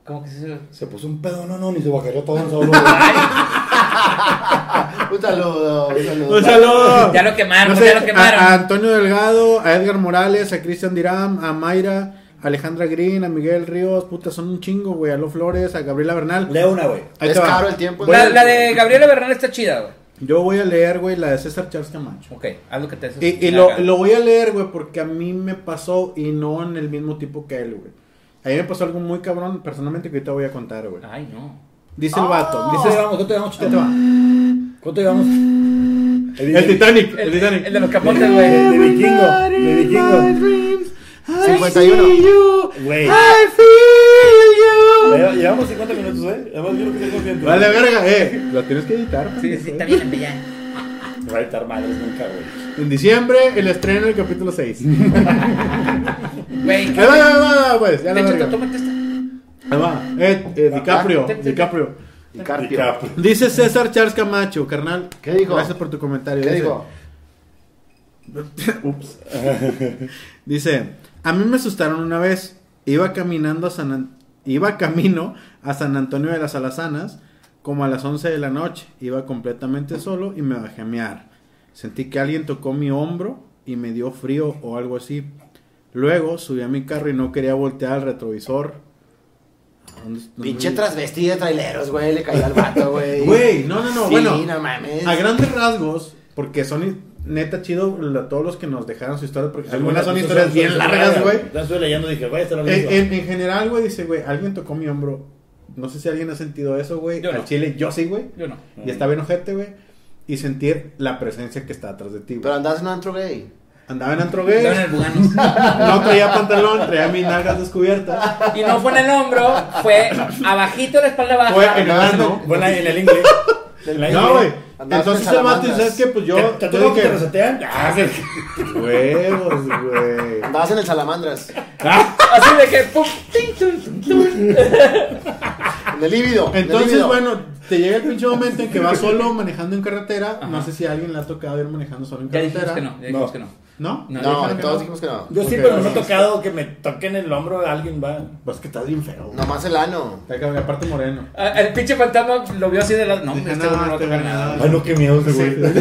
Speaker 3: ¿Cómo que se
Speaker 2: Se puso un pedo, no, no, ni se guajereó todo en solo, güey.
Speaker 4: Un saludo, un saludo.
Speaker 1: Un saludo.
Speaker 3: Ya lo quemaron,
Speaker 1: No sé,
Speaker 3: ya lo quemaron.
Speaker 1: A, a Antonio Delgado, a Edgar Morales, a Cristian Diram, a Mayra, a Alejandra Green, a Miguel Ríos, puta, son un chingo, güey. A Lo Flores, a Gabriela Bernal.
Speaker 2: Leo una, güey.
Speaker 1: Ahí
Speaker 4: Es
Speaker 1: te va.
Speaker 4: caro el tiempo.
Speaker 1: Voy a-
Speaker 3: La, la
Speaker 1: pues,
Speaker 3: de Gabriela Bernal está chida, güey.
Speaker 1: Yo voy a leer, güey, la de César Charles Camacho.
Speaker 3: Ok, haz lo que te
Speaker 1: Y, y lo, lo voy a leer, güey, porque a mí me pasó y no en el mismo tipo que él, güey. A mí me pasó algo muy cabrón, personalmente, que ahorita voy a contar, güey.
Speaker 3: Ay, no.
Speaker 1: Dice el vato,
Speaker 4: Ah.
Speaker 2: ¿Cuánto
Speaker 1: dice...
Speaker 2: llevamos? ¿Cuánto llevamos,
Speaker 1: Ahí
Speaker 2: Chito?
Speaker 1: te va.
Speaker 2: ¿Cuánto llevamos?
Speaker 1: El Titanic, el
Speaker 3: El, el,
Speaker 1: Titanic.
Speaker 3: de los capotes, güey.
Speaker 2: De vikingo, de vikingo.
Speaker 4: 51.
Speaker 2: Güey. Lleva- Llevamos 50 minutos, ¿eh? Además, yo no estoy consciente.
Speaker 1: Vale, verga, eh. Lo tienes que editar.
Speaker 3: Sí,
Speaker 1: pendejo,
Speaker 3: sí,
Speaker 1: eh.
Speaker 3: también la pelea.
Speaker 2: No va a editar madres nunca, güey.
Speaker 1: En diciembre, el estreno del capítulo 6. Ahí
Speaker 3: Güey,
Speaker 1: va, ahí va, ahí va, pues, ya la
Speaker 3: de hecho,
Speaker 1: verga.
Speaker 3: tómate esta.
Speaker 1: Ahí va. Eh, eh, DiCaprio,
Speaker 3: Ten, ten, ten.
Speaker 1: DiCaprio.
Speaker 4: Y Carpio.
Speaker 2: DiCaprio.
Speaker 1: Dice César Charles Camacho, carnal.
Speaker 4: ¿Qué dijo?
Speaker 1: Gracias por tu comentario.
Speaker 4: ¿Qué
Speaker 1: dice,
Speaker 4: dijo?
Speaker 1: Ups. Dice, a mí me asustaron una vez. Iba caminando a San An- iba camino a San Antonio de las Alazanas como a las 11 de la noche. Iba completamente solo y me bajé a mear. Sentí que alguien tocó mi hombro y me dio frío o algo así. Luego subí a mi carro y no quería voltear al retrovisor. ¿A dónde- dónde-
Speaker 4: Pinche transvestí de traileros, güey. Le cayó al vato, güey.
Speaker 1: Güey, no, no, no,
Speaker 4: Sí,
Speaker 1: bueno.
Speaker 4: no mames.
Speaker 1: A grandes rasgos, porque son i- neta chido la- todos los que nos dejaron su historia, porque algunas son historias bien largas, güey.
Speaker 2: La estuve leyendo y dije, güey, esta la
Speaker 1: Eh, En,
Speaker 2: misma.
Speaker 1: en- en general, güey, dice, güey, alguien tocó mi hombro. No sé si alguien ha sentido eso, güey.
Speaker 3: Yo
Speaker 1: Al
Speaker 3: no. Mm.
Speaker 1: chile, yo sí, güey.
Speaker 3: Yo no.
Speaker 1: Y está bien ojete, güey. Y sentir la presencia que está atrás de ti,
Speaker 4: Pero
Speaker 1: güey.
Speaker 4: andabas en un antro gay.
Speaker 1: Andaba en antro
Speaker 3: Yo en
Speaker 1: gay,
Speaker 3: el Buganos.
Speaker 1: no traía pantalón, traía mis nalgas descubiertas.
Speaker 3: Y no fue en el hombro, fue abajito de la espalda baja.
Speaker 1: Fue en el
Speaker 4: andabas,
Speaker 1: antro.
Speaker 2: Fue en la- en el inglés. En la
Speaker 1: No, güey.
Speaker 2: inglés.
Speaker 4: Andabas
Speaker 1: Entonces
Speaker 4: con
Speaker 1: el vato dice,
Speaker 4: salamandras.
Speaker 1: ¿sabes qué? Pues yo,
Speaker 2: ¿Te- ¿Te
Speaker 1: yo
Speaker 2: tuvo que te
Speaker 1: dije,
Speaker 2: resetean? Ah, sí.
Speaker 1: huevos, güey.
Speaker 4: Andabas en el salamandras.
Speaker 2: Ah,
Speaker 3: Así de que, pum, tin, tun, tun, tun.
Speaker 4: En el líbido. en el
Speaker 1: Entonces,
Speaker 4: líbido.
Speaker 1: bueno, te llega el pinche momento en que vas solo manejando en carretera. No sé si a alguien le ha tocado ir manejando solo en
Speaker 3: Ya dijimos
Speaker 1: carretera.
Speaker 3: que no, ya dijimos
Speaker 2: No.
Speaker 3: que no.
Speaker 1: ¿No?
Speaker 3: No,
Speaker 4: No,
Speaker 1: dijeron que
Speaker 4: todos
Speaker 1: no.
Speaker 4: dijimos que no.
Speaker 2: Yo sí,
Speaker 1: Ok.
Speaker 2: pero no me ha tocado que me toquen el hombro de alguien, va.
Speaker 1: Pues que estás bien feo. güey.
Speaker 4: Nomás el ano.
Speaker 1: Está cabrón, Aparte moreno.
Speaker 3: Ah, El pinche fantasma lo vio así de la. No, hombre, este güey no va a tocar nada.
Speaker 2: Ay, no, qué miedo ese güey.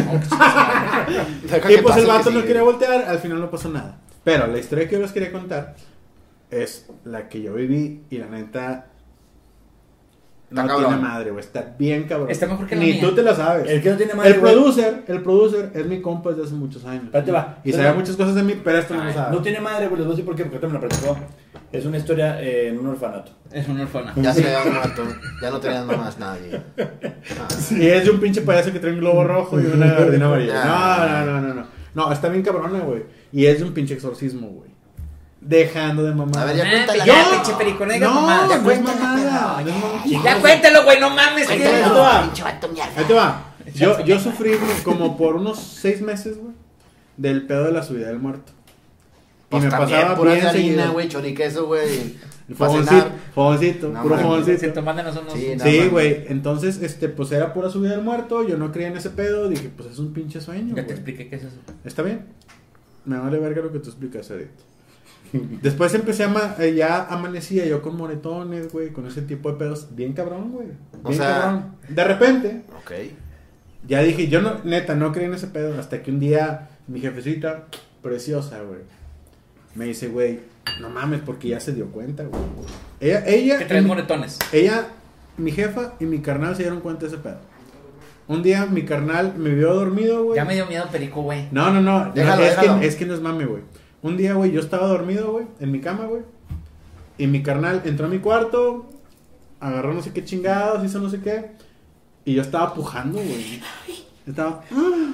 Speaker 4: Deja
Speaker 1: Y
Speaker 4: que
Speaker 1: pues
Speaker 4: pase
Speaker 1: el vato
Speaker 4: que
Speaker 1: no
Speaker 4: sí.
Speaker 1: quería voltear, al final no pasó nada. Pero la historia que yo les quería contar es la que yo viví y la neta no
Speaker 4: Está cabrón.
Speaker 1: tiene madre, güey. Está bien cabrón.
Speaker 3: Está mejor que la
Speaker 1: Ni
Speaker 3: mía.
Speaker 1: tú te la sabes.
Speaker 2: El que no tiene madre.
Speaker 1: El
Speaker 2: güey,
Speaker 1: producer, el producer es mi compa desde hace muchos años.
Speaker 2: Ahí te va.
Speaker 1: Y sabía muchas cosas de mí, pero esto no lo
Speaker 3: Ay,
Speaker 1: sabe.
Speaker 2: No tiene madre, güey. Les voy a decir por qué, porque ahorita me la platicó. Es una historia eh, en un orfanato.
Speaker 3: Es una orfana.
Speaker 4: Ya se le había muerto. Ya no tenían nomás nadie.
Speaker 1: Y es de un pinche payaso que trae un globo rojo y una gardina amarilla.
Speaker 4: Ah.
Speaker 1: No, no, no, no, no. No, está bien cabrona, güey. Y es de un pinche exorcismo, güey. Dejando de mamar.
Speaker 4: A ver, ya
Speaker 3: Ah,
Speaker 4: cuéntala.
Speaker 3: pues ya,
Speaker 4: No,
Speaker 3: pinche perico, no digas
Speaker 1: no,
Speaker 3: mamadas.
Speaker 1: no es
Speaker 4: Cuéntala,
Speaker 1: mamada,
Speaker 4: pero,
Speaker 1: no es mamada.
Speaker 3: Ya cuéntalo, güey, no mames.
Speaker 1: Ahí
Speaker 3: tío.
Speaker 1: te va, ahí te va. Ahí te va. Yo, yo sufrí güey, como por unos seis meses, güey, del pedo de la subida del muerto. Y
Speaker 4: Pues
Speaker 1: me
Speaker 4: también,
Speaker 1: pasaba
Speaker 4: pura
Speaker 1: bien
Speaker 4: harina,
Speaker 1: seguido.
Speaker 4: güey, choriqueso, güey. Pa'
Speaker 1: Fogoncito,
Speaker 4: cenar.
Speaker 1: fogoncito,
Speaker 4: No
Speaker 1: puro
Speaker 4: mames.
Speaker 1: fogoncito.
Speaker 3: Siento, mándanos unos.
Speaker 4: Sí, no,
Speaker 1: Sí,
Speaker 4: mames.
Speaker 1: güey. Entonces, este, pues era pura subida del muerto. Yo no creía en ese pedo. Dije, pues es un pinche sueño.
Speaker 3: Ya te
Speaker 1: güey.
Speaker 3: expliqué qué es eso.
Speaker 1: Está bien. Me vale verga lo que tú explicas, Edith. Después empecé a ama- eh, ya amanecía yo con moretones, güey, con ese tipo de pedos. Bien cabrón, güey.
Speaker 4: O
Speaker 1: Bien
Speaker 4: sea-
Speaker 1: cabrón. De repente,
Speaker 4: Ok.
Speaker 1: ya dije, yo no, neta, no creí en ese pedo. Hasta que un día mi jefecita, preciosa, güey, me dice, güey, No mames, porque ya se dio cuenta, güey. Ella, ella,
Speaker 3: Que traes
Speaker 1: mi-
Speaker 3: moretones.
Speaker 1: ella, mi jefa y mi carnal se dieron cuenta de ese pedo. Un día mi carnal me vio dormido, güey.
Speaker 3: Ya me dio miedo Perico, güey.
Speaker 1: No, no, no.
Speaker 4: Déjalo,
Speaker 1: no, es,
Speaker 4: déjalo.
Speaker 1: Que, es que no es mame, güey. Un día, güey, yo estaba dormido, güey, en mi cama, güey. Y mi carnal entró a mi cuarto, agarró no sé qué chingados, hizo no sé qué. Y yo estaba pujando, güey. Estaba. "Ah,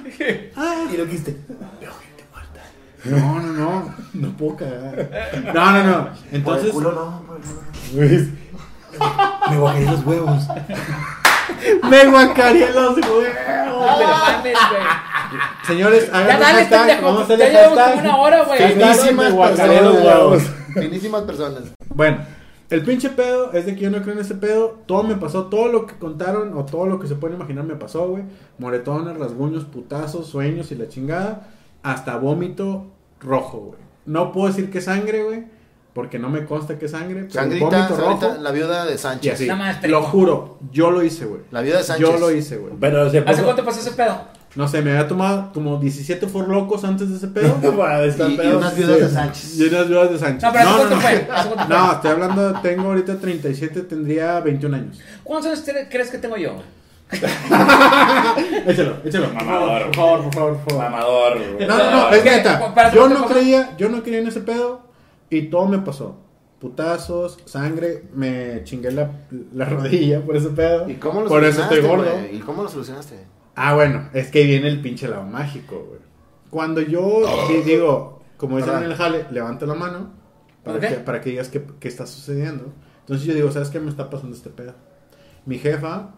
Speaker 1: ah".
Speaker 2: Y lo quiste.
Speaker 1: No, no, no. No puedo cagar. No, no, no.
Speaker 4: Por el
Speaker 1: Entonces.
Speaker 4: culo no, por el culo no.
Speaker 1: Güey,
Speaker 2: Me bajé los huevos.
Speaker 1: Me guacareé los huevos.
Speaker 3: No, Ah, pero mames, güey.
Speaker 1: Señores,
Speaker 3: Ya
Speaker 1: hagan un
Speaker 3: dale,
Speaker 1: hashtag,
Speaker 3: pendejo.
Speaker 1: Vamos a
Speaker 3: Ya
Speaker 1: hacerle
Speaker 3: llevamos
Speaker 1: hashtag.
Speaker 3: como una hora, güey.
Speaker 1: Sí,
Speaker 4: Finísimas
Speaker 1: me guacaré los huevos.
Speaker 4: personas. Finísimas personas.
Speaker 1: Bueno, el pinche pedo es de que yo no creo en ese pedo. Todo me pasó, todo lo que contaron o todo lo que se puede imaginar me pasó, güey. Moretones, rasguños, putazos, sueños y la chingada. Hasta vómito rojo, güey. No puedo decir que es sangre, güey. Porque no me consta que es sangre. Pero
Speaker 4: Sangrita,
Speaker 1: vómito
Speaker 4: sangrita,
Speaker 1: rojo.
Speaker 4: la viuda de
Speaker 1: Y
Speaker 4: Sánchez.
Speaker 1: así.
Speaker 3: Nada más,
Speaker 1: Lo
Speaker 3: perico.
Speaker 1: juro, yo lo hice, güey.
Speaker 4: La viuda de Sánchez.
Speaker 1: Yo lo hice, güey.
Speaker 2: Pero se
Speaker 3: ¿Hace cuánto pasó ese pedo?
Speaker 1: No sé, me había tomado como 17 forlocos antes de ese pedo.
Speaker 2: Para
Speaker 4: Y,
Speaker 2: estar
Speaker 4: y
Speaker 2: pedos.
Speaker 4: unas viudas de
Speaker 1: Y
Speaker 4: Sánchez.
Speaker 1: unas viudas de Sánchez.
Speaker 3: No, pero ¿hace cuánto
Speaker 1: no.
Speaker 3: fue? ¿Hace cuánto fue?
Speaker 1: No, estoy hablando, tengo ahorita 37, tendría 21 años.
Speaker 3: ¿Cuántos años tiene- crees que tengo yo? güey?
Speaker 1: Échalo, échalo.
Speaker 2: Mamador.
Speaker 1: Por favor, por favor, por favor.
Speaker 2: Mamador.
Speaker 3: Eh,
Speaker 1: No, no, no, es
Speaker 3: ¿Qué?
Speaker 1: neta.
Speaker 3: ¿Para
Speaker 1: Yo
Speaker 3: cuánto
Speaker 1: no
Speaker 3: pasó?
Speaker 1: creía, yo no creía en ese pedo y todo me pasó. Putazos, sangre, me chingué la, la rodilla por ese pedo.
Speaker 4: ¿Y cómo lo
Speaker 1: Por eso
Speaker 4: solucionaste,
Speaker 1: estoy gordo.
Speaker 4: güey? ¿Y cómo lo solucionaste?
Speaker 1: Ah, bueno, es que viene el pinche lado mágico, güey. Cuando yo di- digo, como dicen en
Speaker 4: Perdón.
Speaker 1: el jale, levanta la mano para,
Speaker 3: ¿Por qué?
Speaker 1: que, para que digas qué, qué está sucediendo. Entonces yo digo, ¿sabes qué me está pasando este pedo? Mi jefa,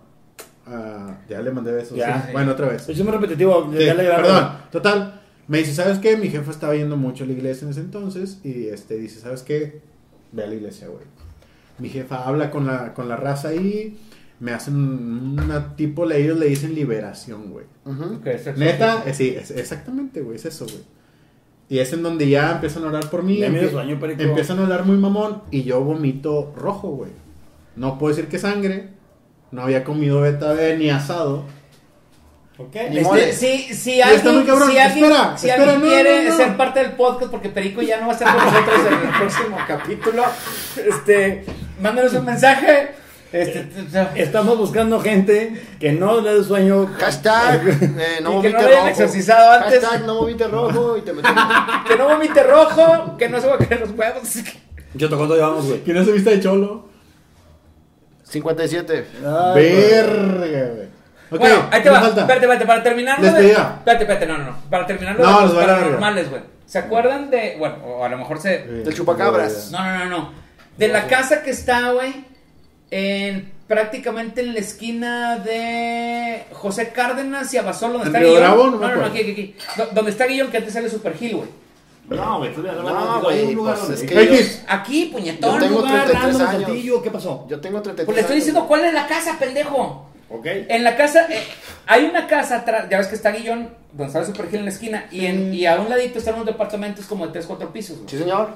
Speaker 1: ah, ya le mandé besos.
Speaker 2: Ya.
Speaker 1: ¿sí? Bueno, otra vez.
Speaker 2: Es muy repetitivo.
Speaker 1: Sí,
Speaker 2: ya le agarro.
Speaker 1: perdón, total. Me dice, ¿sabes qué? Mi jefa estaba yendo mucho a la iglesia en ese entonces y este dice, ¿sabes qué? Ve a la iglesia, güey. Mi jefa habla con la, con la raza ahí, me hacen una tipo, le- ellos le dicen liberación, güey.
Speaker 4: Ujú.
Speaker 1: Neta, eh, sí, es- exactamente, güey, es eso, güey. Y es en donde ya empiezan a orar por mí,
Speaker 2: Ya me dio
Speaker 1: empie-
Speaker 2: sueño, perico.
Speaker 1: empiezan a orar muy mamón y yo vomito rojo, güey. No puedo decir que sangre, no había comido betabel ni asado.
Speaker 2: Ok.
Speaker 4: Ni
Speaker 3: Este,
Speaker 4: mole.
Speaker 3: si, si
Speaker 1: Ya está
Speaker 3: alguien,
Speaker 1: muy cabrón.
Speaker 3: si alguien,
Speaker 1: Espera,
Speaker 3: si
Speaker 1: espera,
Speaker 3: alguien
Speaker 1: no,
Speaker 3: quiere
Speaker 1: no, no.
Speaker 3: ser parte del podcast, porque Perico ya no va a estar con nosotros en el próximo capítulo, este, mándanos un
Speaker 1: Eh.
Speaker 3: mensaje. Este, t- t-
Speaker 2: Estamos buscando gente que no le dé sueño.
Speaker 4: Hashtag eh, no
Speaker 3: Y que no
Speaker 4: vomite
Speaker 3: lo hayan
Speaker 4: rojo.
Speaker 3: exorcizado antes.
Speaker 4: Hashtag no vomite rojo y te metes.
Speaker 3: que no vomite rojo, que no se va a caer los huevos.
Speaker 2: Yo tocó todo llevamos, güey.
Speaker 1: ¿Quién se vista de cholo?
Speaker 4: 57.
Speaker 1: Verga, güey. Ok,
Speaker 3: bueno, ahí te
Speaker 1: ¿qué
Speaker 3: va.
Speaker 1: falta?
Speaker 3: Espérate, espérate, para terminar. lo de-
Speaker 1: Despedida.
Speaker 3: Espérate, espérate, no, no, no. Para terminar lo
Speaker 1: No,
Speaker 3: de los
Speaker 1: los vale verga.
Speaker 3: paranormales, güey. ¿Se acuerdan de.? Bueno, o a lo mejor se.
Speaker 1: Eh,
Speaker 4: Del chupacabras.
Speaker 3: No, no, no, no. De la casa que está, güey, en, prácticamente en la esquina de José Cárdenas y Abasolo, donde
Speaker 1: ¿En
Speaker 3: está
Speaker 1: Río
Speaker 3: Guillón.
Speaker 1: Bravo? No
Speaker 3: no,
Speaker 1: me
Speaker 3: no,
Speaker 1: acuerdo.
Speaker 3: no, aquí, aquí, aquí. Do- Donde está Guillón, que antes sale Super Hill, güey.
Speaker 2: No, güey.
Speaker 4: No, güey. Pues es que
Speaker 1: X.
Speaker 3: Aquí, puñetón.
Speaker 4: Yo tengo
Speaker 3: lugar,
Speaker 4: 33
Speaker 3: random.
Speaker 4: años.
Speaker 2: ¿Qué pasó?
Speaker 4: yo, yo tengo 33.
Speaker 3: Pues le estoy
Speaker 4: años.
Speaker 3: diciendo cuál es la casa, pendejo.
Speaker 2: Ok.
Speaker 3: En la casa, eh, hay una casa atrás, ya ves que está Guillón, donde está el Super Hill en la esquina, y, en, y a un ladito están unos departamentos como de 3, 4 pisos, güey.
Speaker 4: Sí, señor.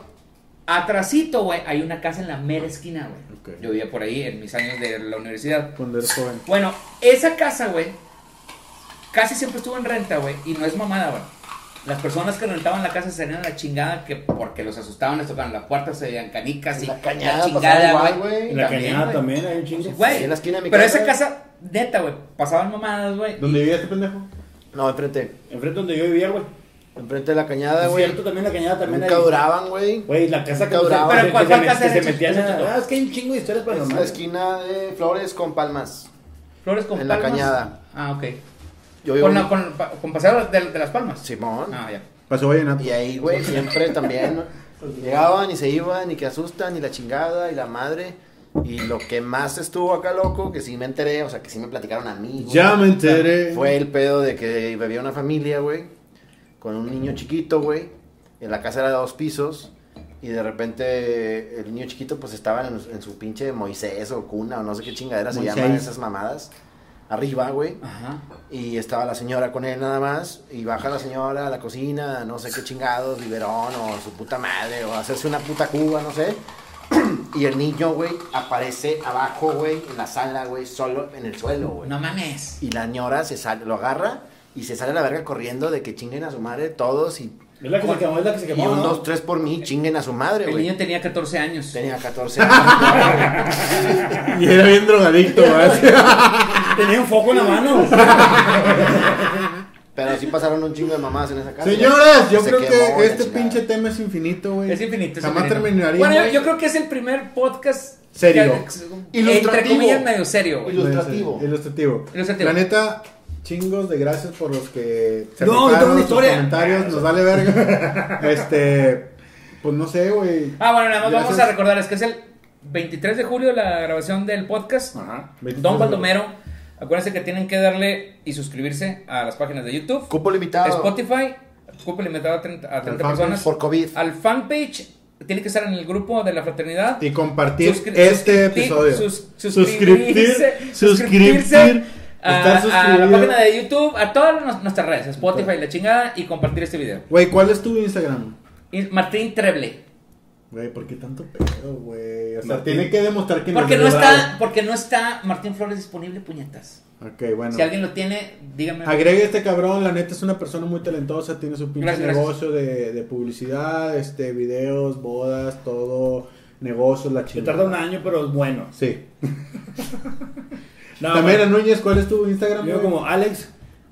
Speaker 3: Atrasito, güey, hay una casa en la mera esquina, güey.
Speaker 1: Ok.
Speaker 3: Yo vivía por ahí en mis años de la universidad.
Speaker 1: Cuando eres joven.
Speaker 3: Bueno, esa casa, güey, casi siempre estuvo en renta, güey, y no es mamada, güey. Las personas que rentaban la casa se salían a la chingada que porque los asustaban, les tocaban la puerta, se veían canicas y
Speaker 4: La cañada pasaba
Speaker 3: chingada,
Speaker 4: igual,
Speaker 3: güey.
Speaker 4: güey.
Speaker 2: En la
Speaker 3: También,
Speaker 2: cañada
Speaker 3: güey.
Speaker 2: también hay un chingo.
Speaker 3: Pues, Güey,
Speaker 4: Sí, en la esquina de mi
Speaker 3: pero
Speaker 4: casa.
Speaker 3: esa casa, neta, güey, pasaban mamadas, güey.
Speaker 1: ¿Dónde vivía este pendejo?
Speaker 4: No, enfrente.
Speaker 2: Enfrente donde yo vivía, güey.
Speaker 4: Enfrente de la cañada,
Speaker 2: Es
Speaker 4: Ah, güey.
Speaker 2: cierto, también la cañada también
Speaker 4: Nunca
Speaker 2: hay-
Speaker 4: duraban, güey.
Speaker 2: Güey, la casa
Speaker 4: Nunca duraba.
Speaker 2: que
Speaker 3: Pero,
Speaker 2: se-
Speaker 3: ¿cuál-
Speaker 2: que se
Speaker 3: cuál
Speaker 2: met-
Speaker 3: casa
Speaker 2: que
Speaker 3: es
Speaker 2: se
Speaker 3: esa,
Speaker 2: metían
Speaker 3: chiquito?
Speaker 2: a... Ah, es que hay un chingo de historias
Speaker 4: Es la
Speaker 2: paranormales.
Speaker 4: esquina de Flores con Palmas.
Speaker 3: Flores con
Speaker 4: En la
Speaker 3: palmas.
Speaker 4: cañada.
Speaker 3: Ah, ok.
Speaker 4: Yo vivo
Speaker 3: Con,
Speaker 4: en-
Speaker 3: la, con, pa- con paseo de, de las palmas.
Speaker 4: Simón.
Speaker 3: Ah, ya.
Speaker 1: Pasó vallenato.
Speaker 4: Y ahí, güey, siempre también.
Speaker 3: Pues
Speaker 4: ¿no? Llegaban y se iban y que asustan y la chingada y la madre. Y lo que más estuvo acá loco, que sí me enteré, o sea, que sí me platicaron a mí. güey,
Speaker 1: Ya me enteré.
Speaker 4: Fue el pedo de que bebía una familia, güey, con un niño chiquito, güey. En la casa era de dos pisos. Y de repente el niño chiquito pues estaba en, en su pinche Moisés o cuna o no sé qué chingadera se
Speaker 1: Moisés.
Speaker 4: llaman esas mamadas. Arriba, güey.
Speaker 3: Ajá.
Speaker 4: Y estaba la señora con él nada más. Y baja la señora a la cocina, no sé qué chingados, biberón o su puta madre, o hacerse una puta cuba, no sé. Y el niño, güey, aparece abajo, güey, en la sala, güey, solo en el suelo, güey.
Speaker 3: No mames.
Speaker 4: Y la señora se sale, lo agarra y se sale a la verga corriendo de que chinguen a su madre todos y
Speaker 2: Es la que se quemó, es la que se
Speaker 4: Y
Speaker 2: quemó.
Speaker 4: un
Speaker 2: ¿no?
Speaker 4: 2-3 por mí, chinguen a su madre,
Speaker 3: El niño
Speaker 4: güey.
Speaker 3: tenía 14 años.
Speaker 4: Tenía 14 años.
Speaker 1: Y era bien drogadicto, ¿verdad?
Speaker 2: Tenía un foco en la mano.
Speaker 4: Pero sí pasaron un chingo de mamás en esa casa.
Speaker 1: Señores, yo
Speaker 4: Se
Speaker 1: creo
Speaker 4: quemó la
Speaker 1: que este
Speaker 4: chingada.
Speaker 1: pinche tema es infinito, güey.
Speaker 3: Es infinito. es
Speaker 1: Jamás
Speaker 3: infinito.
Speaker 1: terminaría.
Speaker 3: Bueno, yo,
Speaker 1: güey.
Speaker 3: yo creo que es el primer podcast.
Speaker 1: Serio.
Speaker 3: que- entre
Speaker 1: Ilustrativo.
Speaker 3: comillas, medio serio, güey.
Speaker 4: Ilustrativo.
Speaker 1: Ilustrativo.
Speaker 3: Ilustrativo.
Speaker 1: La neta, chingos de gracias por los que se
Speaker 2: No, yo tengo
Speaker 1: rifaron
Speaker 2: una
Speaker 1: sus
Speaker 2: historia.
Speaker 1: comentarios, nos vale verga. este, pues no sé, güey.
Speaker 3: Ah, bueno, nada más
Speaker 1: Gracias.
Speaker 3: vamos a recordar, es que es el 23 de julio la grabación del podcast.
Speaker 2: Ajá.
Speaker 1: 23
Speaker 3: Don
Speaker 1: de
Speaker 3: Baldomero, acuérdense que tienen que darle y suscribirse a las páginas de YouTube,
Speaker 4: Cupo limitado.
Speaker 3: Spotify, cupo limitado a 30, a 30
Speaker 1: fanpage
Speaker 3: personas,
Speaker 4: Por COVID.
Speaker 3: al fanpage, tiene que estar en el grupo de la fraternidad.
Speaker 1: Y compartir
Speaker 3: Suscri-
Speaker 1: este
Speaker 3: suscripti-
Speaker 1: episodio.
Speaker 3: sus-
Speaker 1: suscribir,
Speaker 3: suscribirse,
Speaker 1: suscribir,
Speaker 3: suscribirse
Speaker 1: estar
Speaker 3: a, a la
Speaker 1: suscribido.
Speaker 3: página de YouTube, a todas nos- nuestras redes, Spotify, la chingada, y compartir este video.
Speaker 1: Güey, ¿cuál es tu Instagram?
Speaker 3: Y Martín Treble.
Speaker 1: Güey, ¿por qué tanto pedo, güey? O sea,
Speaker 2: Martín.
Speaker 1: tiene que demostrar que
Speaker 3: Porque
Speaker 1: es
Speaker 3: no
Speaker 1: verdad.
Speaker 3: está, porque no está Martín Flores disponible, puñetas.
Speaker 1: Ok, bueno.
Speaker 3: Si alguien lo tiene, dígame.
Speaker 1: Agregue este cabrón, la neta es una persona muy talentosa, tiene su pinche
Speaker 3: Gracias,
Speaker 1: negocio de, de publicidad, este, videos, bodas, todo, negocios, la
Speaker 2: Se
Speaker 1: chingada.
Speaker 2: tarda un año, pero es bueno.
Speaker 1: Sí.
Speaker 2: No,
Speaker 1: También,
Speaker 2: bueno,
Speaker 1: Núñez, ¿cuál es tu Instagram?
Speaker 2: Yo
Speaker 1: güey?
Speaker 2: como Alex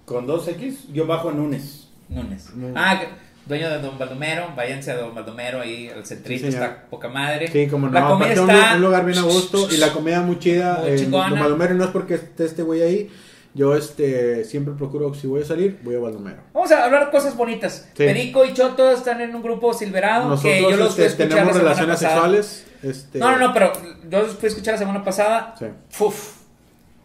Speaker 2: con 2X, yo bajo en lunes.
Speaker 3: Nunes.
Speaker 1: Mm.
Speaker 3: Ah, que- dueño de Don Baldomero, váyanse a Don Baldomero ahí al centrito,
Speaker 1: Sí, señor.
Speaker 3: está poca madre.
Speaker 1: Sí, como no,
Speaker 3: La comida
Speaker 1: aparte un-
Speaker 3: está
Speaker 1: un lugar bien a gusto y la comida muy chida.
Speaker 3: Muy
Speaker 1: eh,
Speaker 3: chingona.
Speaker 1: Don Baldomero, y no es porque esté este güey ahí, yo este siempre procuro que si voy a salir, voy a Baldomero.
Speaker 3: Vamos a hablar cosas bonitas.
Speaker 1: Sí.
Speaker 3: Perico y Choto están en un grupo silverado que Ah, yo los
Speaker 1: este,
Speaker 3: fui a escuchar
Speaker 1: tenemos
Speaker 3: la semana
Speaker 1: relaciones
Speaker 3: pasada.
Speaker 1: sexuales. Este,
Speaker 3: No, no, no, pero yo los fui a escuchar la semana pasada.
Speaker 1: Sí.
Speaker 3: Uf,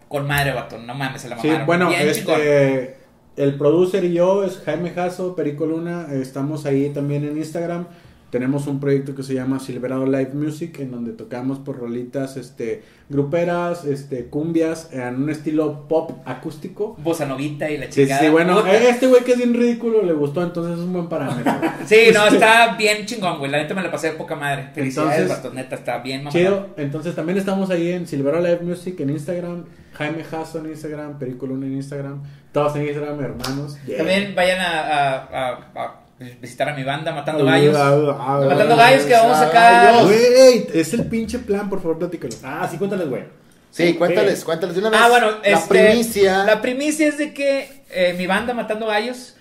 Speaker 3: con madre, vato, no mames, se la
Speaker 1: Sí,
Speaker 3: mamaron.
Speaker 1: bueno,
Speaker 3: Bien chingón.
Speaker 1: este, el producer y yo es Jaime Jasso, Perico Luna, eh, estamos ahí también en Instagram. Tenemos un proyecto que se llama Silverado Live Music, en donde tocamos por rolitas este, gruperas, este, cumbias, en un estilo pop acústico.
Speaker 3: Bossa Novita y la
Speaker 1: Sí,
Speaker 3: chingada.
Speaker 1: sí, bueno,
Speaker 3: Puta.
Speaker 1: eh, este güey que es bien ridículo le gustó, entonces es un buen parámetro.
Speaker 3: Sí,
Speaker 1: este,
Speaker 3: no, está bien chingón, güey. La neta me la pasé de poca madre. Felicidades,
Speaker 1: Entonces,
Speaker 3: vato, neta, está bien mamá.
Speaker 1: Chido, entonces también estamos ahí en Silverado Live Music en Instagram, Jaime Jasso en Instagram, Perico Luna en Instagram, todos en Instagram, hermanos. Yeah.
Speaker 3: También vayan a, a- a- a visitar a mi banda Matando
Speaker 1: Ah,
Speaker 3: Gallos.
Speaker 1: ah, ah,
Speaker 3: Matando Gallos que vamos a sacar.
Speaker 1: Dios. Güey, es el pinche plan, por favor, platícalo.
Speaker 2: Ah, sí, cuéntales, güey.
Speaker 4: Sí, cuéntales, cuéntales de una vez.
Speaker 3: Ah, bueno,
Speaker 4: la
Speaker 3: este,
Speaker 4: primicia.
Speaker 3: La primicia es de que eh, mi banda Matando Gallos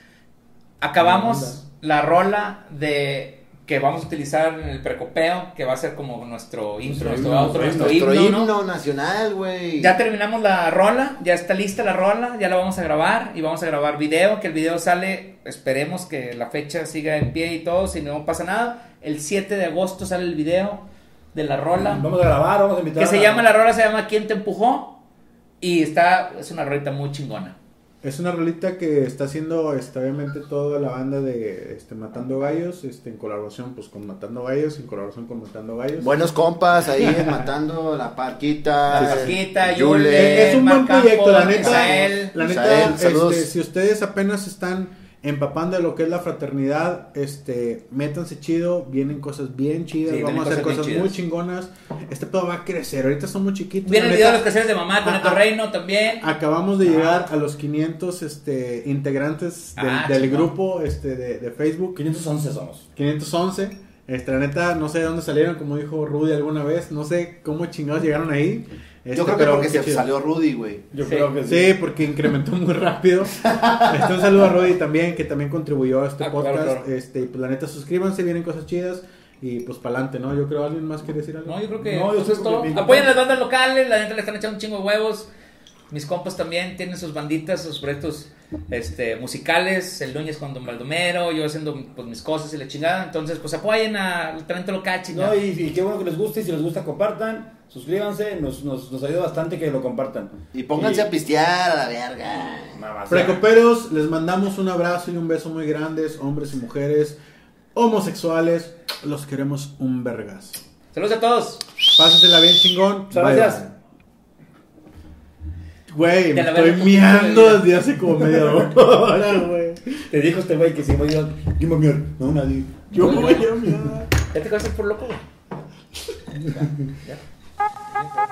Speaker 3: acabamos la rola de que vamos a utilizar en el precopeo, que va a ser como nuestro intro, nuestro
Speaker 1: himno,
Speaker 3: outro, nuestro,
Speaker 4: nuestro himno,
Speaker 3: himno, ¿no?
Speaker 4: nacional, güey.
Speaker 3: Ya terminamos la rola, ya está lista la rola, ya la vamos a grabar y vamos a grabar video, que el video sale, esperemos que la fecha siga en pie y todo, si no pasa nada, el 7 de agosto sale el video de la rola.
Speaker 2: Vamos a grabar, vamos a invitar.
Speaker 3: Que se
Speaker 2: a-
Speaker 3: llama, la rola se llama ¿Quién te empujó? Y está, es una rolita muy chingona.
Speaker 1: Es una rolita que está haciendo este, obviamente toda la banda de este, Matando Gallos, este, en colaboración pues con Matando Gallos, en colaboración con Matando Gallos.
Speaker 4: Buenos compas ahí matando la parquita. eh,
Speaker 3: La
Speaker 4: el
Speaker 3: Parquita,
Speaker 4: Yule.
Speaker 3: Yule.
Speaker 1: es un buen
Speaker 3: Marc Campos,
Speaker 1: proyecto, la neta.
Speaker 3: Isael.
Speaker 1: la neta,
Speaker 4: Isael,
Speaker 1: este,
Speaker 4: saludos.
Speaker 1: si ustedes apenas están empapando de lo que es la fraternidad, este, métanse chido, vienen cosas bien chidas,
Speaker 3: Sí,
Speaker 1: vamos a hacer
Speaker 3: vienen
Speaker 1: cosas
Speaker 3: cosas bien
Speaker 1: muy chingonas. Este pedo va a crecer, ahorita son muy chiquitos.
Speaker 3: Viene
Speaker 1: la
Speaker 3: el video de
Speaker 1: neta.
Speaker 3: los canciones de mamá con
Speaker 1: Ah,
Speaker 3: Neto
Speaker 1: ah.
Speaker 3: Reino también.
Speaker 1: Acabamos de
Speaker 3: Ah.
Speaker 1: llegar a los 500 este, integrantes del,
Speaker 3: Ah,
Speaker 1: del
Speaker 3: chingón.
Speaker 1: grupo este, de, de Facebook.
Speaker 2: 511 somos.
Speaker 1: 511. Este, la neta, no sé de dónde salieron, como dijo Rudy alguna vez. No sé cómo chingados llegaron ahí. Este,
Speaker 4: Yo creo que
Speaker 1: pero
Speaker 4: porque
Speaker 1: qué
Speaker 4: se
Speaker 1: chido.
Speaker 4: salió Rudy, güey.
Speaker 2: Yo
Speaker 3: Sí.
Speaker 2: creo que sí.
Speaker 1: Sí, porque incrementó muy rápido. Este, un saludo a Rudy también, que también contribuyó a este
Speaker 3: Ah, claro,
Speaker 1: podcast.
Speaker 3: claro.
Speaker 1: Este, y pues la neta, suscríbanse, vienen cosas chidas. Y pues para adelante, ¿no? Yo creo, ¿alguien más quiere decir algo?
Speaker 3: No, yo creo que
Speaker 2: ah. No, yo
Speaker 3: pues,
Speaker 2: creo
Speaker 3: es
Speaker 2: que
Speaker 3: todo.
Speaker 2: bien.
Speaker 3: Apoyen las bandas locales, la neta le están echando un chingo de huevos. Mis compas también tienen sus banditas, sus proyectos este, musicales. El Núñez con Don Baldomero, yo haciendo pues, mis cosas y la chingada. Entonces, pues apoyen al talento local, chingada.
Speaker 2: No, y, y qué bueno que les guste. Y si les gusta, compartan. Suscríbanse. Nos, nos, nos ayuda bastante que lo compartan.
Speaker 4: Y pónganse a pistear a la verga.
Speaker 1: Precoperos, les mandamos un abrazo y un beso muy grandes, hombres y mujeres, homosexuales, los queremos un vergas.
Speaker 3: Saludos a todos.
Speaker 1: Pásensela bien chingón.
Speaker 2: Muchas
Speaker 1: Bye,
Speaker 2: gracias.
Speaker 1: bye. Güey, me
Speaker 3: la
Speaker 1: estoy
Speaker 3: verga,
Speaker 1: miando
Speaker 3: poquito de
Speaker 1: desde hace como media hora, güey.
Speaker 2: Te dijo este güey que si voy yo. Yo me mier. No, nadie.
Speaker 1: Yo me voy a miar.
Speaker 3: Ya te vas a hacer por loco, güey. Ya, ya.